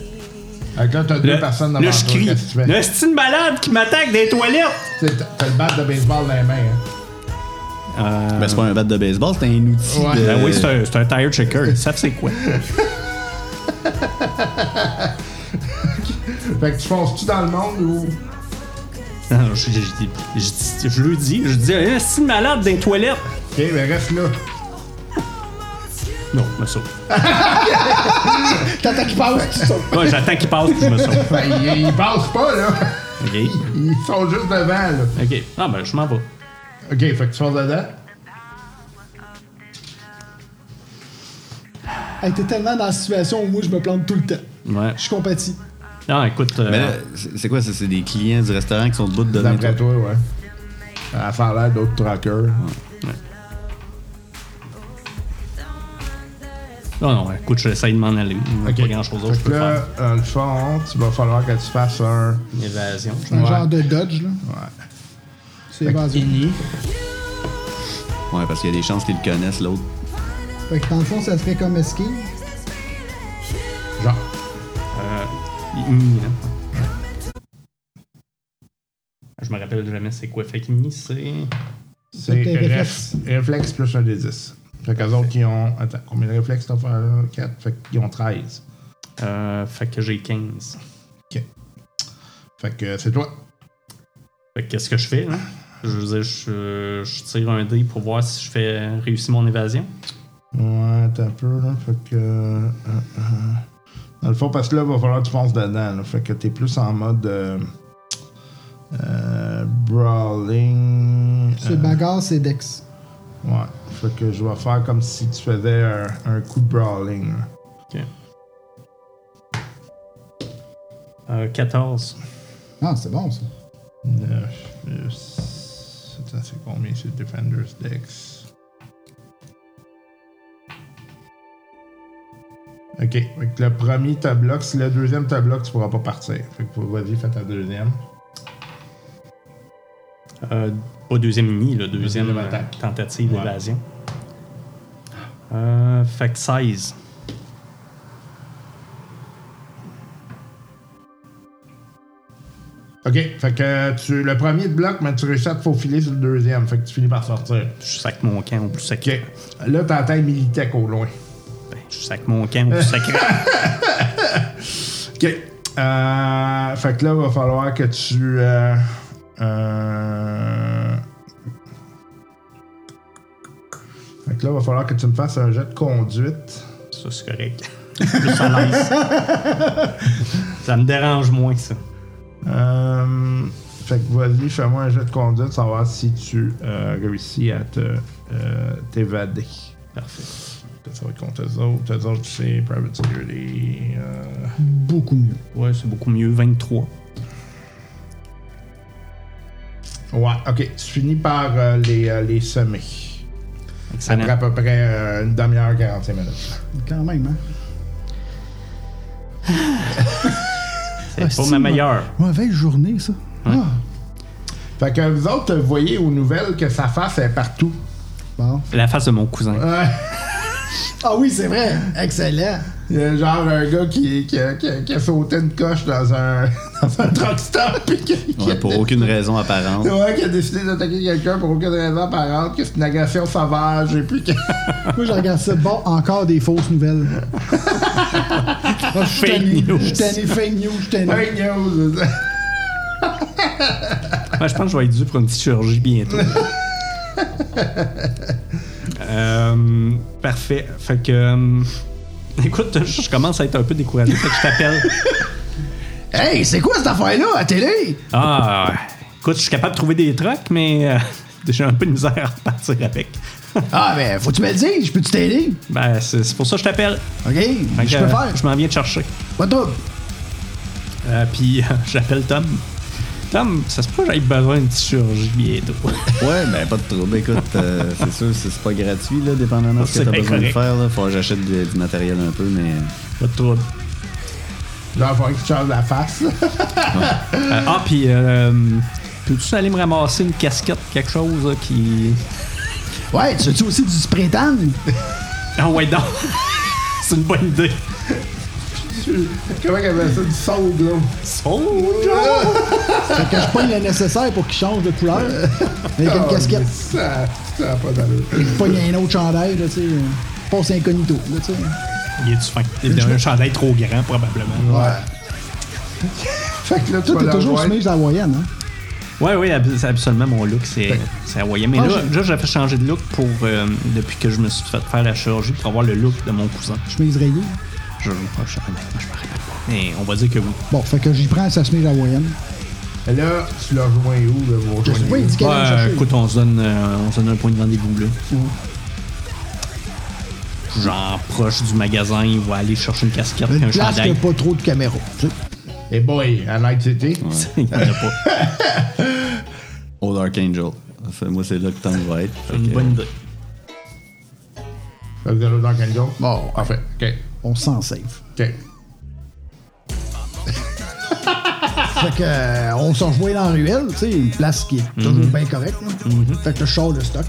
Speaker 5: Fait que là, t'as deux
Speaker 3: Là,
Speaker 5: personnes devant
Speaker 3: là,
Speaker 5: toi.
Speaker 3: je crie.
Speaker 5: Qu'est-ce que tu fais?
Speaker 3: Là, c'est une malade qui m'attaque des toilettes!
Speaker 5: Tu sais, T'as t'as le bat de baseball dans les mains. Hein.
Speaker 3: Euh,
Speaker 6: Ben, c'est pas un bat de baseball, c'est un outil.
Speaker 5: Ouais.
Speaker 6: de-
Speaker 3: ben oui, c'est un, c'est un tire checker. Ils savent c'est quoi.
Speaker 5: Fait que tu fonces-tu dans le monde ou.
Speaker 3: Non, je, je, dis- je, dis- je lui dis, je dis, Eh, c'est une malade des toilettes!
Speaker 5: Ok, ben reste là.
Speaker 3: Non, je me sauve.
Speaker 4: T'attends qu'il passe, tu sautes.
Speaker 3: Moi, j'attends qu'il passe, puis je me sauve.
Speaker 5: Ben, ils, ils passent pas, là.
Speaker 3: OK.
Speaker 5: Ils sont juste devant, là.
Speaker 3: OK. Ah, ben, je m'en vais.
Speaker 5: Ok, fait que tu fonces dedans.
Speaker 4: Hey, t'es tellement dans la situation où moi je me plante tout le temps.
Speaker 3: Ouais.
Speaker 4: Je suis compatis.
Speaker 3: Non, écoute. euh,
Speaker 6: Mais là, c'est c'est quoi ça? C'est des clients du restaurant qui sont debout de donner.
Speaker 5: D'après toi, ouais. À faire l'air d'autres trackers.
Speaker 3: Non, non, écoute, j'essaie de m'en aller.
Speaker 5: Ok.
Speaker 3: Pas grand chose d'autre,
Speaker 5: Fait
Speaker 3: je
Speaker 5: que
Speaker 3: peux
Speaker 5: là,
Speaker 3: faire.
Speaker 5: dans le fond, tu vas falloir que tu fasses un.
Speaker 3: Une évasion.
Speaker 4: Un
Speaker 5: Ouais.
Speaker 4: genre de dodge, là.
Speaker 5: Ouais.
Speaker 4: C'est basé.
Speaker 6: Ouais, parce qu'il y a des chances qu'ils le connaissent, l'autre.
Speaker 4: Fait que dans le fond, ça serait comme esquive.
Speaker 5: Genre.
Speaker 3: Igni, Euh, hein. Je me rappelle jamais c'est quoi. Fait qu'Igni, c'est.
Speaker 5: C'est
Speaker 4: C'était
Speaker 5: réflexe. réflexe plus un des 10. Fait qu'eux autres qui ont. Attends, combien de réflexes t'as fait 4 Fait qu'ils ont 13.
Speaker 3: Euh, fait que j'ai 15.
Speaker 5: Fait que c'est toi.
Speaker 3: Fait que qu'est-ce que je fais, là? Je veux dire, je, je tire un dé pour voir si je fais réussir mon évasion.
Speaker 5: Ouais, attends un peu, là. Fait que. euh, euh, dans le fond, parce que là, il va falloir que tu penses dedans, là. Fait que t'es plus en mode. euh, euh, brawling.
Speaker 4: C'est
Speaker 5: euh,
Speaker 4: bagarre, c'est dex.
Speaker 5: Ouais. Fait que je vais faire comme si tu faisais un, un coup de brawling. là.
Speaker 3: Euh, 14.
Speaker 4: Ah, c'est bon, ça.
Speaker 5: 9 plus. Attends, c'est combien c'est Defender's Dex? Ok, fait que le premier te bloque, si le deuxième te bloque, tu pourras pas partir. Fait que vas-y, fais ta deuxième.
Speaker 3: Euh, pas deuxième Igni, là. Deuxième
Speaker 5: Deuxième
Speaker 3: euh,
Speaker 5: attaque.
Speaker 3: tentative
Speaker 5: Ouais.
Speaker 3: d'évasion. Euh, fait que 16.
Speaker 5: Ok, fait que tu, le premier te bloque, mais tu réussis à te faufiler sur le deuxième. Fait que tu finis par sortir.
Speaker 3: Je sac mon camp au plus sacré.
Speaker 5: Ok, là t'entends Militech au loin.
Speaker 3: Ben, je sac mon camp au plus sacré.
Speaker 5: OK. Euh, fait que là, il va falloir que tu. euh, euh, Fait que là, il va falloir que tu me fasses un jet de conduite.
Speaker 3: Ça, c'est correct. plus à l'aise. ça me dérange moins, ça.
Speaker 5: Euh, fait que vas-y, fais-moi un jet de conduite, savoir si tu euh, réussis à te euh, t'évader. Parfait. Ça va être contre eux autres. Eux autres, c'est private security. euh,
Speaker 4: Beaucoup mieux.
Speaker 3: Ouais, c'est beaucoup mieux. 23.
Speaker 5: Ouais, ok. Tu finis par euh, les, euh, les semer. Ça
Speaker 3: Excellent.
Speaker 5: prend à peu près euh, une demi-heure, 45 minutes.
Speaker 4: Quand même, hein?
Speaker 3: C'est pas
Speaker 4: si,
Speaker 3: ma
Speaker 4: moi.
Speaker 3: meilleure.
Speaker 4: Mauvaise journée, ça. Ah,
Speaker 5: Fait que vous autres, vous voyez aux nouvelles que sa face est partout.
Speaker 4: bon.
Speaker 3: La face de mon cousin.
Speaker 5: Ouais.
Speaker 4: Ah oui, c'est vrai! Excellent!
Speaker 5: Il y a genre un gars qui, qui, a, qui a- qui a sauté une coche dans un, dans un truck stop. Puis qui, qui a
Speaker 6: Ouais, pour aucune raison apparente.
Speaker 5: Ouais, qui a décidé d'attaquer quelqu'un pour aucune raison apparente, que c'est une agression sauvage, et puis que.
Speaker 4: Moi, je regarde ça. Bon, encore des fausses nouvelles. Ah, je suis
Speaker 3: Fake
Speaker 4: tanné,
Speaker 3: news.
Speaker 4: Je suis tanné, fake news, je suis tanné.
Speaker 5: Fake news! c'est ça.
Speaker 3: Ouais, Ben, je pense que je vais être dû pour une petite chirurgie bientôt. Euh, parfait. Fait que. euh, écoute, je je commence à être un peu découragé. Fait que je t'appelle.
Speaker 8: Hey, c'est quoi cette affaire-là à télé?
Speaker 3: Ah, écoute, je suis capable de trouver des trucs, mais euh, j'ai un peu de misère à repartir avec.
Speaker 8: Ah, mais faut que tu me le dises, je peux-tu t'aider?
Speaker 3: Ben, c'est c'est pour ça que je t'appelle.
Speaker 8: OK?
Speaker 3: Fait que,
Speaker 8: je peux
Speaker 3: euh,
Speaker 8: faire.
Speaker 3: Je m'en viens te chercher.
Speaker 8: Pas de trouble.
Speaker 3: Euh, Puis, euh, j'appelle Tom. Tom, ça se peut que j'aille besoin d'une petite chirurgie bientôt.
Speaker 6: Ouais, ben pas de trouble. Écoute, euh, c'est sûr, c'est c'est pas gratuit, là, dépendamment de ce
Speaker 3: C'est
Speaker 6: que t'as
Speaker 3: bien
Speaker 6: besoin de
Speaker 3: correct.
Speaker 6: faire. Là. Faut que j'achète du, du matériel un peu, mais.
Speaker 3: Pas de trouble.
Speaker 5: Là, il faudrait que tu changes la face.
Speaker 3: Euh, ah, puis, euh, peux-tu aller me ramasser une casquette, quelque chose là, qui.
Speaker 8: Ouais, tu as-tu aussi du spray tan?
Speaker 3: Ah, ouais, non! C'est une bonne idée.
Speaker 5: Comment qu'elle appelle ça? Du sold, là.
Speaker 4: Fait que je pogne le nécessaire pour qu'il change de couleur. Avec
Speaker 5: Oh,
Speaker 4: une casquette.
Speaker 5: Ça, ça a pas d'allure.
Speaker 4: Je pogne un autre chandail, là, tu sais. Passe incognito, là, tu sais.
Speaker 3: Il est-tu fin? Il a un chandail trop grand, probablement.
Speaker 5: Ouais. fait que là, tu
Speaker 4: Toi,
Speaker 5: vas
Speaker 4: t'es
Speaker 5: la
Speaker 4: toujours
Speaker 5: rejoindre.
Speaker 4: chemise hawaïenne, hein?
Speaker 3: Ouais, ouais, ab- c'est absolument mon look, c'est c'est hawaïen. Mais
Speaker 4: Ah,
Speaker 3: là,
Speaker 4: j'ai-
Speaker 3: là j'avais changé de look pour euh, depuis que je me suis fait faire la chirurgie pour avoir le look de mon cousin.
Speaker 4: Chemise rayée.
Speaker 3: Je, je, je, honnêtement, je me rappelle pas. Mais on va dire que oui.
Speaker 4: Bon, fait que j'y prends sa chemise hawaïenne.
Speaker 5: Là, tu l'as rejoint où, là? Vous rejoignez
Speaker 4: Oui,
Speaker 5: où?
Speaker 4: dis qu'elle
Speaker 3: Ouais,
Speaker 4: va me chercher.
Speaker 3: écoute, on se donne, euh, on se donne un point de rendez-vous là. Genre proche du magasin, il va aller chercher une casquette et
Speaker 4: Une
Speaker 3: un
Speaker 4: place qui
Speaker 3: chandail.
Speaker 4: a pas trop de caméras. tu sais.
Speaker 5: Et boy, à Night City.
Speaker 3: Il y en a pas.
Speaker 6: Old Archangel. Enfin, moi, c'est là que t'en vas être. Fait
Speaker 3: Une
Speaker 6: que,
Speaker 3: bonne idée.
Speaker 5: Fait que vous allez dans quel jour?
Speaker 4: Bon,
Speaker 5: En fait, ok.
Speaker 4: on s'en save.
Speaker 5: Ok.
Speaker 4: Fait que, euh, on s'en rejoint dans la ruelle, tu sais, une place qui est toujours
Speaker 6: Mhm.
Speaker 4: bien correcte. là. Fait que je sors le stock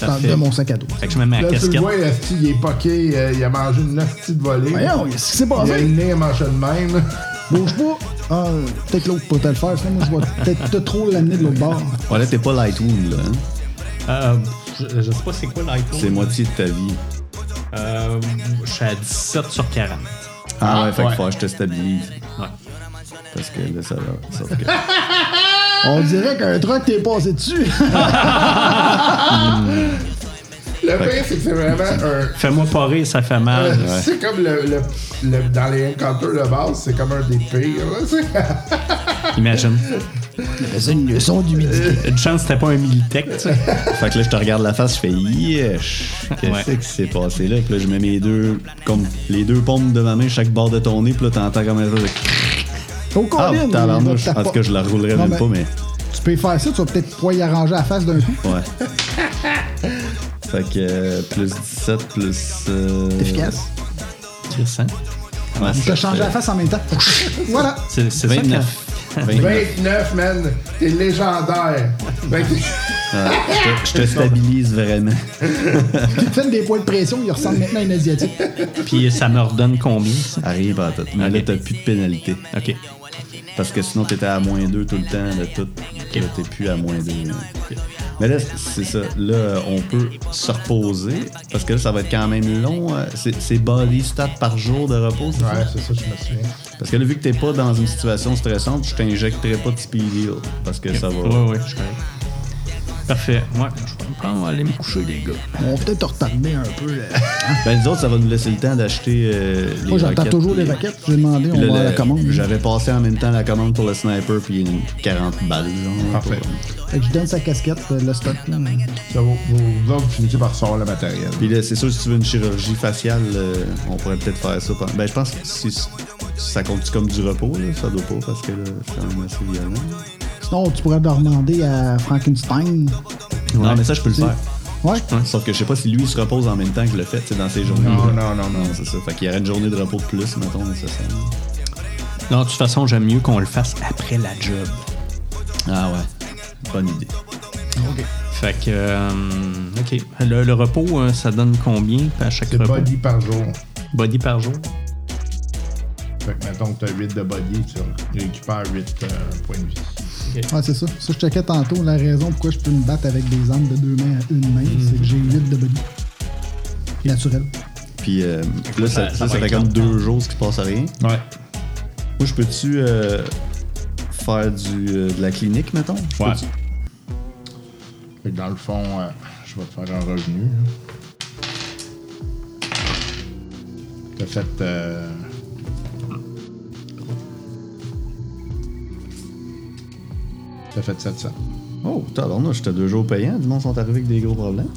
Speaker 4: dans-
Speaker 3: fait.
Speaker 4: de mon sac à dos.
Speaker 3: Fait que je me mets la
Speaker 5: Là, tu le
Speaker 3: casquette.
Speaker 5: vois, le style, il est poqué, euh, il a mangé une nasty de volée.
Speaker 4: Voyons, qu'est-ce qui s'est
Speaker 5: Il a le
Speaker 4: passé?
Speaker 5: nez manché de même.
Speaker 4: Bouge pas. Ah, peut-être l'autre peut te le faire, sinon moi je vais peut-être te trop l'amener de l'autre bord.
Speaker 6: Ouais, là, t'es pas light wound, là. hein.
Speaker 3: Euh, je, je sais pas c'est quoi l'iPhone.
Speaker 6: C'est moitié de ta vie.
Speaker 3: Euh, je suis à 17 sur 40.
Speaker 6: Ah, ouais, fait
Speaker 5: ouais.
Speaker 6: que faut que je te stabilise.
Speaker 3: Ouais.
Speaker 6: Parce que là, ça va. Sauf que-
Speaker 4: On dirait qu'un truc t'est passé dessus.
Speaker 5: Le pire, c'est que c'est vraiment un.
Speaker 3: Fais-moi pas rire, ça fait
Speaker 5: Euh,
Speaker 3: mal.
Speaker 5: C'est comme le, le, le- Dans les encounters de base, c'est comme un des pires. là, c'est-
Speaker 3: Imagine.
Speaker 4: C'est une leçon d'humidité.
Speaker 3: Une chance, c'était pas un Militech, tu sais.
Speaker 6: Fait que là, je te regarde la face, je fais yesh. Qu'est-ce
Speaker 3: Ouais.
Speaker 6: que c'est passé là? Puis là, je mets mes deux, comme les deux paumes de ma main, chaque bord de ton nez, puis là, t'entends comme ça. de-
Speaker 4: Au
Speaker 6: Ah,
Speaker 4: combine, il
Speaker 6: t'as
Speaker 4: va
Speaker 6: l'armouche.
Speaker 4: te taper.
Speaker 6: En tout cas, je la roulerai
Speaker 4: Non,
Speaker 6: même
Speaker 4: mais-
Speaker 6: pas, mais.
Speaker 4: Tu peux faire ça, tu vas peut-être pouvoir y arranger la face d'un coup.
Speaker 6: Ouais. fait que euh, plus 17, plus. euh,
Speaker 4: Efficace.
Speaker 3: Intéressant.
Speaker 6: Ouais,
Speaker 4: Tu
Speaker 6: ça
Speaker 4: te changes
Speaker 6: fait
Speaker 4: la face en même temps. voilà.
Speaker 3: C'est c'est ça.
Speaker 6: 29. 29.
Speaker 5: 29, man. T'es légendaire. Ben, Fait que-
Speaker 6: Ouais, je te- Je te stabilise vraiment.
Speaker 4: Tu te fais des points de pression, il ressemble maintenant à une Asiatique.
Speaker 3: quand- Puis ça me redonne combien, ça?
Speaker 6: Arrive en tête. Mais là, t'as plus de pénalité.
Speaker 3: OK.
Speaker 6: Parce que sinon, t'étais à moins 2 tout le temps, de tout. Là, t'es plus à moins 2. Mais là, c'est ça. Là, euh, on peut se reposer. Parce que là, ça va être quand même long. euh, C'est c'est body stat par jour de repos, c'est
Speaker 5: Ouais,
Speaker 6: ça?
Speaker 5: c'est ça, je me souviens.
Speaker 6: Parce que là, vu que t'es pas dans une situation stressante, je t'injecterai pas de speed heal. Parce que ça va.
Speaker 3: Ouais, ouais, je suis correct.
Speaker 7: Parfait. Ouais, je vais me prendre, on va aller me coucher, les gars.
Speaker 4: On va peut-être retarder un peu. euh, là.
Speaker 6: Ben, nous autres, ça va nous laisser le temps d'acheter euh, les
Speaker 4: Moi, j'attends
Speaker 6: raquettes,
Speaker 4: toujours
Speaker 6: puis-
Speaker 4: les raquettes. J'ai demandé, on va
Speaker 6: puis là,
Speaker 4: à la
Speaker 6: le-
Speaker 4: commande.
Speaker 6: J'avais passé en même temps la commande pour le sniper, puis une 40 balles. Genre,
Speaker 5: Parfait.
Speaker 6: pour-
Speaker 4: Fait que je donne sa casquette, euh, le stock. là, mais-
Speaker 5: Ça, vous, vous, vous autres finissez par sortir le matériel.
Speaker 6: Puis là, c'est sûr, si tu veux une chirurgie faciale, euh, on pourrait peut-être faire ça. pendant- Ben, je pense que si, si ça compte comme du repos, là, ça doit pas, parce que là, c'est quand même assez violent.
Speaker 4: Sinon, tu pourrais leur demander à Frankenstein.
Speaker 6: Non, mais ça, je peux le faire.
Speaker 4: Ouais.
Speaker 6: Sauf que je sais pas si lui, il se repose en même temps que je le fais, tu sais, dans ses journées.
Speaker 5: Non, non, non, non.
Speaker 6: c'est ça. Fait qu'il y aurait une journée de repos de plus, mettons, nécessaire.
Speaker 3: Non, de toute façon, j'aime mieux qu'on le fasse après la job.
Speaker 6: Ah ouais. Bonne idée.
Speaker 3: Fait que, euh, OK. Le, le repos, euh, ça donne combien à chaque
Speaker 5: C'est
Speaker 3: repos?
Speaker 5: body par jour.
Speaker 3: Body par jour?
Speaker 5: Fait que mettons que t'as 8 de body, tu récupères 8 euh, points de vie.
Speaker 4: Ouais, c'est ça. Ça, je checkais tantôt. La raison pourquoi je peux me battre avec des armes de deux mains à une main, c'est que j'ai 8 de body. Naturel.
Speaker 6: Puis euh,
Speaker 7: Ça-
Speaker 6: là, ça, ça,
Speaker 7: ça
Speaker 6: ça
Speaker 7: va
Speaker 6: fait
Speaker 7: être
Speaker 6: comme
Speaker 7: long.
Speaker 6: deux jours ce qui se passe à rien.
Speaker 5: Ouais.
Speaker 6: Moi, je peux-tu euh, faire du, euh, de la clinique, mettons? Je
Speaker 5: Ouais.
Speaker 6: peux-tu-
Speaker 5: Fait que dans le fond, euh, je vais te faire un revenu. hein. là. T'as fait. euh, T'as fait 700.
Speaker 6: Oh, tabarnouche, j'étais deux jours payants. Du monde sont arrivés avec des gros problèmes.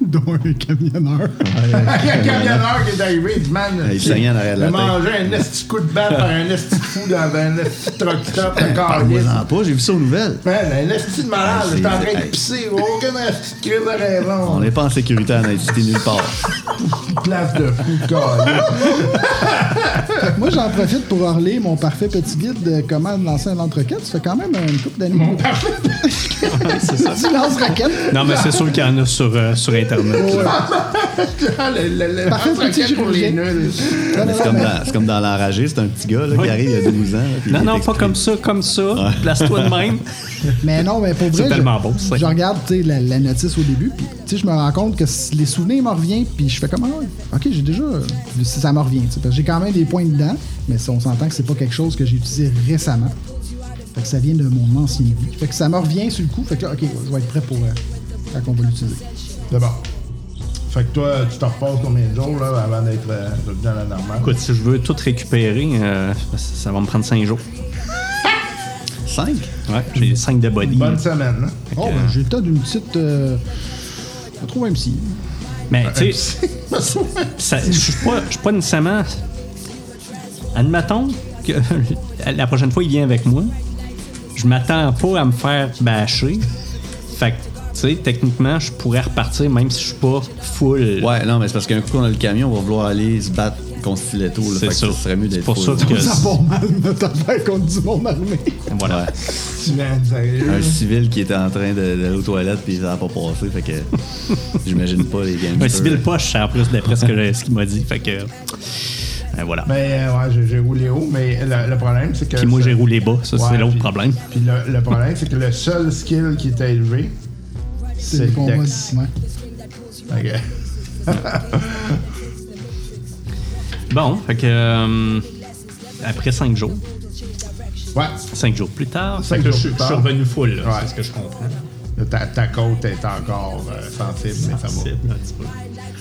Speaker 4: Dont un camionneur.
Speaker 5: Il y a un camionneur qui est arrivé, il dit Man,
Speaker 6: Il saignait en arrière de la
Speaker 5: il a
Speaker 6: tête.
Speaker 5: mangé un esti coup de balle par un esti fou dans un esti truck stop de calice.
Speaker 6: Parle-moi-en pas, j'ai vu ça aux nouvelles.
Speaker 5: Man, un esti de malade,
Speaker 6: Hey,
Speaker 5: j'étais en train
Speaker 6: c'est-
Speaker 5: de
Speaker 6: hey.
Speaker 5: pisser, oh, aucun esti de crise de raison.
Speaker 6: On n'est pas en sécurité en Haïti nulle part.
Speaker 5: place de fou de calice.
Speaker 4: Moi, j'en profite pour orler mon parfait petit guide de comment lancer un lance-roquette. Ça fait quand même une couple d'années. Mon parfait petit lance-roquette.
Speaker 3: Non, mais c'est sûr qu'il y en a sur, euh, sur Internet. là.
Speaker 5: Le, le, le,
Speaker 4: Parfait,
Speaker 5: entre
Speaker 4: petit
Speaker 5: quatre pour les
Speaker 4: chirurgien.
Speaker 5: nuls.
Speaker 6: Mais c'est comme dans, c'est comme dans l'enragé, c'est un petit gars là, qui arrive il y a 12 ans. là, puis
Speaker 3: Non,
Speaker 6: il
Speaker 3: non,
Speaker 6: est
Speaker 3: pas comme ça, comme ça. Place-toi de même.
Speaker 4: Mais non, mais pour vrai,
Speaker 3: C'est tellement
Speaker 4: je,
Speaker 3: beau, ça.
Speaker 4: je regarde tu sais, la, la notice au début, puis tu sais, je me rends compte que c- les souvenirs me reviennent, puis je fais comme ah, ouais, ok, j'ai déjà vu si ça me revient, tu sais, parce que j'ai quand même des points dedans, mais ça, on s'entend que c'est pas quelque chose que j'ai utilisé récemment. Fait que ça vient de mon ancienne vie. Fait que ça me revient sur le coup. Fait que là, ok, ouais, je vais être prêt pour euh, quand on va l'utiliser. Oh,
Speaker 5: D'abord. Fait que toi, tu te reposes combien de jours là, avant d'être euh, revenu dans la normale?
Speaker 3: Écoute, si je veux tout récupérer, euh, ça- ça va me prendre 5 jours.
Speaker 6: 5?
Speaker 3: Ouais, j'ai 5 de body.
Speaker 5: Bonne semaine. hein?
Speaker 4: Oh, ben, j'ai le temps d'une petite. euh, je trouve un psy.
Speaker 3: Mais tu sais, ça- je suis pas, je suis pas nécessairement. Admettons que la prochaine fois il vient avec moi, je m'attends pas à me faire bâcher. Fait que, tu sais, techniquement, je pourrais repartir même si je suis pas full.
Speaker 6: Ouais, non, mais c'est parce qu'un coup qu'on a le camion, on va vouloir aller se battre contre Stiletto. Là,
Speaker 3: C'est
Speaker 6: fait que
Speaker 3: ça.
Speaker 6: ça serait mieux
Speaker 3: C'est
Speaker 6: d'être
Speaker 3: pour
Speaker 6: full.
Speaker 3: ça que-
Speaker 4: Ça va mal, notre affaire contre du monde armé.
Speaker 3: Voilà.
Speaker 5: Tu viens sérieux.
Speaker 6: Un civil qui était en train de- d'aller aux toilettes puis ça n'a pas passé, fait que j'imagine pas les gangsters.
Speaker 3: Un civil poche, en plus d'après ce que le- ce qu'il m'a dit. Fait que. euh, Ben voilà.
Speaker 5: Mais euh, ouais, j'ai- j'ai roulé haut, mais le, le problème, c'est que.
Speaker 3: Puis moi, j'ai roulé bas. Ça,
Speaker 5: Ouais,
Speaker 3: c'est l'autre
Speaker 5: puis-
Speaker 3: problème.
Speaker 5: Puis le, le problème, c'est que le seul skill qui était élevé, c'est
Speaker 4: C'est le
Speaker 5: le
Speaker 4: combat.
Speaker 5: dex.
Speaker 4: Ouais.
Speaker 5: Ok.
Speaker 3: Bon, fait que. euh, après 5 jours,
Speaker 5: Ouais.
Speaker 3: 5 jours plus tard,
Speaker 5: Cinq
Speaker 3: fait que
Speaker 5: jours
Speaker 3: je,
Speaker 5: plus
Speaker 3: je suis
Speaker 5: tard.
Speaker 3: revenu full, là,
Speaker 5: Ouais. Ah
Speaker 3: c'est ce que je comprends.
Speaker 5: Là, Ta, ta côte est encore euh, sensible, mais ça va.
Speaker 3: C'est un petit peu.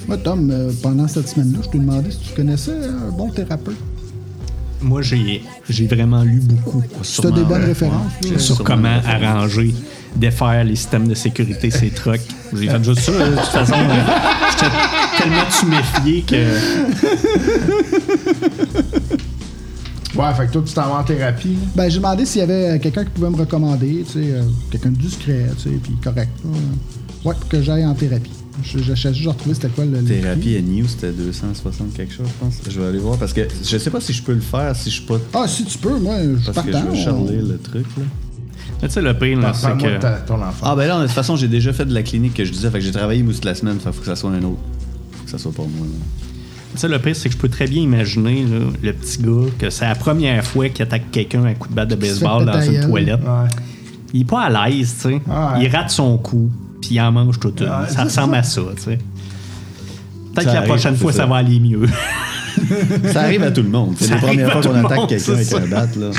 Speaker 4: Moi, Tom, euh, pendant cette semaine-là, je t'ai demandé si tu connaissais euh, un bon thérapeute.
Speaker 3: Moi, j'ai, j'ai vraiment lu beaucoup. euh,
Speaker 4: Si t'as des bonnes références. là,
Speaker 3: Sur
Speaker 6: Sûrement
Speaker 3: comment
Speaker 6: des références.
Speaker 3: arranger, défaire les systèmes de sécurité, ces trucks. J'ai fait juste ça. là. De toute façon, euh, j'étais tellement tuméfié que.
Speaker 5: Ouais, fait que toi, tu t'en vas en thérapie.
Speaker 4: Ben, j'ai demandé s'il y avait euh, quelqu'un qui pouvait me recommander, tu sais, euh, quelqu'un de discret, tu sais, puis correct. là. Ouais, pour que j'aille en thérapie. Je, je cherche juste à retrouver c'était quoi le. le prix.
Speaker 6: Thérapie à New, c'était 260 quelque chose, je pense. Je vais aller voir parce que je sais pas si je peux le faire si je suis pas.
Speaker 4: Ah, si tu peux, moi, je suis
Speaker 6: Parce que je
Speaker 4: partant.
Speaker 6: veux charler le truc, là.
Speaker 3: Mais tu sais, le pire, là, c'est
Speaker 5: Parle-moi de
Speaker 3: que.
Speaker 5: ta- ton enfant.
Speaker 6: Ah, ben là, de toute façon, j'ai déjà fait de la clinique que je disais, fait que j'ai travaillé moi toute la semaine, fait que faut que ça soit un autre. Faut que ça soit pas moi, là.
Speaker 3: Tu sais, le pire, c'est que je peux très bien imaginer là, le petit gars que c'est la première fois qu'il attaque quelqu'un à coup de batte de
Speaker 4: se fait
Speaker 3: baseball dans
Speaker 4: péter la
Speaker 3: une
Speaker 4: gueule. Ah
Speaker 3: toilette.
Speaker 5: Ouais.
Speaker 3: Il est pas à l'aise, tu sais.
Speaker 5: Ouais.
Speaker 3: Il rate son coup, puis il en mange tout une. Ça ressemble à ça, tu sais. Peut-être
Speaker 6: Ça
Speaker 3: que la
Speaker 6: arrive,
Speaker 3: prochaine
Speaker 6: c'est
Speaker 3: fois,
Speaker 6: ça.
Speaker 3: ça va aller mieux.
Speaker 6: Ça arrive à tout le monde. C'est
Speaker 3: Ça
Speaker 6: la première
Speaker 3: arrive à
Speaker 6: fois
Speaker 3: tout
Speaker 6: qu'on
Speaker 3: le
Speaker 6: attaque
Speaker 3: monde,
Speaker 6: quelqu'un avec
Speaker 3: c'est
Speaker 6: un
Speaker 3: ça.
Speaker 6: bat, là.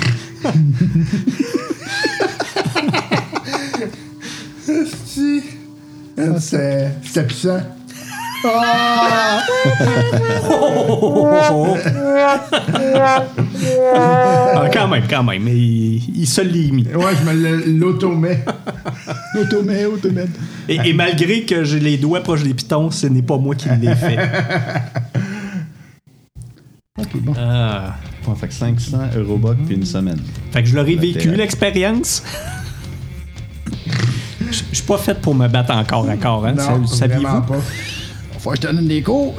Speaker 4: là, c'était c'était puissant.
Speaker 3: Ah, quand même, quand même. Mais il, il se limite.
Speaker 5: Ouais, je me le- l'automets.
Speaker 4: Automate, automate.
Speaker 3: Et, et malgré que j'ai les doigts proches des pitons, ce n'est pas moi qui l'ai fait.
Speaker 4: Ok, bon.
Speaker 3: Ah.
Speaker 6: Ouais, fait que 500 Eurobucks puis une semaine.
Speaker 3: Fait que je l'aurais
Speaker 6: La
Speaker 3: vécu,
Speaker 6: thérapie.
Speaker 3: l'expérience. Je je suis pas fait pour me battre encore à corps, hein?
Speaker 5: Non,
Speaker 3: sa- Saviez-vous?
Speaker 5: vraiment pas.
Speaker 4: Faut que je te donne des cours.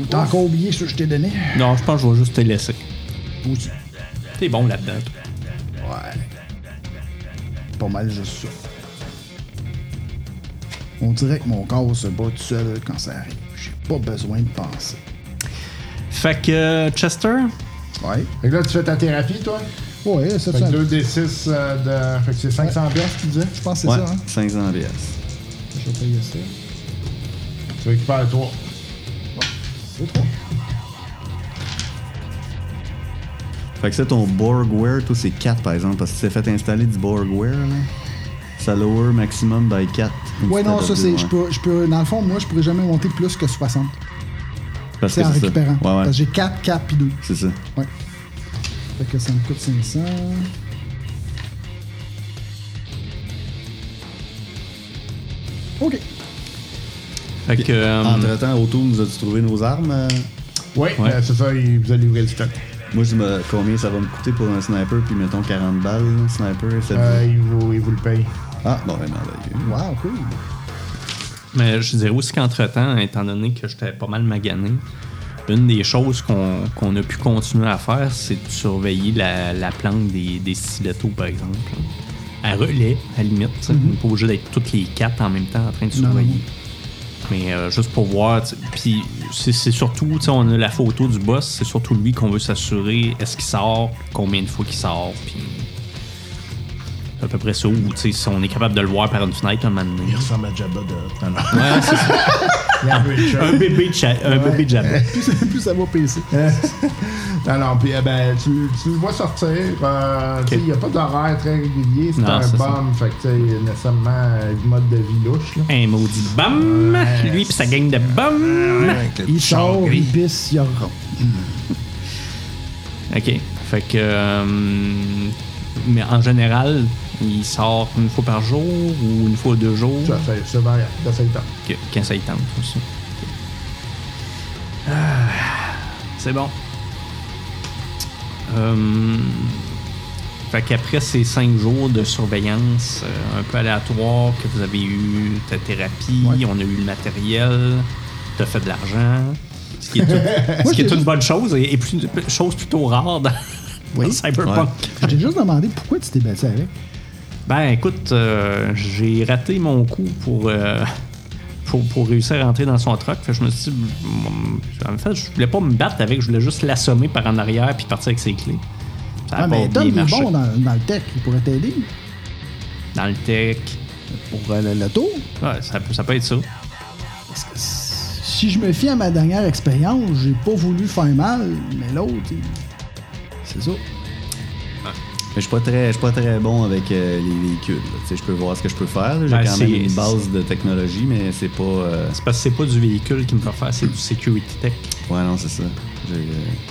Speaker 4: Ou t'as encore oublié ce que je t'ai donné.
Speaker 3: Non, je pense que je vais juste te laisser.
Speaker 4: Ou tu-
Speaker 3: T'es bon là-dedans. toi.
Speaker 4: pas mal juste ça. On dirait que mon corps se bat tout seul quand ça arrive. J'ai pas besoin de penser.
Speaker 3: Fait que euh, Chester,
Speaker 4: Ouais.
Speaker 5: Fait que là, tu fais ta thérapie, toi?
Speaker 4: Ouais, c'est
Speaker 5: Fait
Speaker 4: ça.
Speaker 5: que 2d6 euh, de. Fait que c'est 500 piastres, tu disais?
Speaker 4: Je pense que c'est
Speaker 6: Ouais,
Speaker 4: ça. Hein?
Speaker 6: 500 pièces.
Speaker 4: Je vais payer ça.
Speaker 5: Tu récupères 3.
Speaker 4: C'est trop.
Speaker 6: Fait que ça, ton Borgware, toi, c'est 4 par exemple, parce que tu t'es fait installer du Borgware, là. Ça lower maximum by 4.
Speaker 4: Ouais, non, ça, c'est. Je peux, je peux, dans le fond, moi, je pourrais jamais monter plus que 60.
Speaker 6: Parce
Speaker 4: C'est en
Speaker 6: que ça.
Speaker 4: récupérant.
Speaker 6: Ouais,
Speaker 4: Parce
Speaker 6: ouais.
Speaker 4: que j'ai 4, 4 puis 2.
Speaker 6: C'est ça.
Speaker 4: Ouais. Fait que ça me coûte 500. Ok.
Speaker 3: fait que euh,
Speaker 6: Entre-temps, autour, nous as-tu trouvé nos armes? euh?
Speaker 5: Oui,
Speaker 3: Ouais.
Speaker 5: ben, c'est ça, il vous a livré le stock.
Speaker 6: Moi, je me combien ça va me coûter pour un sniper, puis mettons 40 balles, là, sniper, ça
Speaker 5: Euh, il, vous, il vous le paye.
Speaker 6: Ah, bon, ben, merveilleux.
Speaker 4: Wow, cool.
Speaker 3: mais je dirais aussi qu'entre-temps, étant donné que j'étais pas mal magané, une des choses qu'on qu'on a pu continuer à faire, c'est de surveiller la, la plante des, des stilettos, par exemple. À relais, à la limite. t'sais. On n'est pas obligé d'être toutes les quatre en même temps en train de surveiller. Mais euh, juste pour voir. t'sais. Puis c'est c'est surtout, t'sais, on a la photo du boss, c'est surtout lui qu'on veut s'assurer est-ce qu'il sort, combien de fois qu'il sort, puis. c'est À peu près ça, ou t'sais, si on est capable de le voir par une fenêtre un moment donné.
Speaker 5: Il ressemble à Jabba de. Non, non.
Speaker 3: Ouais, c'est ça. un bébé de chat, un bébé de jabot.
Speaker 4: Plus, plus ça va pincer.
Speaker 5: Non, non, puis eh ben, tu, tu le vois sortir. euh, tu sais, Il n'y a pas d'horaire très régulier. C'est
Speaker 3: Non,
Speaker 5: un
Speaker 3: c'est ça.
Speaker 5: bum. Fait que, tu sais, nécessairement, euh, du mode de vie louche. Là.
Speaker 3: Un maudit bum! Lui pis sa gang de bum!
Speaker 4: Il sort, il pisse, il y aura.
Speaker 3: Ok. Fait que. euh, mais en général, il sort une fois par jour ou une fois deux jours.
Speaker 5: Ça fait ça varie. Ça fait le temps.
Speaker 3: Que- Quand ça y tente, aussi. Ok. Ah, c'est bon. Euh, fait qu'après ces cinq jours de surveillance euh, un peu aléatoire que vous avez eu ta thérapie, on a eu le matériel, t'as fait de l'argent, ce qui est, tout- ce qui est une bonne chose et, et plus- chose plutôt rare dans,
Speaker 4: Oui.
Speaker 3: dans Cyberpunk.
Speaker 4: Je t'ai juste demandé pourquoi tu t'es battu avec.
Speaker 3: Ben écoute, euh, j'ai raté mon coup pour, euh, pour, pour réussir à rentrer dans son truck. Fait que je me suis dit, mm, en fait, je voulais pas me battre avec, je voulais juste l'assommer par en arrière puis partir avec ses clés. Ça a pas
Speaker 4: Ah, mais
Speaker 3: bien
Speaker 4: Tom, il est
Speaker 3: marché.
Speaker 4: bon dans, dans le tech. Il pourrait t'aider
Speaker 3: Dans le tech.
Speaker 4: pour euh, le, le tour.
Speaker 3: Ouais, ça, peut- ça peut être ça.
Speaker 4: Parce que si je me fie à ma dernière expérience, j'ai pas voulu faire mal, mais l'autre, il- c'est ça.
Speaker 6: Mais je suis pas très, je suis pas très bon avec euh, les véhicules. là. Tu sais, je peux voir ce que je peux faire. là. J'ai
Speaker 3: Ben,
Speaker 6: quand
Speaker 3: c'est-
Speaker 6: même une base de technologie, mais c'est pas. euh,
Speaker 3: C'est parce que c'est pas du véhicule qui me fait faire, c'est du security tech.
Speaker 6: Ouais, non, c'est ça. J'ai, euh,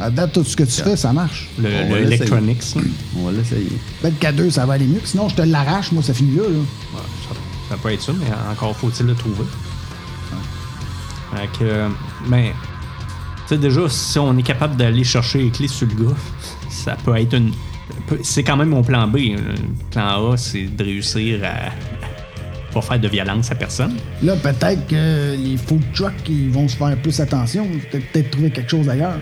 Speaker 4: À date, tout ce que tu fais, ça marche.
Speaker 3: Le,
Speaker 6: On
Speaker 3: le
Speaker 6: va l'essayer.
Speaker 3: electronics. là.
Speaker 6: On va l'essayer.
Speaker 4: Peut-être qu'à deux, ça va aller mieux. Sinon, je te l'arrache, moi, ça finit là. là.
Speaker 3: Ouais, ça, ça peut être ça, mais encore faut-il le trouver. Fait que, ben, tu sais, déjà, si on est capable d'aller chercher les clés sur le gars, ça peut être une. peut- C'est quand même mon plan B. Le plan A, c'est de réussir à pas faire de violence à personne.
Speaker 4: Là, peut-être que les food trucks, ils vont se faire plus attention. Peut-être peut-être trouver quelque chose ailleurs.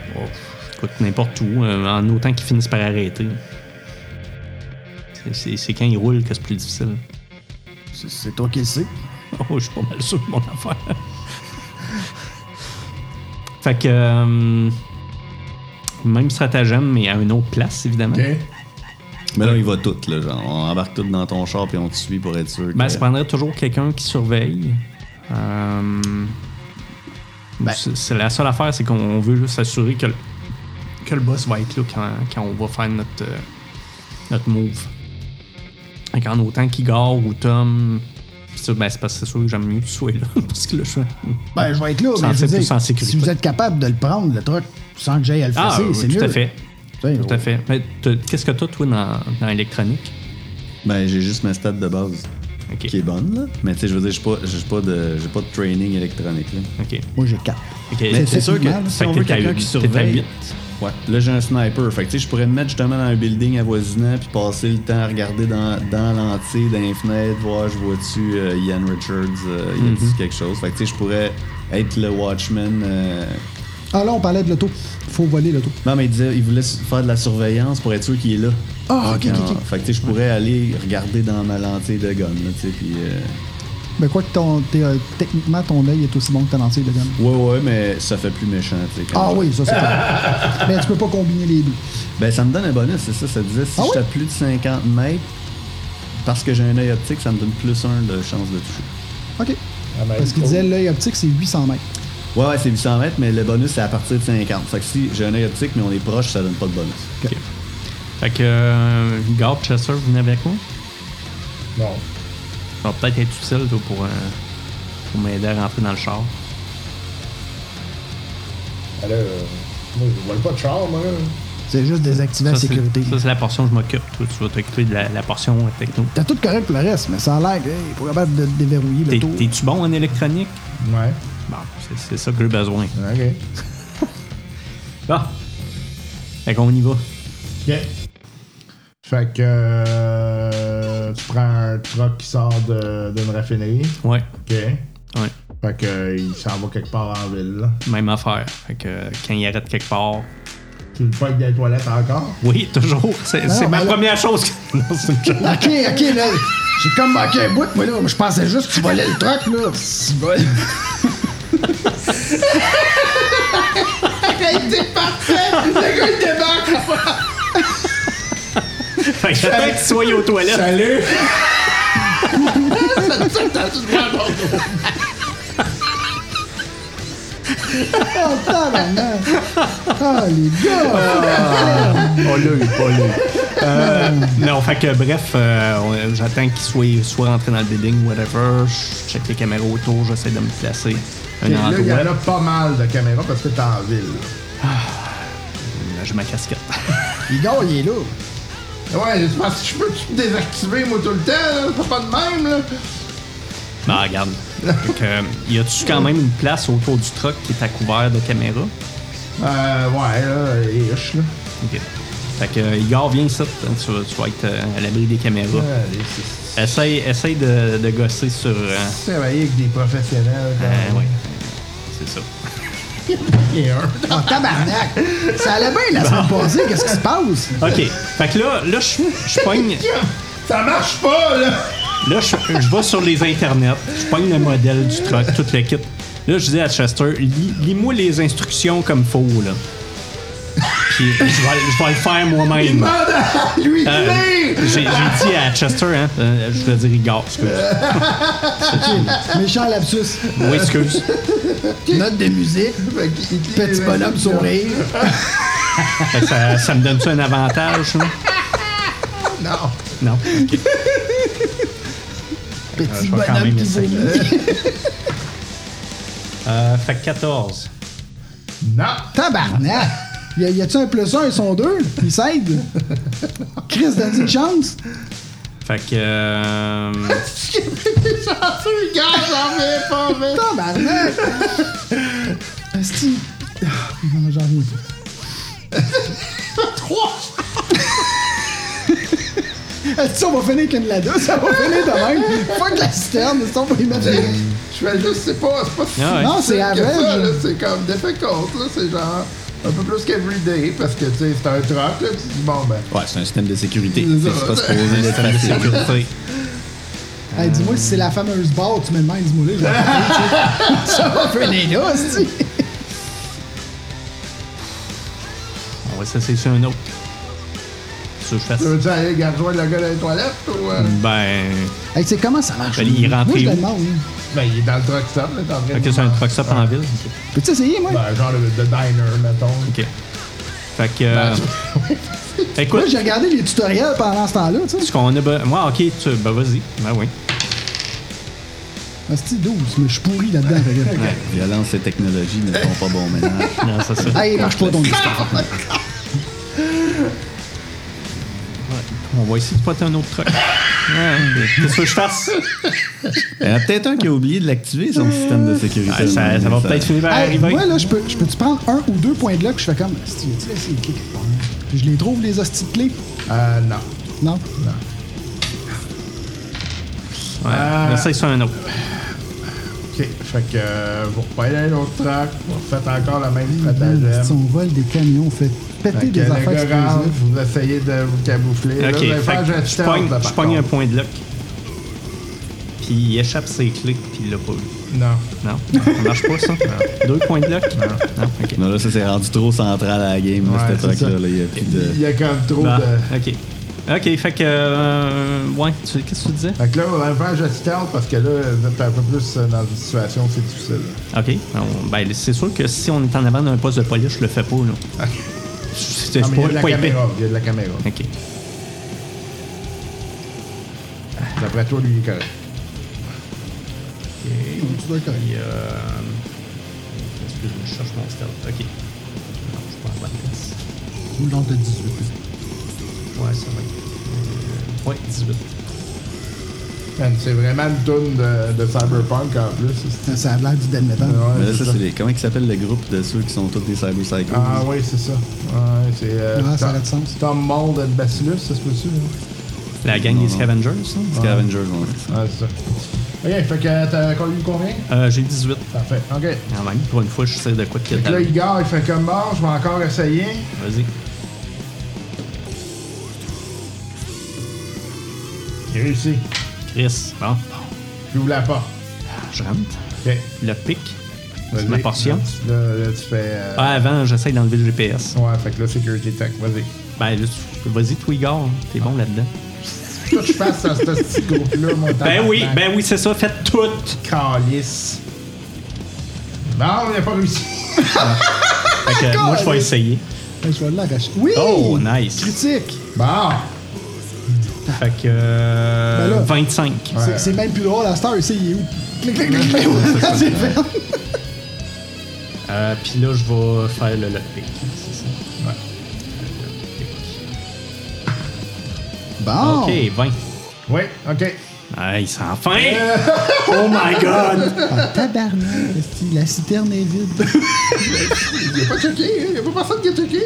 Speaker 3: Écoute, n'importe où, euh, en autant qu'ils finissent par arrêter. C'est- C'est c'est quand ils roulent que c'est plus difficile.
Speaker 4: C'est- C'est toi qui le sais.
Speaker 3: Oh, je suis pas mal sûr de mon affaire. fait que. euh, même stratagème, mais à une autre place, évidemment.
Speaker 5: OK?
Speaker 6: Mais là, il va tout, là, genre. On embarque tout dans ton char puis on te suit pour être sûr.
Speaker 3: Ben,
Speaker 6: que-
Speaker 3: ça prendrait toujours quelqu'un qui surveille. Euh,
Speaker 6: Ben.
Speaker 3: c'est c'est la seule affaire, c'est qu'on veut juste s'assurer que, le- que le boss va être là quand, quand on va faire notre, euh, notre move. Fait qu'en autant qu'Igor ou Tom. pis ça, ben, c'est parce que c'est sûr que j'aime mieux que tu sois là. Parce que là, je suis.
Speaker 4: Ben, je vais être là,
Speaker 3: Vous
Speaker 4: mais je
Speaker 3: sentez
Speaker 4: veux dire,
Speaker 3: plus en sécurité.
Speaker 4: si vous êtes capable de le prendre, le truc, sans que j'aille à le
Speaker 3: Ah,
Speaker 4: fesser,
Speaker 3: oui,
Speaker 4: c'est
Speaker 3: tout
Speaker 4: mieux.
Speaker 3: à fait.
Speaker 4: T'sais,
Speaker 6: Oh.
Speaker 3: Tout à fait. Mais t'as- qu'est-ce que t'as, toi, dans, dans l'électronique
Speaker 6: Ben, j'ai juste ma stat de base
Speaker 3: Ok.
Speaker 6: qui est bonne, là. Mais tu sais, je veux dire, j'ai pas, j'ai pas, de- j'ai pas de training électronique, là.
Speaker 3: Ok.
Speaker 4: Moi, j'ai quatre.
Speaker 3: Ok.
Speaker 6: Mais c'est sûr que
Speaker 4: techniquement,
Speaker 6: si
Speaker 3: Fait
Speaker 6: on
Speaker 3: que
Speaker 6: veut
Speaker 3: t'es à
Speaker 6: quelqu'un
Speaker 3: huit.
Speaker 6: qui
Speaker 3: T'es à
Speaker 6: surveille.
Speaker 3: huit.
Speaker 6: Ouais. Là, j'ai un sniper. Fait que tu sais, je pourrais me mettre justement dans un building avoisinant puis passer le temps à regarder dans, dans l'entier, dans les fenêtres, voir, je vois-tu euh, Ian Richards, euh, y a
Speaker 4: Mm-hmm.
Speaker 6: quelque chose. Fait que tu sais, je pourrais être le Watchman. euh,
Speaker 4: Ah là, on parlait de l'auto. Faut voler l'auto.
Speaker 6: Non, mais il disait, il voulait su- faire de la surveillance pour être sûr qu'il est là.
Speaker 4: Ah, ok,
Speaker 6: Fait que,
Speaker 4: ok, ok.
Speaker 6: euh, Fait que tu sais, je pourrais aller regarder dans ma lentille de gun, là, tu sais, puis. euh,
Speaker 4: Mais quoi que ton, t'es, euh, techniquement, ton œil est aussi bon que ta lancée de gomme.
Speaker 6: Ouais, ouais, mais ça fait plus méchant, tu sais. quand
Speaker 4: Ah
Speaker 6: même.
Speaker 4: oui, ça c'est clair. Mais tu peux pas combiner les deux.
Speaker 6: Ben, ça me donne un bonus, c'est ça. Ça disait si
Speaker 4: Ah
Speaker 6: je
Speaker 4: ouais?
Speaker 6: suis à plus de 50 mètres, parce que j'ai un œil optique, ça me donne plus un de chance de toucher.
Speaker 4: OK.
Speaker 2: Ah ben,
Speaker 4: Parce
Speaker 2: cool.
Speaker 4: qu'il disait l'œil optique, c'est 800 mètres.
Speaker 6: Ouais, ouais, c'est 800 mètres, mais le bonus, c'est à partir de 50. Fait que si j'ai un œil optique, mais on est proche, ça donne pas de bonus.
Speaker 3: Ok. Fait que euh, Igor, Chester, vous venez avec moi
Speaker 2: Non.
Speaker 3: Ça va peut-être être utile toi, pour, euh, pour m'aider à rentrer dans le char.
Speaker 2: Alors, Ben euh, moi, je vole pas de char, moi. là.
Speaker 4: C'est juste désactiver la
Speaker 3: Ça, c'est-
Speaker 4: sécurité.
Speaker 3: Ça, c'est la portion que je m'occupe. Toi, tu vas t'occuper de la, la portion euh, techno.
Speaker 4: T'as tout correct pour le reste, mais ça a l'air qu'il est pas capable de déverrouiller
Speaker 3: T'es-
Speaker 4: l'auto.
Speaker 3: T'es-tu bon en électronique?
Speaker 2: Ouais.
Speaker 3: Bon, c'est- c'est ça que j'ai besoin.
Speaker 2: OK.
Speaker 3: Bon. Fait qu'on y va.
Speaker 2: OK. Fait que euh, tu prends un truck qui sort de- d'une raffinerie.
Speaker 3: Ouais.
Speaker 2: OK. Fait
Speaker 3: Ouais.
Speaker 2: que euh, il s'en va quelque part en ville. là.
Speaker 3: Même affaire. Fait que euh, quand il arrête quelque part.
Speaker 2: Tu le pognes des toilettes encore?
Speaker 3: Oui, toujours. C'est c'est ma première chose. que- Non, c'est une joke.
Speaker 4: OK, OK, là. J'ai comme manqué un bout, moi, là. Moi, Je pensais juste que tu volais le truck, là. Tu voles.
Speaker 3: Fait que j'attends qu'il soit aux toilettes.
Speaker 2: Salut!
Speaker 4: Oh, tabarnak. Ah, les gars.
Speaker 3: On l'a eu, pas Euh, non, fait que bref, euh, on- j'attends qu'il soit, soit rentré dans le building, whatever. Je check les caméras autour, j'essaie de me placer. Un
Speaker 2: Et là, il y en
Speaker 3: endroit.
Speaker 2: a pas mal de caméras parce que t'es en ville.
Speaker 3: Là, j'ai ma casquette.
Speaker 4: Igor, il est là.
Speaker 2: Ouais, c'est parce que je peux te désactiver, moi, tout le temps, là. C'est pas de même, là.
Speaker 3: bah regarde. Fait que, euh, y a-tu quand même une place autour du truck qui est à couvert de caméras?
Speaker 2: Euh, ouais, là, ish, là.
Speaker 3: Ok. Fait que, euh, Igor, viens ici. Tu, vas- tu vas être euh, à l'abri des caméras.
Speaker 2: Allez, c'est-
Speaker 3: Essaye, essaye de, de gosser sur. euh,
Speaker 2: c'est travailler avec des professionnels. quand
Speaker 3: euh,
Speaker 2: même.
Speaker 3: ouais. C'est ça.
Speaker 2: Et un.
Speaker 4: Oh, tabarnak. Ça allait bien la semaine passée. Qu'est-ce qui se passe?
Speaker 3: Ok. Fait que là, là je je pogne.
Speaker 2: Ça marche pas, là!
Speaker 3: Là, je, je vais sur les internets, je pogne le modèle du truck, tout le kit. Là, je dis à Chester, lis- lis-moi les instructions comme faut, là. Puis je vais, je vais le faire moi-même.
Speaker 2: Lui,
Speaker 3: Euh,
Speaker 2: il
Speaker 3: J'ai j'ai dit à Chester, hein, euh, je veux dire Igor, excuse.
Speaker 4: Méchant lapsus.
Speaker 3: Oui, excuse.
Speaker 4: Note de musique. Petit bonhomme sourire.
Speaker 3: Fait que Ça, ça me donne-tu un avantage, là?
Speaker 2: Non.
Speaker 3: Non. ok.
Speaker 4: Petit
Speaker 3: Je vais quand
Speaker 4: bonhomme
Speaker 3: même
Speaker 4: qui
Speaker 3: essayer.
Speaker 4: vomit.
Speaker 3: Euh, fait que 14.
Speaker 2: Non.
Speaker 4: Tabarnak! Y a- y a-tu un plus un, ils sont deux? Ils s'aident? Chris, donne une chance?
Speaker 3: Fait que. euh,
Speaker 2: Regarde, j'en vais pas, mais.
Speaker 4: Tabarnak! Esti. Ah, J'en reviens pas. Trois! Esti, on va finir avec une lado, ça va finir de même. Fuck la citerne, esti, on va y mettre une...
Speaker 2: Je fais juste, c'est pas, Ben, c'est pas si
Speaker 3: Ah ouais.
Speaker 4: Non, c'est
Speaker 2: que ça, là.
Speaker 4: aveugle.
Speaker 2: C'est comme difficult, là. C'est genre un peu plus qu'everyday parce que, tu sais, c'est un truc, là. Tu dis, bon, ben.
Speaker 6: Ouais, c'est un système de sécurité.
Speaker 2: C'est ça.
Speaker 6: C'est pas supposé d'être
Speaker 3: de
Speaker 6: facile.
Speaker 3: sécurité.
Speaker 4: Hey, dis-moi si c'est la fameuse barre, tu me demandes, dis-moi là. je vais- Ça va finir là, esti.
Speaker 3: On va essayer sur un autre. Ça, je fais
Speaker 4: Euh.
Speaker 2: Tu veux-tu aller garder rejoindre le gars dans les toilettes ou. euh?
Speaker 3: Ben.
Speaker 4: Hey, tu sais, comment ça marche?
Speaker 3: Ben, il est rentré
Speaker 4: Moi, je
Speaker 3: où?
Speaker 4: le demande. hein.
Speaker 2: Ben, il est dans le truck stop, là. T'es en train
Speaker 3: Fait
Speaker 2: de
Speaker 3: que c'est un truck stop en ville.
Speaker 4: Peux-tu essayer, moi?
Speaker 2: Ben, genre de, de diner, mettons.
Speaker 3: Ok. Fait que. euh, écoute,
Speaker 4: Moi, j'ai regardé les tutoriels pendant ce temps-là, tu sais.
Speaker 3: ce qu'on a. be- Moi, ok, tu, ben vas-y. Ben oui.
Speaker 4: Ah, c'est 12, mais je suis pourri là-dedans. fait que-
Speaker 6: Violence et technologie ne font pas bon ménage.
Speaker 3: Non, c'est ça.
Speaker 4: Hey, marche pas ton histoire.
Speaker 3: On va essayer de poter un autre truc. Ouais, Qu'est-ce que je fasse?
Speaker 6: Il y en a peut-être un qui a oublié de l'activer, son système de sécurité.
Speaker 3: Ah, ça, ça va
Speaker 6: Ça-
Speaker 3: peut-être finir par
Speaker 4: Hey,
Speaker 3: arriver.
Speaker 4: moi, là, je peux, je peux-tu prendre un ou deux points de luck? Je fais comme, Asti, y a-t-il assez de clés? Puis je les trouve, les hosties de clés?
Speaker 5: Euh, non.
Speaker 4: Non?
Speaker 3: Ouais,
Speaker 5: Euh,
Speaker 3: on essaye sur un autre.
Speaker 5: Ok, fait que euh, vous reprenez un autre track, vous faites encore la même
Speaker 4: Mmh, Si
Speaker 5: stratagème.
Speaker 4: on vole des camions, on fait
Speaker 5: Fait
Speaker 4: péter
Speaker 5: que
Speaker 4: des
Speaker 5: le
Speaker 4: affaires
Speaker 5: gars rentre,
Speaker 4: explosives.
Speaker 5: vous essayez de vous camoufler. Là,
Speaker 3: Ok,
Speaker 5: vous allez
Speaker 3: fait
Speaker 5: faire
Speaker 3: que
Speaker 5: un jet de
Speaker 3: je
Speaker 5: stealth,
Speaker 3: pogne,
Speaker 5: là,
Speaker 3: je
Speaker 5: par
Speaker 3: pogne un
Speaker 5: contre.
Speaker 3: point de luck. Puis il échappe ses clics, puis il l'a pas eu.
Speaker 5: Non.
Speaker 3: Non, ça marche pas ça. Deux points de luck. Non, ok.
Speaker 6: Non, là, ça s'est rendu trop central à la game, là,
Speaker 5: Ouais,
Speaker 6: ce
Speaker 5: c'est
Speaker 6: truc-là.
Speaker 5: ça.
Speaker 6: là. Il y a plus de.
Speaker 5: Il y a comme trop
Speaker 3: Bah,
Speaker 5: de.
Speaker 3: ok. Ok, fait que. euh, ouais, tu- qu'est-ce que tu disais?
Speaker 5: Fait que là, vous allez faire un jet de stealth parce que là, vous êtes un peu plus euh, dans une situation où c'est difficile.
Speaker 3: Ok. On- ben, c'est sûr que si on est en avant d'un poste de police, je le fais pas, là. C'était
Speaker 5: Non, mais il y a de la
Speaker 3: pas épais.
Speaker 5: caméra. Il y a de la caméra.
Speaker 3: Ok.
Speaker 5: D'après toi, lui, il est correct.
Speaker 4: Donc, tu dois être correct.
Speaker 3: Puis, euh, excuse je cherche mon stealth. Ok. Non, je suis pas en bonne place.
Speaker 4: Ou genre de 18.
Speaker 3: Ouais, ça va être. euh, ouais, 18.
Speaker 5: Man, C'est vraiment une toune de, de Cyberpunk en plus.
Speaker 4: Ça,
Speaker 5: c'est-
Speaker 4: ça a l'air du dead metal.
Speaker 5: Ouais,
Speaker 6: Mais là,
Speaker 5: c'est
Speaker 6: ça,
Speaker 5: ça.
Speaker 6: c'est les. Comment ils s'appellent le groupe de ceux qui sont tous des cyber psychos?
Speaker 5: Ah oui, c'est ça. Ouais, c'est. euh,
Speaker 4: Ouais, ça
Speaker 5: Tom-
Speaker 4: aurait du sens.
Speaker 5: Tom Mold et Bacillus, ça se peut-tu? hein?
Speaker 3: La gang des Scavengers, ça?
Speaker 6: Scavengers, ouais.
Speaker 5: Ouais, c'est ça. Ok, fait que t'as connu combien?
Speaker 3: Euh, J'ai 18.
Speaker 5: Parfait, ok.
Speaker 3: Quand même, pour une fois, je sais de quoi de
Speaker 5: Fait que là, Igor, il fait comme mort, je vais encore essayer.
Speaker 3: Vas-y.
Speaker 5: Il réussit.
Speaker 3: Chris. Bon.
Speaker 5: J'ouvre la porte.
Speaker 3: Ah, Je rentre.
Speaker 5: Ok.
Speaker 3: Le pic.
Speaker 5: Vas-y.
Speaker 3: C'est ma portion.
Speaker 5: Là, là, tu fais. euh,
Speaker 3: Ah, avant, j'essaye d'enlever le GPS.
Speaker 5: Ouais, fait que là, Security Tech, vas-y.
Speaker 3: Ben, là, tu- vas-y, Twigor. T'es bon là-dedans.
Speaker 5: Tout que je passe dans ce petit groupe-là, mon
Speaker 3: Ben oui,
Speaker 5: tabarnak.
Speaker 3: ben oui, c'est ça. Faites tout.
Speaker 5: Calice. Non, il a pas réussi.
Speaker 3: Fait que, moi, je vais essayer.
Speaker 4: Hey, je vais l'arracher. Oui!
Speaker 3: Oh, nice.
Speaker 4: Critique!
Speaker 5: Bon.
Speaker 3: Fait que. euh,
Speaker 4: Ben là.
Speaker 3: 25.
Speaker 4: C'est- C'est même plus drôle, la star, ici, il est où? Clic, clic, clic, clic. C'est fait.
Speaker 3: Euh, Puis là, je vais faire le lockpick. C'est ça.
Speaker 5: Ouais.
Speaker 4: Bon!
Speaker 3: Ok, 20.
Speaker 5: Oui, ok.
Speaker 3: Nice, enfin! oh my god!
Speaker 4: Ah, tabarnak, esti, la citerne est vide.
Speaker 5: Il a pas checké, hein? il a pas personne qui a checké.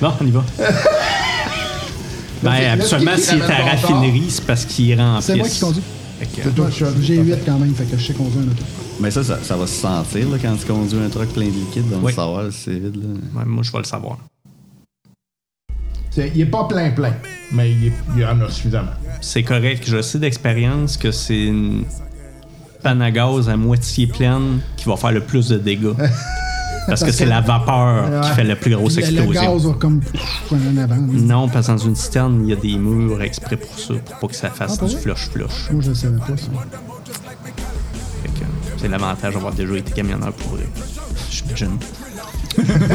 Speaker 3: Bon, on y va.
Speaker 5: c'est-
Speaker 3: Ben,
Speaker 5: là,
Speaker 3: absolument,
Speaker 5: c'est qui qui
Speaker 3: s'il est à
Speaker 5: ramène ton
Speaker 3: raffinerie, c'est parce qu'il est rempli.
Speaker 4: C'est moi qui conduis.
Speaker 5: Toi, je suis un-
Speaker 4: J'ai 8 quand même, fait que je sais conduire un auto.
Speaker 6: Mais ça, ça, ça va se sentir là, quand tu conduis un truck plein de liquide, on va
Speaker 3: Oui.
Speaker 6: savoir si c'est vide. Là.
Speaker 3: moi, je vais le savoir.
Speaker 5: C'est- Il est pas plein plein, mais il, est- il y en a suffisamment.
Speaker 3: C'est correct. Je sais d'expérience que c'est une panne à gaz à moitié pleine qui va faire le plus de dégâts. Parce que c'est la vapeur qui fait la plus grosse
Speaker 4: Le, le
Speaker 3: explosion.
Speaker 4: gaz va comme pff, en avant. là.
Speaker 3: Non, parce que dans une citerne, il y a des murs exprès pour ça, pour pas que ça fasse
Speaker 4: Ah, pas
Speaker 3: du
Speaker 4: vrai?
Speaker 3: flush-flush.
Speaker 4: Moi, je le savais pas, ça.
Speaker 3: Fait que C'est l'avantage d'avoir déjà été camionneur pour eux. J'imagine.
Speaker 5: En tout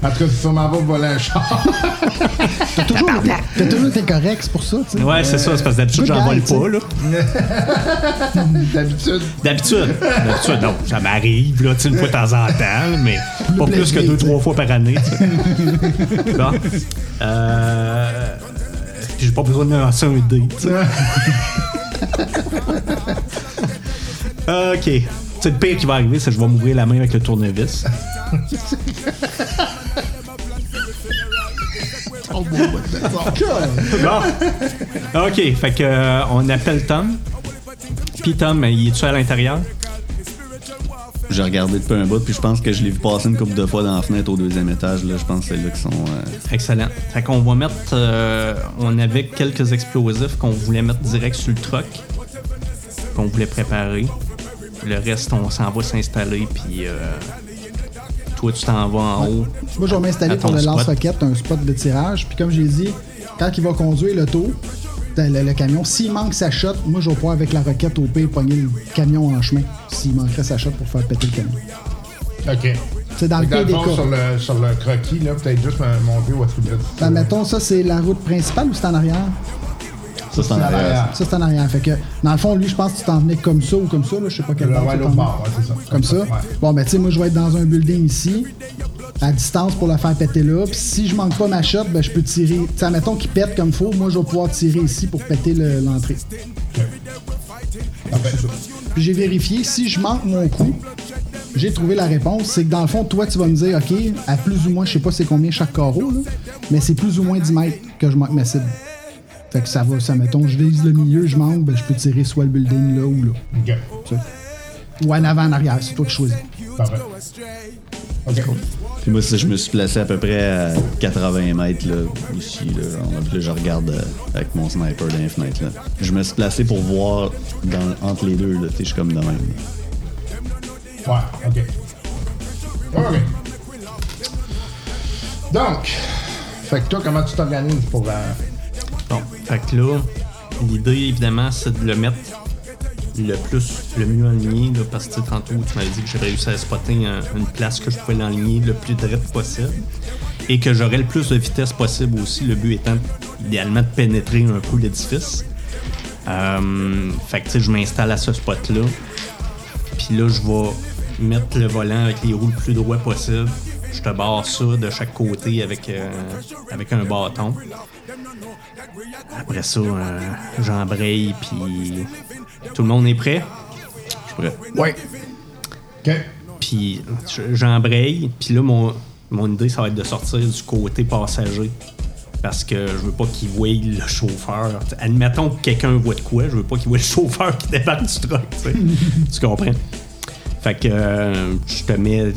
Speaker 5: cas, c'est sûrement pas voler un char.
Speaker 4: T'as toujours, t'as toujours été correct, c'est pour ça, tu sais.
Speaker 3: Ouais, c'est ça, c'est parce que d'habitude,
Speaker 4: good
Speaker 3: j'en
Speaker 4: guy,
Speaker 3: vole
Speaker 4: tu sais.
Speaker 3: pas, là.
Speaker 5: D'habitude,
Speaker 3: D'habitude. D'habitude, non. Ça m'arrive, là, tu sais, une fois de temps en temps, là, mais pas plus que deux, trois fois par année, tu sais. Bon. Euh. Puis j'ai pas besoin de lancer un dé, tu sais. OK. C'est le pire qui va arriver, c'est que je vais m'ouvrir la main avec le tournevis. bon. OK, fait que euh, on appelle Tom. Puis Tom, il est-tu à l'intérieur?
Speaker 6: J'ai regardé depuis un bout, puis je pense que je l'ai vu passer une couple de fois dans la fenêtre au deuxième étage. Là. Je pense que c'est là qu'ils sont. euh,
Speaker 3: Excellent. Fait qu'on va mettre. euh, on avait quelques explosifs qu'on voulait mettre direct sur le truck, qu'on voulait préparer. Le reste, on s'en va s'installer, puis. euh, toi, tu t'en vas en haut.
Speaker 4: Moi, je vais m'installer
Speaker 3: À
Speaker 4: pour
Speaker 3: ton
Speaker 4: le
Speaker 3: spot.
Speaker 4: lance-roquette, un spot de tirage. Puis comme j'ai dit, quand il va conduire l'auto, le, le- le camion, s'il manque sa shot, moi, je vais pouvoir avec la roquette au pire pogner le camion en chemin s'il manquerait sa shot pour faire péter le camion.
Speaker 5: Ok.
Speaker 4: C'est dans le
Speaker 5: Dans
Speaker 4: pire
Speaker 5: le
Speaker 4: des
Speaker 5: fond,
Speaker 4: cas.
Speaker 5: sur le, sur le croquis, là, peut-être juste me montrer où est-ce que vous
Speaker 4: Ben, mettons, ça, c'est la route principale ou c'est en arrière?
Speaker 6: Ça, c'est en arrière.
Speaker 4: Ça, c'est en arrière. Fait que, dans le fond, lui, je pense que tu t'en venais comme ça ou comme ça. Là, je sais pas quel
Speaker 5: Le
Speaker 4: bord
Speaker 5: ouais,
Speaker 4: tu t'en
Speaker 5: l'autre
Speaker 4: venais.
Speaker 5: bord, ouais, c'est ça.
Speaker 4: Comme ça.
Speaker 5: Ouais.
Speaker 4: Bon, ben, tu sais, moi, je vais être dans un building ici, à distance pour la faire péter là. Puis si je manque pas ma shot, ben, je peux tirer. Tu sais, mettons qu'il pète comme faut, moi, je vais pouvoir tirer ici pour péter le- l'entrée. Puis j'ai vérifié, si je manque mon coup, j'ai trouvé la réponse. C'est que dans le fond, toi, tu vas me dire, OK, à plus ou moins, je sais pas c'est combien chaque carreau, là, mais c'est plus ou moins 10 mètres que je manque ma cible. Fait que ça va, ça mettons, je vise le milieu, je manque, ben, je peux tirer soit le building là ou là.
Speaker 5: Ok.
Speaker 4: Tu sais. Ou en avant, en arrière, c'est toi qui choisis.
Speaker 5: Parfait. Ok.
Speaker 6: Puis moi, ça, je me suis placé à peu près à 80 mètres, là, ici, là. genre. Puis là, je regarde euh, avec mon sniper dans les fenêtres, là. Je me suis placé pour voir dans- entre les deux, là. Tu sais, je suis comme de même. là.
Speaker 5: Ouais, ok. Ok. Donc, fait que toi, comment tu t'organises pour euh, la.
Speaker 3: Bon, fait que là, l'idée évidemment, c'est de le mettre le plus, le mieux aligné, là, parce que tu sais, tantôt tu m'avais dit que j'avais réussi à spotter un- une place que je pouvais l'aligner le plus direct possible et que j'aurais le plus de vitesse possible aussi, le but étant idéalement de pénétrer un peu l'édifice. Euh, fait que tu sais, je m'installe à ce spot-là. Puis là, je vais mettre le volant avec les roues le plus droit possible. Je te barre ça de chaque côté avec, euh, avec un bâton. Après ça, euh, j'embraye, puis tout le monde est prêt.
Speaker 6: Je suis prêt.
Speaker 5: Ouais. Ok.
Speaker 3: Puis je- j'embraye, puis là, mon, mon idée, ça va être de sortir du côté passager. Parce que je veux pas qu'il voie le chauffeur. T'sais, admettons que quelqu'un voit de quoi, je veux pas qu'il voie le chauffeur qui débarque du truck. t'sais. tu comprends? Fait que euh, je te mets.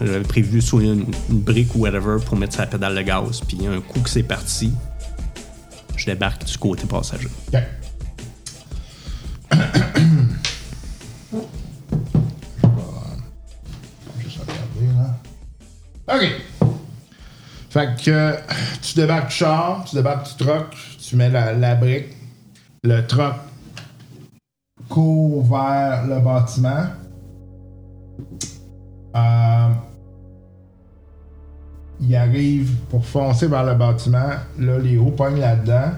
Speaker 3: J'avais prévu sur une, une brique ou whatever pour mettre sa pédale de gaz. Puis un coup que c'est parti, je débarque du côté passager.
Speaker 5: Ok. Je vais regarder, là. Ok. Fait que euh, tu débarques du char, tu débarques du truck, tu mets la, la brique, le truck court vers le bâtiment. Euh, il arrive pour foncer vers le bâtiment. Là, les roues pognent là-dedans.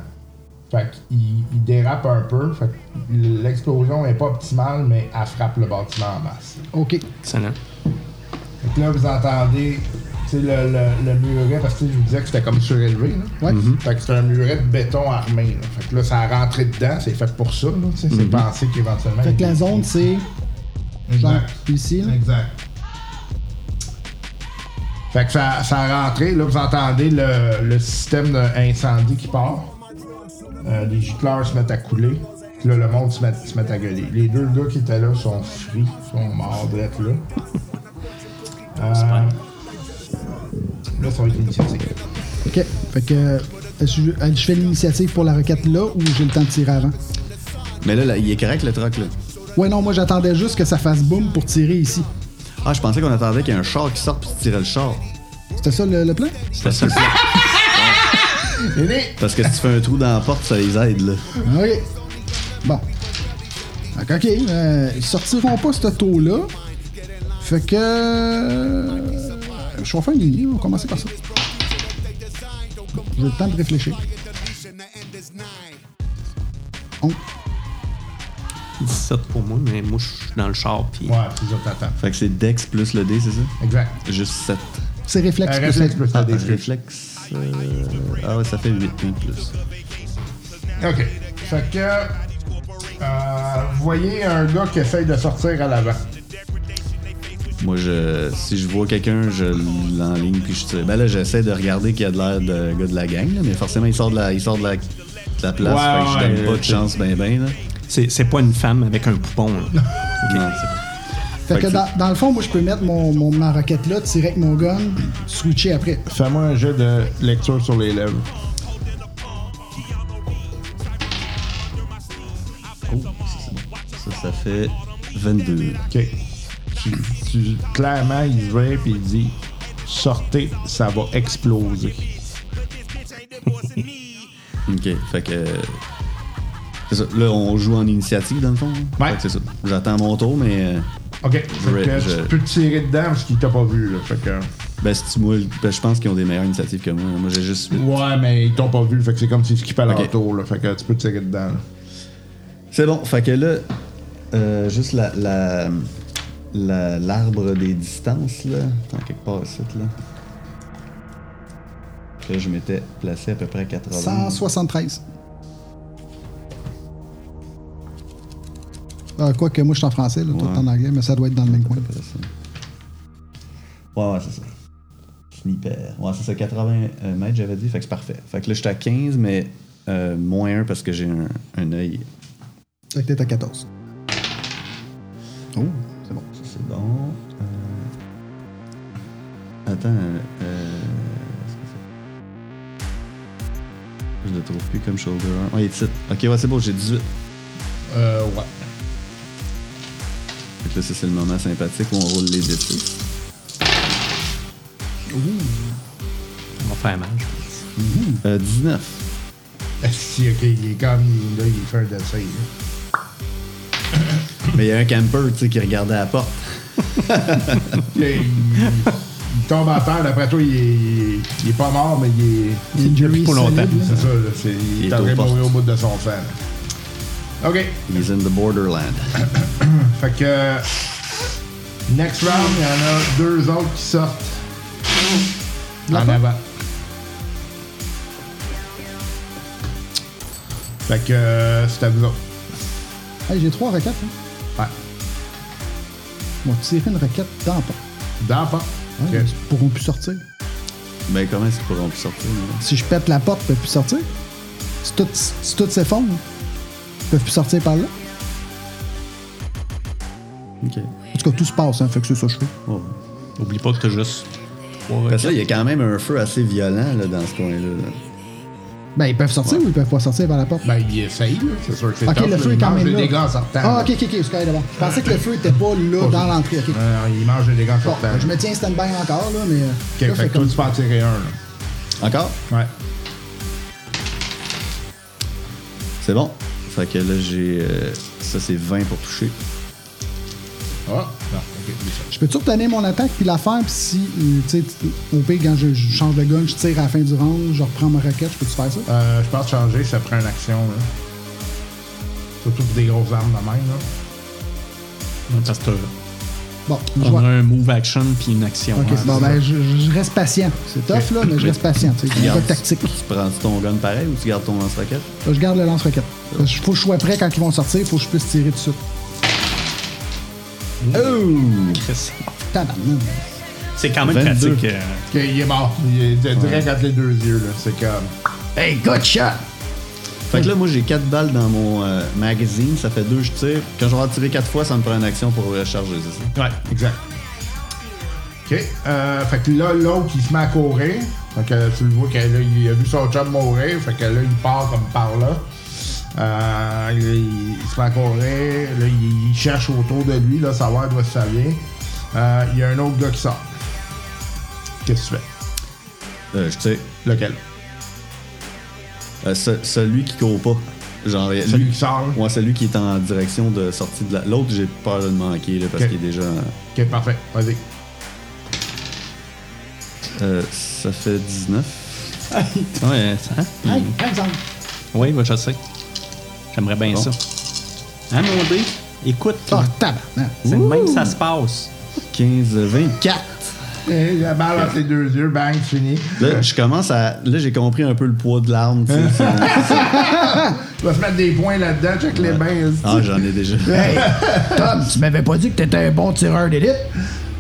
Speaker 5: Fait qu'il il dérape un peu. Fait que l'explosion est pas optimale, mais elle frappe le bâtiment en masse.
Speaker 4: OK.
Speaker 3: Excellent.
Speaker 5: Fait que là, vous entendez tu sais, le, le, le muret, parce que tu sais, je vous disais que c'était comme surélevé. Là.
Speaker 4: Ouais.
Speaker 5: Fait que c'est un muret de béton armé. Là. Fait que là, ça a rentré dedans, c'est fait pour ça. là, tu sais, C'est pensé qu'éventuellement.
Speaker 4: Fait que la zone, c'est genre
Speaker 5: Exact.
Speaker 4: ici. là.
Speaker 5: Exact. Fait que ça, ça a rentré. Là, vous entendez le, le système d'incendie qui part. Euh, les gicleurs se mettent à couler. Puis là, le monde se met, se met à gueuler. Les deux gars qui étaient là sont frits, sont morts d'être là. Euh, là, ça va être l'initiative.
Speaker 4: OK. Fait que euh, est-ce que je, je fais l'initiative pour la requête là ou j'ai le temps de tirer avant?
Speaker 6: Mais là, là, il est correct, le truck, là.
Speaker 4: Ouais, non, moi, j'attendais juste que ça fasse boum pour tirer ici.
Speaker 6: Ah, je pensais qu'on attendait qu'il y ait un char qui sorte puis tu tirais le char.
Speaker 4: C'était ça le, le plan?
Speaker 6: C'était ça.
Speaker 5: Venez!
Speaker 6: Parce que si tu fais un trou dans la porte, ça les aide, là.
Speaker 4: OK. Ah Bon. Fait que, OK. euh, ils sortiront pas ce taux-là. Fait que. euh, je vais faire une ligne. On va commencer par ça. J'ai le temps de réfléchir. On-
Speaker 3: 17 pour moi, mais moi, je suis dans le char, puis
Speaker 5: Ouais, plus autres t'attends.
Speaker 6: Fait que c'est Dex plus le D, c'est ça?
Speaker 5: Exact.
Speaker 6: Juste 7.
Speaker 4: C'est réflexe.
Speaker 5: Un
Speaker 4: que
Speaker 5: réflexe
Speaker 4: c'est.
Speaker 5: plus la description.
Speaker 6: Réflexe. euh, Ah ouais, ça fait 8 points de plus.
Speaker 5: OK. Fait que. euh, vous voyez un gars qui essaye de sortir à l'avant.
Speaker 6: Moi, je, si je vois quelqu'un, je l'enligne puis je tire. Ben là, j'essaie de regarder qu'il y a de l'air de gars de la gang, là, mais forcément, il sort de la, il sort de la, de la place. fait
Speaker 5: Ouais,
Speaker 6: que je
Speaker 5: ouais,
Speaker 6: donne pas de
Speaker 5: je-
Speaker 6: chance, ben ben. Là.
Speaker 3: c'est c'est pas une femme avec un poupon. là.
Speaker 6: Non, c'est-
Speaker 4: Fait que dans, dans le fond, moi, je peux mettre mon, mon, ma roquette là, tirer avec mon gun, switcher après.
Speaker 5: Fais-moi un jeu de lecture sur les lèvres.
Speaker 6: Oh, ça, ça, ça fait 22.
Speaker 5: OK. Tu, tu- clairement, il se vient puis il dit Sortez, ça va exploser.
Speaker 6: Ok, fait que. C'est ça. Là, on joue en initiative, dans le fond. hein?
Speaker 5: Ouais.
Speaker 6: Fait que c'est ça. J'attends mon tour, mais. euh,
Speaker 5: Ok. Fait que
Speaker 6: Red,
Speaker 5: tu
Speaker 6: je-
Speaker 5: peux te tirer dedans parce qu'il t'a pas vu, là. Fait que.
Speaker 6: Ben, si tu moi, ben, je pense qu'ils ont des meilleures initiatives que moi. Moi, j'ai juste.
Speaker 5: Ouais, mais ils t'ont pas vu, fait que c'est comme s'ils skippaient
Speaker 6: Ok.
Speaker 5: l'entour, là. Fait que tu peux te tirer dedans, là.
Speaker 6: C'est bon, fait que là, euh, juste la, la, la- l'arbre des distances, là. Attends, quelque part ici, là. Là, je m'étais placé à peu près à 80.
Speaker 4: 173. Euh, Quoique, moi, je suis en français, là, toi,
Speaker 6: Ouais.
Speaker 4: t'es en anglais, mais ça doit être dans le même coin.
Speaker 6: Ouais, ouais, c'est ça. Sniper. Ouais, c'est ça, 80 euh, mètres, j'avais dit, fait que c'est parfait. Fait que là, j'étais à 15, mais euh, moins 1 parce que j'ai un, un œil.
Speaker 4: Fait que t'es à 14.
Speaker 6: Oh, c'est bon, ça c'est bon. Euh, Attends, euh, est-ce que c'est- Je le trouve plus comme shoulder. arm. Ouais, il est titre. Ok, ouais, c'est bon, j'ai 18.
Speaker 5: Euh, ouais.
Speaker 6: Fait que là, ça, c'est le moment sympathique où on roule les dés.
Speaker 7: On va faire mal. je pense.
Speaker 6: Euh, 19.
Speaker 5: Si, ok, il est comme. il- Là, il fait un hein. dessin, là.
Speaker 6: Mais il y a un camper, tu sais, qui regardait à la porte.
Speaker 5: Il, il tombe à terre, d'après toi, il est, il est- il est pas mort, mais il est.
Speaker 4: Injury
Speaker 7: pour
Speaker 4: solide,
Speaker 7: longtemps.
Speaker 4: là.
Speaker 5: C'est ça, là. c'est- il
Speaker 6: Il
Speaker 5: est
Speaker 6: est
Speaker 5: en train de
Speaker 6: aux
Speaker 5: mourir au
Speaker 6: portes.
Speaker 5: bout de son sang, là. Ok.
Speaker 6: He's in the borderland.
Speaker 5: Fait que. Next round, il y en a deux autres qui sortent. en avant. Fait que euh, c'est à vous autres.
Speaker 4: Hey, j'ai trois requêtes. Hein.
Speaker 5: Ouais.
Speaker 4: Ils m'ont tiré une requête dans la porte.
Speaker 5: Dans la porte.
Speaker 4: Hein,
Speaker 5: Ok.
Speaker 4: Ils pourront plus sortir.
Speaker 6: Ben, comment est-ce qu'ils pourront plus sortir, hein? là?
Speaker 4: Si je pète la porte, ils peuvent plus sortir. Si tout, si tout s'effondre, ils peuvent plus sortir par là.
Speaker 6: Ok.
Speaker 4: En tout cas, tout se passe, hein, fait que c'est ça que je fais.
Speaker 6: Oh.
Speaker 7: Oublie pas que t'as juste.
Speaker 6: Parce que là, il y a quand même un feu assez violent, là, dans ce coin-là. là.
Speaker 4: Ben, ils peuvent sortir ou ils peuvent pas sortir par la porte?
Speaker 5: Ben, il essaye, là. C'est sûr que c'est
Speaker 4: Ok,
Speaker 5: tough,
Speaker 4: le
Speaker 5: là.
Speaker 4: feu
Speaker 5: il
Speaker 4: est quand
Speaker 5: Ben, mange
Speaker 4: même
Speaker 5: les
Speaker 4: là.
Speaker 5: dégâts en sortant.
Speaker 4: ah,
Speaker 5: là.
Speaker 4: ok, ok, ok, c'est correct, d'abord. Je pensais que le feu était pas là, dans l'entrée, ok.
Speaker 5: Euh, il mange les dégâts en sortant.
Speaker 4: Bon, ben, je me tiens stand-by encore, là, mais...
Speaker 5: Ben. Ok, fait que toi, tu peux en tirer un, là.
Speaker 6: Encore?
Speaker 5: Ouais.
Speaker 6: C'est bon. Fait que là, j'ai. euh, ça, c'est 20 pour toucher.
Speaker 5: Ah, non, ok, c'est ça.
Speaker 4: Je peux-tu retenir mon attaque puis la faire, puis si, euh, tu sais, t- au pire, quand je, je change de gun, je tire à la fin du round, je reprends ma raquette, je peux-tu faire ça?
Speaker 5: Euh, je pense changer, ça prend une action, là. Surtout pour des grosses armes de même, là.
Speaker 7: Parce que
Speaker 4: Bon, je
Speaker 7: on a
Speaker 4: vois.
Speaker 7: un move action puis une action.
Speaker 4: Ok,
Speaker 3: hein,
Speaker 7: Ouais,
Speaker 4: bon, ben, je, je reste patient. C'est tough, là, mais je reste patient, tu sais, un gars
Speaker 6: Garde.
Speaker 4: tactique.
Speaker 6: Tu prends ton gun pareil ou tu gardes ton lance-roquette?
Speaker 4: Là, je garde le lance-roquette. Parce que Faut que je sois prêt quand ils vont sortir, faut que je puisse tirer tout de suite.
Speaker 7: Chris.
Speaker 4: Tabarnak.
Speaker 7: C'est quand même
Speaker 6: 22.
Speaker 7: pratique. euh,
Speaker 5: Ok, il est mort. Il est direct entre les deux yeux, là. C'est comme. Hey, good shot!
Speaker 6: Fait que là, moi, j'ai 4 balles dans mon euh, magazine. Ça fait 2 je tire. Quand je vais en tirer 4 fois, ça me prend une action pour recharger, c'est ça?
Speaker 5: Ouais, exact. OK. Euh, fait que là, l'autre, il se met à courir. Fait que tu le vois qu'il a vu son chum mourir. Fait que là, il part comme par là. Euh, il, il se met à courir. Là, il, il cherche autour de lui, là, savoir d'où ça vient. Euh, il y a un autre gars qui sort. Qu'est-ce que tu fais?
Speaker 6: Euh, je tire.
Speaker 5: Lequel?
Speaker 6: Euh, ce- celui qui court pas. Genre, lui-
Speaker 5: Celui qui sort, là?
Speaker 6: Ouais, celui qui est en direction de sortie de la. L'autre, j'ai peur de le manquer, là, parce
Speaker 5: Ok.
Speaker 6: qu'il est déjà.
Speaker 5: Ok, parfait. Vas-y.
Speaker 6: Euh, ça fait 19.
Speaker 7: Ouais, hein?
Speaker 4: Hey, par exemple.
Speaker 7: Oui, bah, je sais. J'aimerais bien
Speaker 6: Bon.
Speaker 7: ça. Hein, mon dé? Écoute,
Speaker 4: Ah, tabarnak.
Speaker 7: c'est le même que ça se passe.
Speaker 6: 15, euh, 24.
Speaker 5: Et la balle entre les deux yeux, bang, c'est fini.
Speaker 6: Là, je commence à. Là, j'ai compris un peu le poids de l'arme. tu sais, c'est-
Speaker 5: Tu vas se mettre des points là-dedans, check les bains.
Speaker 6: Ah, j'en ai déjà.
Speaker 2: Hey, Tom, tu m'avais pas dit que t'étais un bon tireur d'élite?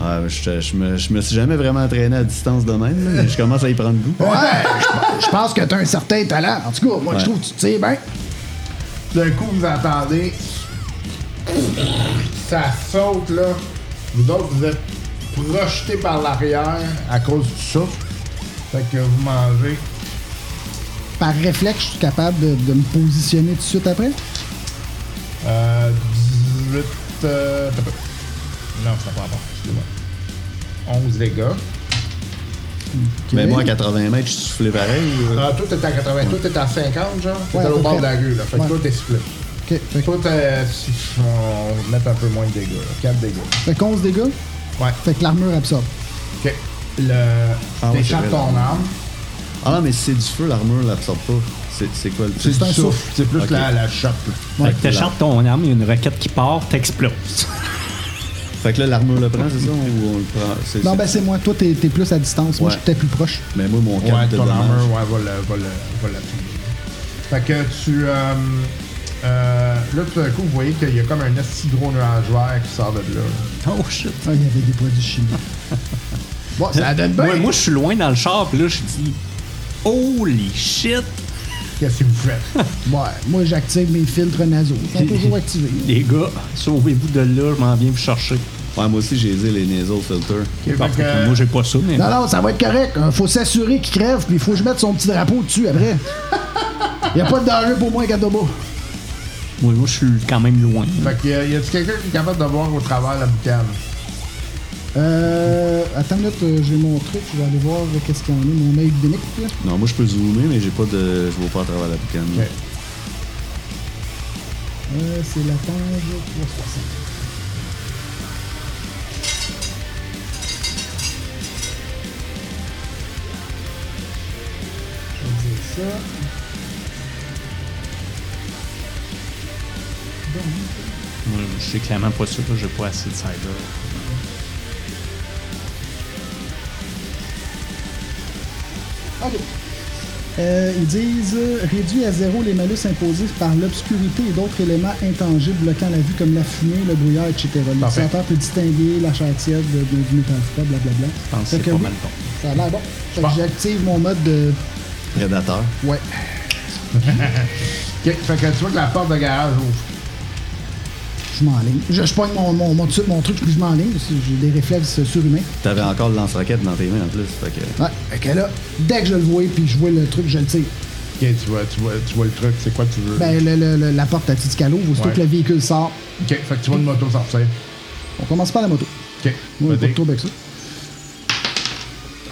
Speaker 6: Ah, je, te- je me, je me suis jamais vraiment entraîné à distance de même, là, mais je commence à y prendre goût.
Speaker 2: Ouais, je- je pense que t'as un certain talent. En tout cas, moi, je
Speaker 6: Ouais.
Speaker 2: trouve que tu sais bien.
Speaker 5: D'un coup, vous entendez. Ça saute, là. Vous autres, vous êtes projetés par l'arrière à cause du souffle. Fait que vous mangez.
Speaker 4: Par réflexe, je suis capable de, de me positionner tout de suite après.
Speaker 5: Euh, 18. euh, Non, ça pas bon, excusez-moi. 11 dégâts.
Speaker 6: Mais Ben, moi, à 80 mètres, je suis soufflé pareil.
Speaker 5: Ah, toi, t'es à 80, toi, t'es à 50, genre. T'es
Speaker 4: Ouais,
Speaker 5: à
Speaker 4: à
Speaker 5: au
Speaker 4: peu
Speaker 5: bord
Speaker 4: près.
Speaker 5: de la rue, là. Fait que
Speaker 4: Ouais.
Speaker 5: toi, t'es soufflé.
Speaker 4: Ok, Ok, fait,
Speaker 5: Toi, t'as- euh, on va mettre un peu moins de dégâts. 4 dégâts.
Speaker 4: fait 11 dégâts.
Speaker 5: Ouais.
Speaker 4: Fait que l'armure absorbe.
Speaker 5: Ok. Le...
Speaker 6: Ah ouais,
Speaker 5: T'échappes
Speaker 6: c'est vrai,
Speaker 5: ton
Speaker 6: là.
Speaker 5: arme.
Speaker 6: Ah non, mais si c'est du feu, l'armure l'absorbe pas. C'est, c'est quoi le
Speaker 5: C'est
Speaker 6: truc?
Speaker 5: du souffle. C'est plus
Speaker 6: Ok.
Speaker 5: la, la chope.
Speaker 3: Fait que t'échappes ton arme, il y a une roquette qui part, t'exploses.
Speaker 6: Fait que là, l'armure le prend, c'est ça? Ou on le prend? C'est,
Speaker 4: Non,
Speaker 6: c'est-
Speaker 4: ben c'est moi. Toi, t'es t'es plus à distance. Moi,
Speaker 6: Ouais.
Speaker 4: j'étais plus proche.
Speaker 6: Mais moi, mon
Speaker 5: Ouais,
Speaker 6: cap de
Speaker 5: ton
Speaker 6: dommage.
Speaker 5: armure, ouais, va le, va le, va l'atteindre. Fait que tu. euh, euh, là, tout d'un coup, vous voyez qu'il y a comme un esti gros nuage vert qui sort de là.
Speaker 3: Oh shit.
Speaker 4: Ah, il y avait des produits chimiques.
Speaker 5: Bon, ça donne bien.
Speaker 3: Moi, moi, je suis loin dans le char, puis là, je dis Holy shit!
Speaker 5: Qu'est-ce que vous faites?
Speaker 4: Ouais, moi, j'active mes filtres nasaux. Ils sont toujours activés.
Speaker 3: Les gars, sauvez-vous de là, je m'en viens vous chercher.
Speaker 6: Ouais, moi aussi, j'ai les nasal filters.
Speaker 5: Ok,
Speaker 3: Par
Speaker 5: fait
Speaker 3: contre,
Speaker 5: que-
Speaker 3: Moi, j'ai pas ça, mais.
Speaker 4: Non, non, ça va être correct. Il faut s'assurer qu'il crève, puis il faut que je mette son petit drapeau dessus après. Il n'y a pas de danger pour moi, Kadobo.
Speaker 3: Moi, moi, je suis quand même loin.
Speaker 5: Fait que y a- y a-tu quelqu'un qui est capable de voir au travers la boucane?
Speaker 4: Euh. Attends une minute, euh, j'ai mon truc. Je vais aller voir euh, qu'est-ce qu'il y en a. Mon œil bénique. là.
Speaker 6: Non, moi, je peux zoomer, mais j'ai pas de. Je vois pas à travers la boucane.
Speaker 5: Ok.
Speaker 4: Euh, c'est la page 360. Je vais dire ça.
Speaker 3: Moi, je suis clairement pas sûr, là, j'ai pas assez de cyber.
Speaker 4: Ok. Euh, ils disent euh, réduit à zéro les malus imposés par l'obscurité et d'autres éléments intangibles bloquant la vue comme la fumée, le brouillard, etc.
Speaker 5: Parfait.
Speaker 4: L'observateur peut distinguer la chair tiède de- de- du métal froid, blablabla.
Speaker 3: Je pense que
Speaker 4: Fait
Speaker 3: c'est pas
Speaker 4: oui,
Speaker 3: mal bon.
Speaker 4: Ça a l'air bon. Fait que j'active mon mode de.
Speaker 6: Prédateur.
Speaker 4: Ouais.
Speaker 5: Ok, Fait que tu vois que la porte de garage ouvre.
Speaker 4: Je m'enligne. Je, je pogne mon, mon, mon, tu- mon truc puis je m'enligne. parce que J'ai des réflexes surhumains.
Speaker 6: T'avais encore le lance-roquette dans tes mains en plus. Fait que.
Speaker 4: Ouais. Fait que là, dès que je le vois puis je vois le truc, je le tire.
Speaker 5: Ok, tu vois, tu vois, tu vois le truc, c'est quoi tu veux?
Speaker 4: Ben, le- le- le- la porte à petite calot, aussitôt
Speaker 5: Ouais.
Speaker 4: que le véhicule sort.
Speaker 5: Ok, fait que tu vois une moto sortir.
Speaker 4: On commence par la moto.
Speaker 5: Ok,
Speaker 4: Moi, pas
Speaker 5: vas-y.
Speaker 4: de tour avec ça.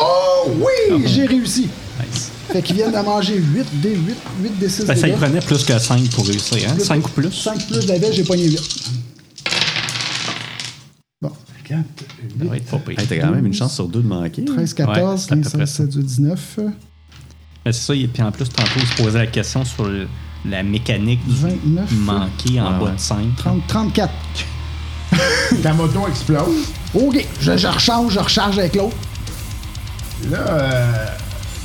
Speaker 4: Oh oui! J'ai réussi!
Speaker 3: Nice.
Speaker 4: Fait qu'ils viennent de manger 8 des 8, 8 des 6
Speaker 3: Ben,
Speaker 4: des
Speaker 3: ça y prenait plus que 5 pour réussir, hein? 5 ou plus?
Speaker 4: 5 plus de la belle, j'ai pogné 8. Bon. 4,
Speaker 3: Ça va être pas pire.
Speaker 6: Hey, t'as quand même une chance sur deux de manquer.
Speaker 4: 13, 14,
Speaker 3: Ouais, c'est à peu
Speaker 4: 15,
Speaker 3: près
Speaker 4: 16,
Speaker 3: ça.
Speaker 4: 17, 18, 19,
Speaker 3: Ben, c'est ça, et puis en plus, tantôt, on se posait la question sur le- la mécanique du
Speaker 4: 29,
Speaker 3: manqué en
Speaker 6: Ouais,
Speaker 3: bas
Speaker 6: ouais.
Speaker 3: de 5.
Speaker 4: 30, 34.
Speaker 5: Ta moto explose.
Speaker 4: Ok, je, je recharge, je recharge avec l'autre.
Speaker 5: Là, euh,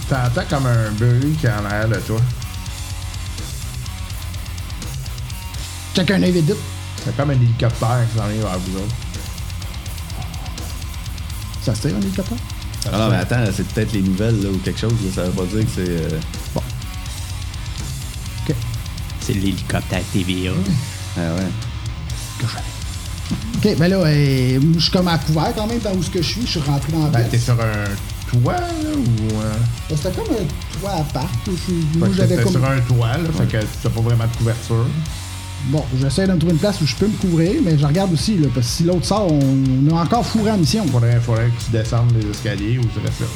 Speaker 5: t'entends comme un bruit qui est en arrière de toi.
Speaker 4: Check un œil vite vite.
Speaker 5: C'est comme un hélicoptère qui s'en vient vers vous autres.
Speaker 4: Ça se tire un hélicoptère?
Speaker 6: Ah non, mais attends, c'est peut-être les nouvelles là, ou quelque chose. là, ça veut pas dire que c'est. euh,
Speaker 3: C'est l'hélicoptère TVA.
Speaker 6: Ah ouais.
Speaker 4: Ok, ben là, euh, je suis comme à couvert quand même dans où ce que je suis. Je suis rentré dans la
Speaker 5: Ben, t'es
Speaker 4: pièce.
Speaker 5: sur un toit, là, ou. euh,
Speaker 4: C'était comme un toit à part. Je suis-
Speaker 5: fait
Speaker 4: Moi,
Speaker 5: que
Speaker 4: j'avais
Speaker 5: t'es
Speaker 4: comme...
Speaker 5: sur un toit, là, fait que t'as pas vraiment de couverture.
Speaker 4: Bon, j'essaie de me trouver une place où je peux me couvrir, mais je regarde aussi, là, parce que si l'autre sort, on, on est encore fourré à mission. quoi.
Speaker 5: Faudrait, faudrait que tu descendes les escaliers ou tu restes là.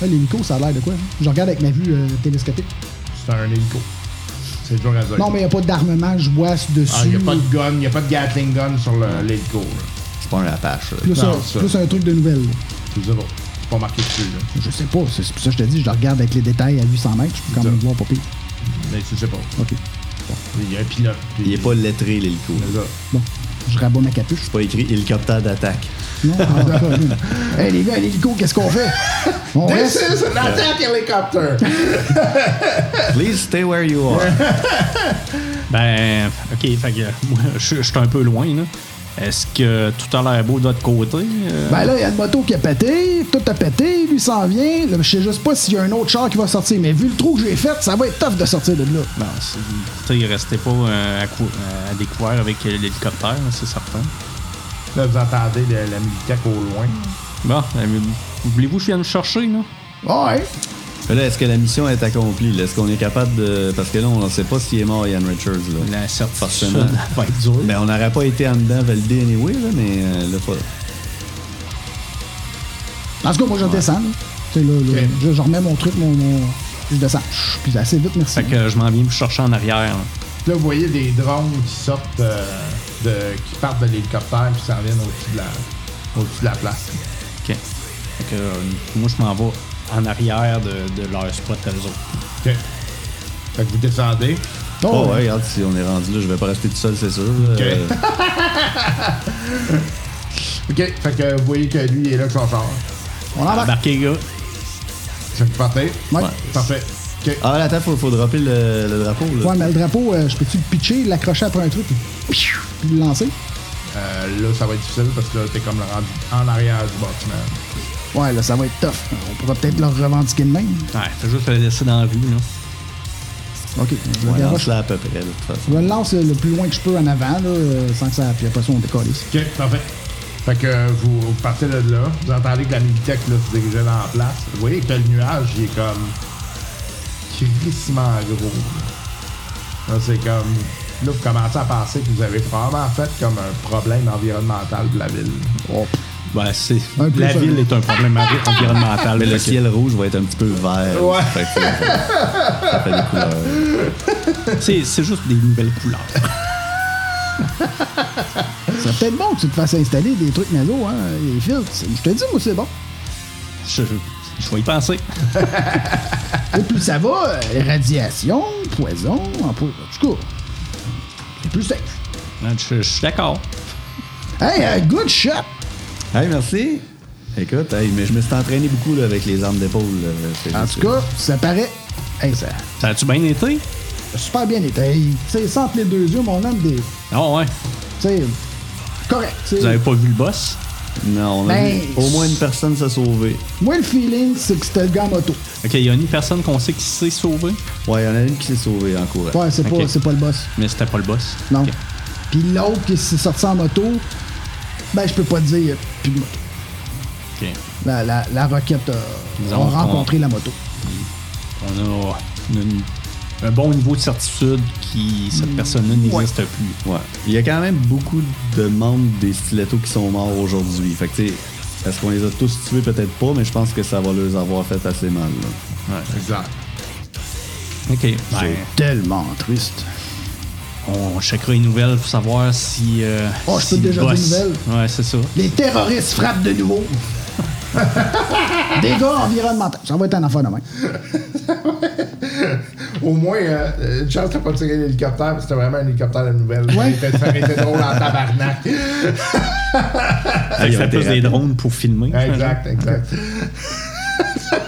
Speaker 4: Là, l'hélico, ça a l'air de quoi? hein? Je regarde avec ma vue euh, télescopique.
Speaker 5: C'est un hélico. C'est toujours à dire.
Speaker 4: Non, mais il n'y a pas d'armement, je bois dessus.
Speaker 5: Ah, y a pas de gun, y a pas de Gatling gun sur le- l'hélico, là.
Speaker 6: C'est pas un Apache. là.
Speaker 4: plus,
Speaker 5: non,
Speaker 4: un,
Speaker 5: ça.
Speaker 4: plus un truc de nouvelle. là.
Speaker 5: Tu sais pas. C'est pas marqué dessus, là.
Speaker 4: Je sais pas, c'est c'est pour ça que je te dis, je le regarde avec les détails à 800 mètres, je peux quand même
Speaker 5: Ça.
Speaker 4: voir pas pire.
Speaker 5: Mais tu sais pas.
Speaker 4: Ok,
Speaker 5: Il y a un pilote. puis-
Speaker 6: Il est pas lettré, l'hélico.
Speaker 5: C'est ça.
Speaker 4: bon, je rabats ma capuche.
Speaker 6: C'est pas écrit hélicoptère d'attaque.
Speaker 4: Non, ah, d'accord, ok. Hey les gars, l'hélico, qu'est-ce qu'on fait? On
Speaker 5: This
Speaker 4: reste?
Speaker 5: is an attack helicopter!
Speaker 6: Please stay where you are.
Speaker 3: Ben, ok, fait que euh, moi, je je suis un peu loin, là. Est-ce que tout a l'air beau de votre côté? euh?
Speaker 4: Ben là, il y a une moto qui a pété, tout a pété, lui s'en vient. Là, je sais juste pas s'il y a un autre char qui va sortir, mais vu le trou que j'ai fait, ça va être tough de sortir de là.
Speaker 3: Ben, c'est- écoutez, restez pas euh, à, cou- euh, à découvert avec euh, l'hélicoptère, là, c'est certain. Mm.
Speaker 5: Là, vous entendez le- la musique au loin.
Speaker 3: Bon, euh, voulez-vous que je vienne me chercher, là?
Speaker 4: Ouais,
Speaker 6: Mais là, est-ce que la mission est accomplie? là? Est-ce qu'on est capable de. Parce que là, on ne sait pas s'il est mort, Ian Richards. Là.
Speaker 3: La certitude
Speaker 6: Forcément.
Speaker 3: va être dure.
Speaker 6: Ben, on n'aurait pas été en dedans validé anyway, là, mais euh, là, pas.
Speaker 4: En tout cas, moi, je descends. là. Tu sais, là, là,
Speaker 5: Ok.
Speaker 4: je, je remets mon truc, mon. mon- je descends. Chut, Puis assez vite, merci.
Speaker 3: Fait que euh, je m'en viens vous chercher en arrière. là.
Speaker 5: Puis Là, vous voyez des drones qui sortent euh, de, qui partent de l'hélicoptère puis s'en viennent au-dessus de la, au-dessus de la place.
Speaker 3: Ok. Fait que, euh, moi, je m'en vais en
Speaker 5: Ah.
Speaker 3: arrière de, de leur spot à eux autres.
Speaker 5: OK. Fait que vous descendez.
Speaker 6: Oh, ouais, regarde, si on est rendu là, je vais pas rester tout seul, c'est sûr. là.
Speaker 5: Ok.
Speaker 6: Euh,
Speaker 5: OK. Fait que vous voyez que lui il est là avec son char.
Speaker 4: On embarque.
Speaker 3: Embarquez, gars.
Speaker 5: Fait que vous partez.
Speaker 4: Ouais.
Speaker 5: Parfait. OK.
Speaker 6: Ah, là, attends, faut, faut dropper le, le drapeau. Là.
Speaker 4: Ouais, mais le drapeau, euh, je peux-tu le pitcher, l'accrocher après un truc, puis, piou, puis le lancer?
Speaker 5: Euh, là, ça va être difficile parce que là, t'es comme rendu en arrière du bâtiment.
Speaker 4: Ouais, là, ça va être tough. On pourra peut-être leur revendiquer de même.
Speaker 3: Ouais, faut juste le laisser dans la rue, là.
Speaker 4: OK. Je,
Speaker 6: Ouais,
Speaker 4: le garoche-
Speaker 6: lance-la à peu près, de toute façon.
Speaker 4: je le lance le plus loin que je peux en avant, là, euh, sans que ça... Puis après ça, on décolle ici.
Speaker 5: OK. Parfait. Fait que euh, vous, vous partez de là. Vous entendez que la militech là, se dirigeait dans la place. Vous voyez que le nuage, il est comme... crissement gros. Là, c'est comme... Là, vous commencez à penser que vous avez probablement fait comme un problème environnemental de la ville.
Speaker 3: Ben, c'est.
Speaker 4: Un peu
Speaker 3: La
Speaker 4: ça.
Speaker 3: ville est un problème envi- environnemental.
Speaker 6: Mais le
Speaker 3: Fait que-
Speaker 6: ciel rouge va être un petit peu vert.
Speaker 5: Ouais.
Speaker 6: Fait que, ça fait des couleurs.
Speaker 3: C'est c'est juste des nouvelles couleurs.
Speaker 4: Ça serait peut-être bon que tu te fasses installer des trucs nasaux, hein, les filtres. C'est- Je te dis, moi, c'est bon.
Speaker 3: Je, je vais y penser.
Speaker 4: Et plus ça va, euh, radiation, poison, en tout cas, c'est plus safe.
Speaker 3: Ah, Je, je suis d'accord.
Speaker 4: Hey, euh, good shot!
Speaker 6: Hey, merci. Écoute, hey, mais je me suis entraîné beaucoup là, avec les armes d'épaule. là. C'est
Speaker 4: En
Speaker 6: juste-
Speaker 4: tout cas, ça paraît... Hey, ça
Speaker 3: Ça a-tu bien été?
Speaker 4: a super bien été. Hey, tu sais, sans entre les deux yeux, mon homme, des... Tu
Speaker 3: Non, Ah, ouais.
Speaker 4: sais, correct. tu sais.
Speaker 3: Vous avez pas vu le boss?
Speaker 6: Non, on a
Speaker 4: Ben,
Speaker 6: vu au moins une personne s'est sauvée.
Speaker 4: Moi, le feeling, c'est que c'était le gars en moto.
Speaker 3: Ok, il y a une personne qu'on sait qui s'est sauvée,
Speaker 6: Ouais, il y en a une qui s'est sauvée en courant.
Speaker 4: Ouais, c'est
Speaker 3: Ok.
Speaker 4: pas, c'est pas le boss.
Speaker 3: mais c'était pas le boss.
Speaker 4: Non.
Speaker 3: Ok.
Speaker 4: Puis l'autre qui s'est sorti en moto, ben, je peux pas dire, il y a plus de moto.
Speaker 3: Ok.
Speaker 4: La, la, la roquette a,
Speaker 3: Ils
Speaker 4: a
Speaker 3: ont-
Speaker 4: rencontré la moto.
Speaker 3: On a une- un bon niveau de certitude qui cette
Speaker 4: Mm.
Speaker 3: personne-là n'existe plus.
Speaker 6: Ouais. Il y a quand même beaucoup de membres des stilettos qui sont morts aujourd'hui. Fait que, tu sais, est-ce qu'on les a tous tués? Peut-être pas, mais je pense que ça va leur avoir fait assez mal. là.
Speaker 5: Exact.
Speaker 3: Ok. Ben,
Speaker 4: Tellement triste.
Speaker 3: on checkera les nouvelles pour savoir si. euh,
Speaker 4: Oh, je peux
Speaker 3: si le
Speaker 4: déjà dire
Speaker 3: boss-
Speaker 4: les nouvelles?
Speaker 3: Ouais, c'est ça.
Speaker 4: Les terroristes frappent de nouveau. Dégâts environnementaux. Ça va être un enfant demain.
Speaker 5: Au moins, euh, euh, Charles t'as pas tiré l'hélicoptère, mais c'était vraiment un hélicoptère de nouvelles.
Speaker 4: Ouais.
Speaker 5: Ça aurait été- ça aurait été drôle en tabarnak.
Speaker 3: Fait que
Speaker 6: il
Speaker 3: ça
Speaker 6: a été
Speaker 3: plus des
Speaker 6: rapide.
Speaker 3: drones pour filmer.
Speaker 5: exact, exact.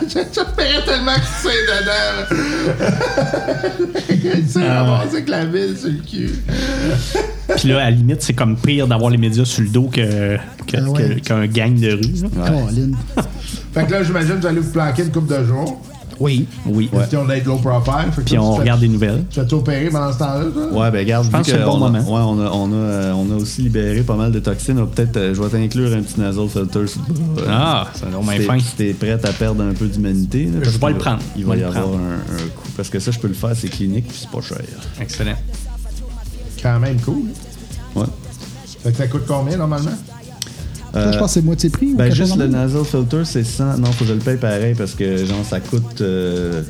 Speaker 5: J'espérais tellement que tu sois dedans. là. Il s'est ramassé avec la ville sur le cul.
Speaker 3: Puis là, à la limite, c'est comme pire d'avoir les médias sur le dos que, que-
Speaker 4: Ah ouais.
Speaker 3: que- qu'un gang de rue. là.
Speaker 4: Caroline.
Speaker 5: Fait que là, j'imagine que vous allez vous planquer une couple de jours.
Speaker 4: Oui.
Speaker 3: Oui.
Speaker 5: Si on est low profile. Fait que
Speaker 3: Puis
Speaker 5: toi,
Speaker 3: on
Speaker 5: tu te-
Speaker 3: regarde les nouvelles.
Speaker 5: Tu vas t'opérer pendant ce temps-là, toi?
Speaker 6: Ouais, ben garde, vu
Speaker 3: pense que c'est le
Speaker 6: qu'on
Speaker 3: bon
Speaker 6: a,
Speaker 3: moment.
Speaker 6: ouais, on, a, on, a, euh, on a aussi libéré pas mal de toxines, on va peut-être, euh, je vais t'inclure un petit nasal filter. sur le bras, euh,
Speaker 3: Ah, c'est un long
Speaker 6: si t'es-
Speaker 3: fin.
Speaker 6: Si t'es prête à perdre un peu d'humanité, là, parce
Speaker 3: vais
Speaker 6: que
Speaker 3: le prendre.
Speaker 6: Il
Speaker 3: Je
Speaker 6: va
Speaker 3: vais
Speaker 6: y
Speaker 3: le
Speaker 6: avoir
Speaker 3: prendre.
Speaker 6: un, un coup. Parce que ça, je peux le faire, c'est clinique, puis c'est pas cher.
Speaker 3: Excellent.
Speaker 5: Quand même cool.
Speaker 6: Ouais.
Speaker 5: Fait que ça coûte combien, normalement?
Speaker 4: Toi, je pense que c'est moitié prix. ou
Speaker 6: Ben
Speaker 4: quelque
Speaker 6: juste
Speaker 4: chose
Speaker 6: le
Speaker 4: en même?
Speaker 6: nasal filter, c'est 100. Non, faut que je le paye pareil parce que genre ça coûte euh,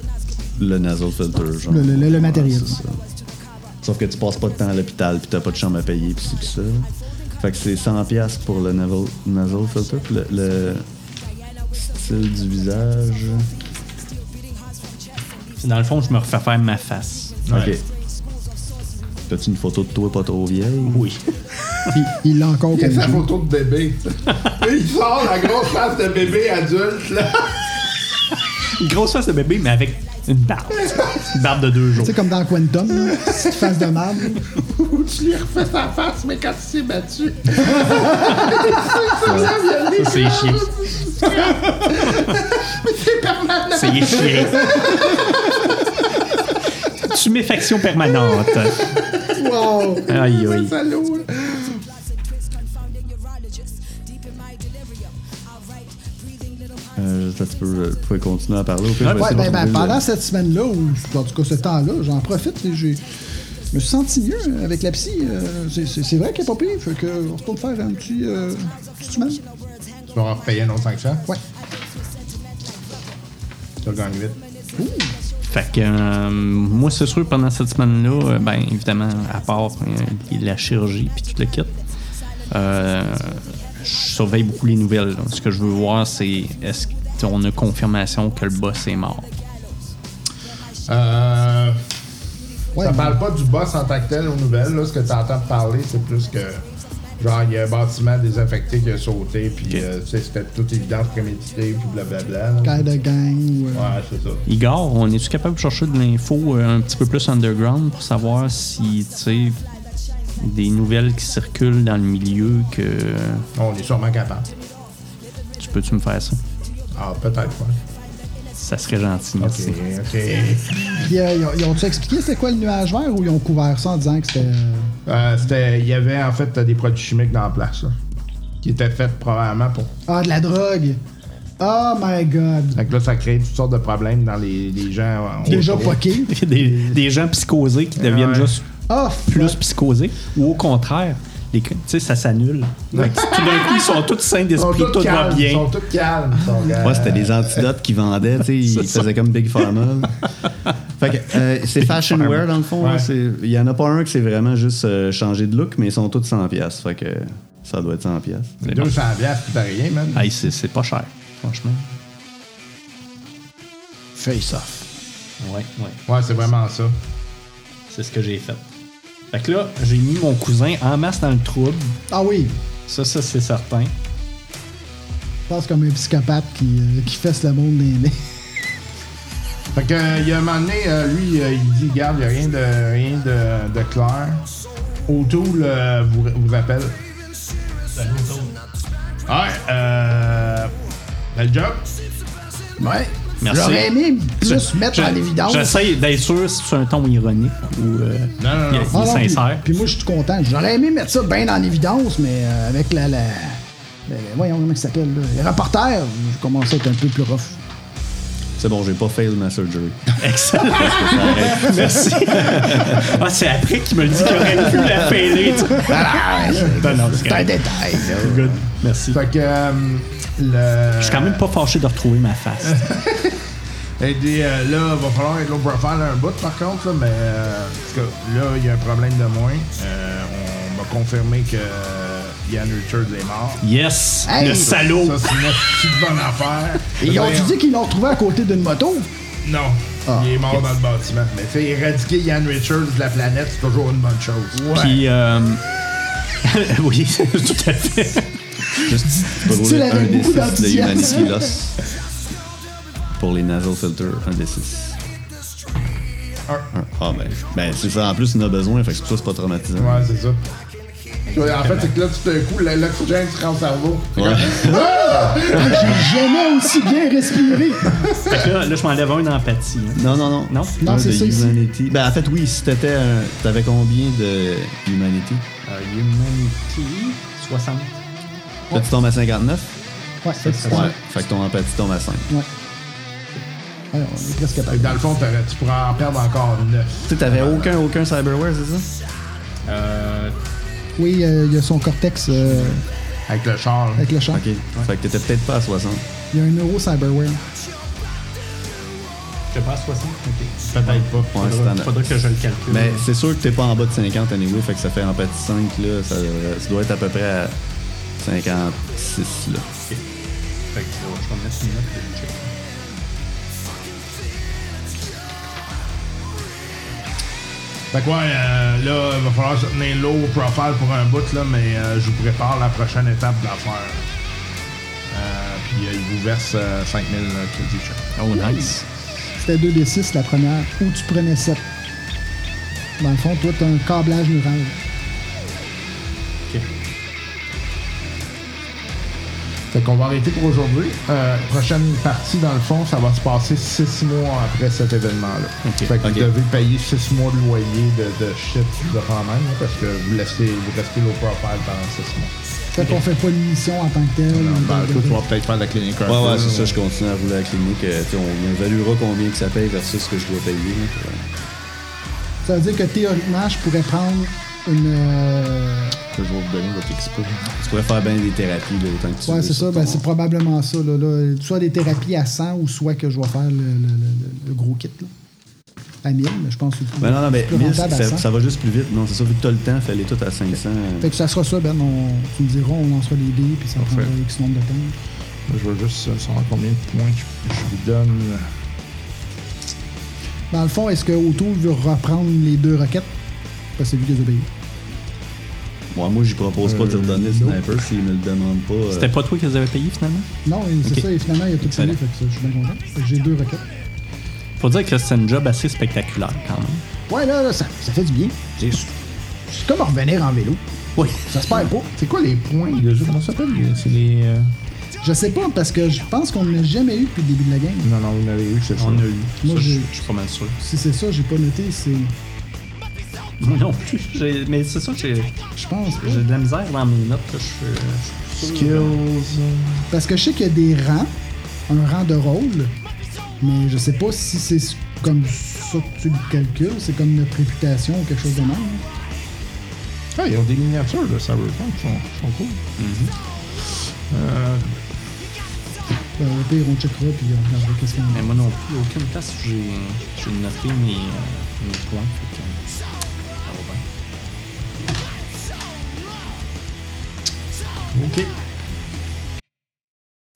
Speaker 6: le nasal filter. Genre.
Speaker 4: Le- le- le matériel.
Speaker 6: c'est ça. Sauf que tu passes pas de temps à l'hôpital puis t'as pas de chambre à payer puis c'est ça. Fait que c'est 100 pièces pour le nasal, nasal filter puis le, le style du visage.
Speaker 3: Puis dans le fond, je me refais faire ma face.
Speaker 6: Ok. T'as-tu une photo de toi pas trop vieille?
Speaker 3: Oui.
Speaker 4: Puis il l'a encore
Speaker 5: Il y a
Speaker 4: comme
Speaker 5: sa
Speaker 4: jour.
Speaker 5: photo de bébé. il sort la grosse face de bébé adulte, là.
Speaker 3: Une grosse face de bébé, mais avec une barbe. Une barbe de deux jours.
Speaker 4: Tu sais, comme dans Quantum, là, petite face de marde.
Speaker 5: Où tu lui refais sa face, mais quand il s'est battu. Il s'est violé.
Speaker 3: Ça, c'est chiant.
Speaker 5: Mais c'est permanent.
Speaker 3: C'est chiant. Tuméfaction permanente.
Speaker 5: Wow.
Speaker 3: Aïe,
Speaker 5: C'est
Speaker 3: aïe.
Speaker 5: salaud, là.
Speaker 6: Euh, juste un petit peu, vous pouvez continuer à parler au pire, je vais
Speaker 4: Ouais,
Speaker 6: essayer
Speaker 4: ben,
Speaker 6: de
Speaker 4: ben,
Speaker 6: retrouver le-
Speaker 4: pendant cette semaine-là, ou en tout cas ce temps-là, j'en profite. et j'ai- Je me suis senti mieux avec la psy. euh, c'est- c'est c'est vrai qu'elle est pas pire. Fait que, on se tourne faire un petit. Euh, petite semaine.
Speaker 5: Tu vas en repayer un autre 500?
Speaker 4: Ouais.
Speaker 5: Tu vas gagner vite.
Speaker 4: Ouh.
Speaker 3: Fait que euh, moi, c'est sûr, pendant cette semaine-là, euh, ben évidemment, à part euh, la chirurgie puis tout le kit, euh, je surveille beaucoup les nouvelles. là. Ce que je veux voir, c'est est-ce qu'on a confirmation que le boss est mort.
Speaker 5: Euh,
Speaker 4: Ouais,
Speaker 5: ça
Speaker 4: mais-
Speaker 5: parle pas du boss en tant que tel aux nouvelles. Là, ce que tu entends parler, c'est plus que. Genre, il y a un bâtiment désaffecté qui a sauté, puis euh, tu sais, c'était tout évident, prémédité, puis blablabla. là.
Speaker 4: Guy de gang. ou, euh,
Speaker 5: Ouais, c'est ça.
Speaker 3: Igor, on est-tu capable de chercher de l'info euh, un petit peu plus underground pour savoir si, tu sais, des nouvelles qui circulent dans le milieu que.
Speaker 5: On est sûrement capable.
Speaker 3: Tu peux-tu me faire ça?
Speaker 5: Ah, peut-être, ouais.
Speaker 3: Ça serait gentil,
Speaker 5: Ok,
Speaker 3: merci.
Speaker 5: ok.
Speaker 4: Puis, euh, ils ont- ils ont-tu expliqué c'était quoi le nuage vert ou ils ont couvert ça en disant que c'était. euh,
Speaker 5: Euh, c'était- Il y avait en fait des produits chimiques dans la place, là, qui étaient faits probablement pour.
Speaker 4: Ah, de la drogue! Oh my god!
Speaker 5: Fait que là, ça crée toutes sortes de problèmes dans les, les gens. euh,
Speaker 4: Déjà
Speaker 5: autour.
Speaker 4: poqué.
Speaker 3: Des, des gens psychosés qui deviennent
Speaker 5: Ouais.
Speaker 3: juste
Speaker 4: Ah,
Speaker 3: plus psychosés, ou au contraire, les, tu sais, ça s'annule. Fait que Tout d'un coup, ils sont tous sains
Speaker 5: Ils sont
Speaker 3: d'esprit,
Speaker 5: tous
Speaker 3: tout va
Speaker 5: calmes. Ils
Speaker 3: bien.
Speaker 5: sont tous calmes. ils sont, euh,
Speaker 6: Ouais, c'était des antidotes qui vendaient, tu sais, ils faisaient comme Big Pharma. fait que euh, c'est fashion wear dans le fond, là,
Speaker 5: Ouais.
Speaker 6: c'est- il y en a pas un que c'est vraiment juste euh, changer de look, mais ils sont tous 100 pièces, fait que ça doit être 100 pièces.
Speaker 5: 200 piastres, c'est pas rien, man.
Speaker 3: Hey, c'est c'est pas cher, franchement.
Speaker 2: Face off.
Speaker 3: Ouais, ouais.
Speaker 5: Ouais, c'est vraiment ça.
Speaker 3: C'est ce que j'ai fait. Fait que là, j'ai mis mon cousin en masse dans le trouble.
Speaker 4: Ah oui!
Speaker 3: Ça, ça, c'est certain.
Speaker 4: Je pense comme un psychopathe qui, euh, qui fesse le monde des nez.
Speaker 5: Fait que, euh, il y a un moment donné, euh, lui, euh, il dit Garde, il n'y a rien de, rien de, de clair. O'Toole euh, vous, vous rappelle. Ouais, euh. Bel job.
Speaker 2: Ouais.
Speaker 3: Merci.
Speaker 2: J'aurais aimé
Speaker 4: Plus mettre en évidence.
Speaker 3: J'essaie d'être sûr si c'est un ton ironique ou euh,
Speaker 5: Non, non, non.
Speaker 3: il- il
Speaker 4: Ah
Speaker 3: est
Speaker 4: non, puis-
Speaker 3: sincère.
Speaker 4: Puis moi, je suis content. J'aurais aimé mettre ça bien en évidence, mais euh, avec la. la, la- la- voyons comment il s'appelle, là. Le reporter, je commence à être un peu plus rough.
Speaker 6: C'est bon, j'ai pas fail ma surgery.
Speaker 3: Excellent. Merci. ah, c'est après qu'il me le dit qu'il aurait pu la fêler. tu sais. Non, non, c'est
Speaker 2: C'est un
Speaker 3: correct.
Speaker 2: détail, là.
Speaker 3: Good. Merci.
Speaker 5: Fait que, euh, le.
Speaker 3: Je suis quand même pas fâché de retrouver ma face.
Speaker 5: Et des, euh, là, va falloir être l'autre pour faire là, un bout par contre, là, mais euh, en tout cas, là, il y a un problème de moins. Euh, on m'a confirmé que euh, Ian Richards est mort.
Speaker 3: Yes!
Speaker 4: Hey!
Speaker 3: le salaud!
Speaker 5: Ça, c'est une petite bonne affaire.
Speaker 4: Et ils ont-tu
Speaker 5: Ben,
Speaker 4: dit qu'ils l'ont retrouvé à côté d'une moto?
Speaker 5: Non. Il est mort dans le bâtiment. Mais tu sais, éradiquer Ian Richards de la planète, c'est toujours une bonne chose. Ouais.
Speaker 3: Puis, euh... oui, tout à fait.
Speaker 6: Juste tu peux
Speaker 4: Tu
Speaker 6: rouler
Speaker 4: l'avais
Speaker 6: un des
Speaker 4: beaucoup
Speaker 6: six de
Speaker 4: d'enthousiasme.
Speaker 6: Humanity Loss. Pour les nasal filters, un des six. Un. Ah ben, ben c'est ça, en plus il en a besoin, fait que c'est pour ça que c'est pas traumatisant.
Speaker 5: Ouais, c'est ça. Ouais, En fait, c'est que là, tout d'un coup, l'oxygène se rend au cerveau.
Speaker 6: Ouais.
Speaker 4: Jamais aussi bien respiré!
Speaker 3: Fait que là, là, je m'enlève un d'empathie. hein.
Speaker 6: Non, non, non.
Speaker 3: Non?
Speaker 4: Non,
Speaker 6: Un
Speaker 4: c'est
Speaker 6: de
Speaker 4: ça ici.
Speaker 6: Humanity. Ben en fait oui, si t'étais un- T'avais combien de Humanity?
Speaker 3: Euh, humanity 60.
Speaker 6: Là tu tombes à 59?
Speaker 4: Ouais, c'est ça.
Speaker 6: Ouais. Fait que ton empathie tombe à 5.
Speaker 4: Ouais. Ouais, on est presque
Speaker 5: Fait
Speaker 4: capable.
Speaker 5: que Dans le fond, t'aurais- euh, tu pourrais en perdre encore 9.
Speaker 6: Tu sais, t'avais aucun, aucun cyberware, c'est ça?
Speaker 5: Euh,
Speaker 4: Oui, euh, il y a son cortex euh,
Speaker 5: avec le char. là.
Speaker 4: avec le champ.
Speaker 6: Ok. Fait que t'étais peut-être pas à 60.
Speaker 4: Il y a un euro cyberware.
Speaker 3: Je passe 60? Ok. Peut-être pas.
Speaker 6: Ouais, c'est
Speaker 3: faudra,
Speaker 6: en-
Speaker 3: faudra que je le calcule.
Speaker 6: Mais c'est sûr que t'es pas en bas de 50 anyway, fait que ça fait empathie 5 là, ça, devrait- ça doit être à peu près à 56 là.
Speaker 3: Fait que, euh, je vais me mettre une note de check.
Speaker 5: Fait que ouais, euh, là, il va falloir se tenir low profile pour un bout, là, mais euh, je vous prépare la prochaine étape de l'affaire. Euh, puis euh, il vous verse 5000 crédits chacun.
Speaker 3: Oh, nice.
Speaker 4: C'était 2D6 la première, ou tu prenais 7. Dans le fond, toi, t'as un câblage neural.
Speaker 5: Fait qu'on va arrêter pour aujourd'hui. Euh, prochaine partie, dans le fond, ça va se passer 6 mois après cet événement-là. Fait que
Speaker 6: Ok.
Speaker 5: vous devez payer 6 mois de loyer de, de shit de quand même, là, parce que vous, laissez, vous restez low profile pendant 6 mois.
Speaker 4: Fait qu'on fait pas l'émission en tant que telle.
Speaker 5: Non, ben,
Speaker 4: De- de-
Speaker 5: toi, tu vas peut-être faire de la clinique.
Speaker 6: Ouais, ouais, c'est ça, je continue à rouler à la clinique. euh, tu sais, on évaluera combien que ça paye versus ce que je dois payer. là, pour, euh,
Speaker 4: Ça veut dire que théoriquement, je pourrais prendre une. euh,
Speaker 6: que je vais vous donner votre expo. Tu pourrais faire bien des thérapies là, autant que tu
Speaker 4: Ouais,
Speaker 6: veux,
Speaker 4: c'est ça,
Speaker 6: sur
Speaker 4: ben,
Speaker 6: ton-
Speaker 4: c'est probablement ça. Là, là. Soit des thérapies à 100 ou soit que je vais faire le, le- le- le- le gros kit. là. à 1000, mais je pense que c'est
Speaker 6: Ben non, non, mais
Speaker 4: plus
Speaker 6: 1000,
Speaker 4: rentable à
Speaker 6: ça,
Speaker 4: 100.
Speaker 6: ça va juste plus vite. Non, c'est ça, vu que t'as le temps, fais-les toutes à 500.
Speaker 4: Fait que ça sera ça, Ben. On, tu me diras, on lancera les dés, puis ça
Speaker 5: Parfait.
Speaker 4: prendra X nombre de temps.
Speaker 5: Je veux juste euh, savoir combien de points je, je lui donne.
Speaker 4: Dans le fond, est-ce que Otto veut reprendre les deux roquettes? Parce que c'est lui qui les a payées.
Speaker 6: Moi, moi, j'y propose pas de
Speaker 4: Euh,
Speaker 6: leur donner le sniper s'il me le demande pas. euh,
Speaker 7: C'était pas toi qui les avais payés finalement?
Speaker 4: Non, et c'est
Speaker 7: Ok.
Speaker 4: ça, et finalement, il a tout payé,
Speaker 6: Excellent.
Speaker 4: fait que ça, je suis bien content. Fait que j'ai deux roquettes.
Speaker 7: Faut dire que c'est un job assez spectaculaire quand même.
Speaker 4: Ouais, là, là, ça, ça fait du bien. C'est c'est comme revenir en vélo.
Speaker 7: Oui.
Speaker 4: Ça se perd pas.
Speaker 5: C'est quoi les points de jeu Comment ça s'appelle les- C'est les. euh,
Speaker 4: Je sais pas, parce que je pense qu'on n'a jamais eu depuis le début de la game.
Speaker 5: Non, non, vous n'avez eu, c'est ça.
Speaker 7: On a eu.
Speaker 4: Moi,
Speaker 7: Ça, je
Speaker 4: j'ai-
Speaker 7: je suis pas mal sûr.
Speaker 4: Si c'est ça, j'ai pas noté, c'est.
Speaker 7: Moi non plus. J'ai- Mais c'est ça, j'ai
Speaker 4: Je pense pas.
Speaker 7: j'ai de la misère dans mes notes. là. Je suis- je suis sûr.
Speaker 5: Skills.
Speaker 4: Parce que je sais qu'il y a des rangs, un rang de rôle, mais je sais pas si c'est comme ça que tu le calcules, c'est comme notre réputation ou quelque chose de même. hein.
Speaker 5: Ah, ils ont des miniatures de Cyberpunk, ils sont, ils sont cool. Euh,
Speaker 4: Ben, au pire, on checkera puis on regardera qu'est-ce qu'on
Speaker 7: Mais
Speaker 4: a.
Speaker 7: moi non plus, aucune place où j'ai j'ai noté mes, euh, mes points. Fait que, euh, ça va bien.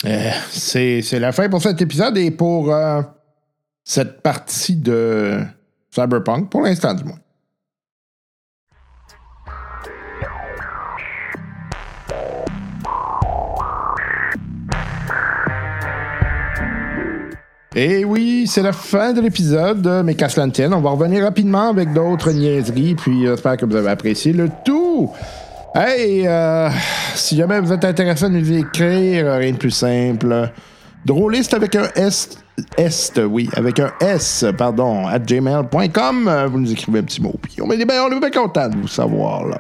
Speaker 2: Euh, c'est c'est la fin pour cet épisode et pour euh, cette partie de Cyberpunk, pour l'instant du moins. Et Eh oui, c'est la fin de l'épisode, euh, mais qu'à cela ne tienne, on va revenir rapidement avec d'autres niaiseries, puis j'espère que vous avez apprécié le tout. Hey, euh, si jamais vous êtes intéressé à nous écrire, euh, rien de plus simple. Drôliste avec un S. Est, oui, avec un S, pardon, at gmail.com. Euh, Vous nous écrivez un petit mot, puis on est bien, on est bien content de vous savoir, là.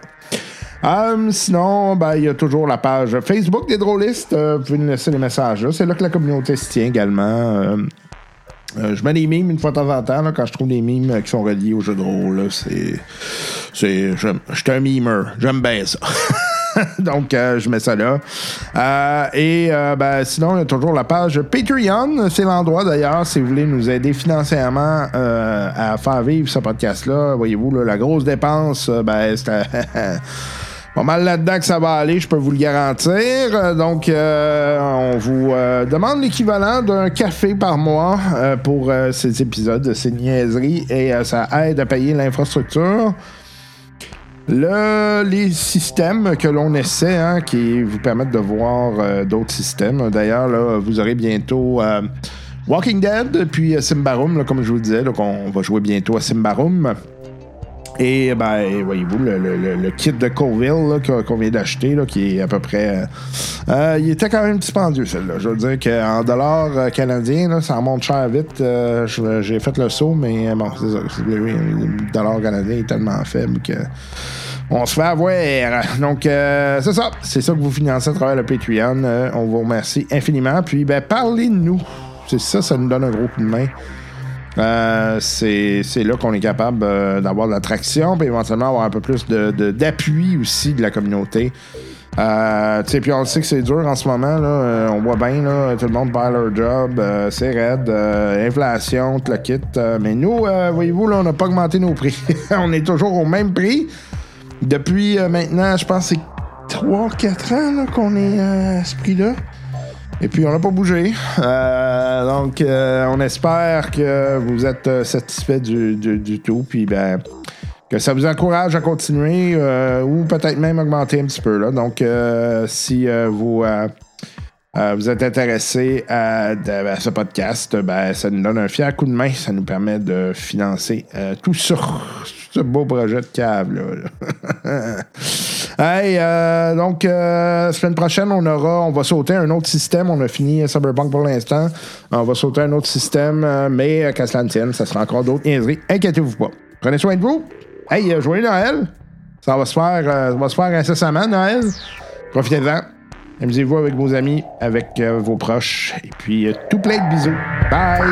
Speaker 2: Euh, sinon, ben, il y a toujours la page Facebook des drôlistes. Euh, vous pouvez nous laisser des messages. là. C'est là que la communauté se tient également. Euh, euh, je mets des mimes une fois de temps en temps là, quand je trouve des mimes euh, qui sont reliés au jeu de rôle. là. C'est. C'est. j'aime- Je suis un mimeur. J'aime bien ça. Donc, euh, je mets ça là. Euh, et euh, ben, sinon, il y a toujours la page Patreon. C'est l'endroit d'ailleurs, si vous voulez nous aider financièrement euh, à faire vivre ce podcast-là. Voyez-vous, là, la grosse dépense, euh, ben, c'est à- Pas mal là-dedans que ça va aller, je peux vous le garantir. Euh, Donc, euh, on vous euh, demande l'équivalent d'un café par mois euh, pour euh, ces épisodes, ces niaiseries, et euh, ça aide à payer l'infrastructure. Le, les systèmes que l'on essaie, hein, qui vous permettent de voir euh, d'autres systèmes. D'ailleurs, là, vous aurez bientôt euh, Walking Dead, puis euh, Simbarum, là, comme je vous le disais. Donc, on va jouer bientôt à Simbarum. Et ben, voyez-vous, le, le- le- le kit de Coville là, qu'on qu'on vient d'acheter, là, qui est à peu près. euh, euh, il était quand même dispendieux, celui-là. Je veux dire qu'en dollars euh, canadiens, là, ça monte cher vite. Euh, je- J'ai fait le saut, mais euh, bon, c'est ça. c'est- oui, Le dollar canadien est tellement faible que. On se fait avoir. Donc, euh, c'est ça. C'est ça que vous financez à travers le Patreon. Euh, on vous remercie infiniment. Puis, ben, parlez-nous. C'est ça, ça nous donne un gros coup de main. Euh, c'est c'est là qu'on est capable euh, d'avoir de l'attraction, puis éventuellement avoir un peu plus d'appui de, d'appui aussi de la communauté. Euh, tu sais, puis on le sait que c'est dur en ce moment, là, euh, on voit bien, là, tout le monde perd leur job, euh, c'est raide, euh, inflation, tout le kit. euh, mais nous, euh, voyez-vous, là, on n'a pas augmenté nos prix. on est toujours au même prix. Depuis euh, maintenant, je pense que c'est 3-4 ans là, qu'on est euh, à ce prix-là. Et puis, on n'a pas bougé. Euh, donc, euh, on espère que vous êtes euh, satisfait du, du- du tout. Puis, ben, que ça vous encourage à continuer euh, ou peut-être même augmenter un petit peu. Là. Donc, euh, si euh, vous, euh, euh, vous êtes intéressé à, à ce podcast, ben, ça nous donne un fier coup de main. Ça nous permet de financer euh, tout ça, ce beau projet de cave. Là, là. Hey, euh, donc, euh, semaine prochaine, on aura, on va sauter un autre système. On a fini Cyberpunk pour l'instant. On va sauter un autre système, euh, mais euh, qu'à cela ne tienne, ça sera encore d'autres niaiseries. Inquiétez-vous pas. Prenez soin de vous. Hey, euh, joyeux Noël. Ça va se faire, euh, ça va se faire incessamment, Noël. Profitez-en. Amusez-vous avec vos amis, avec euh, vos proches. Et puis, euh, tout plein de bisous. Bye.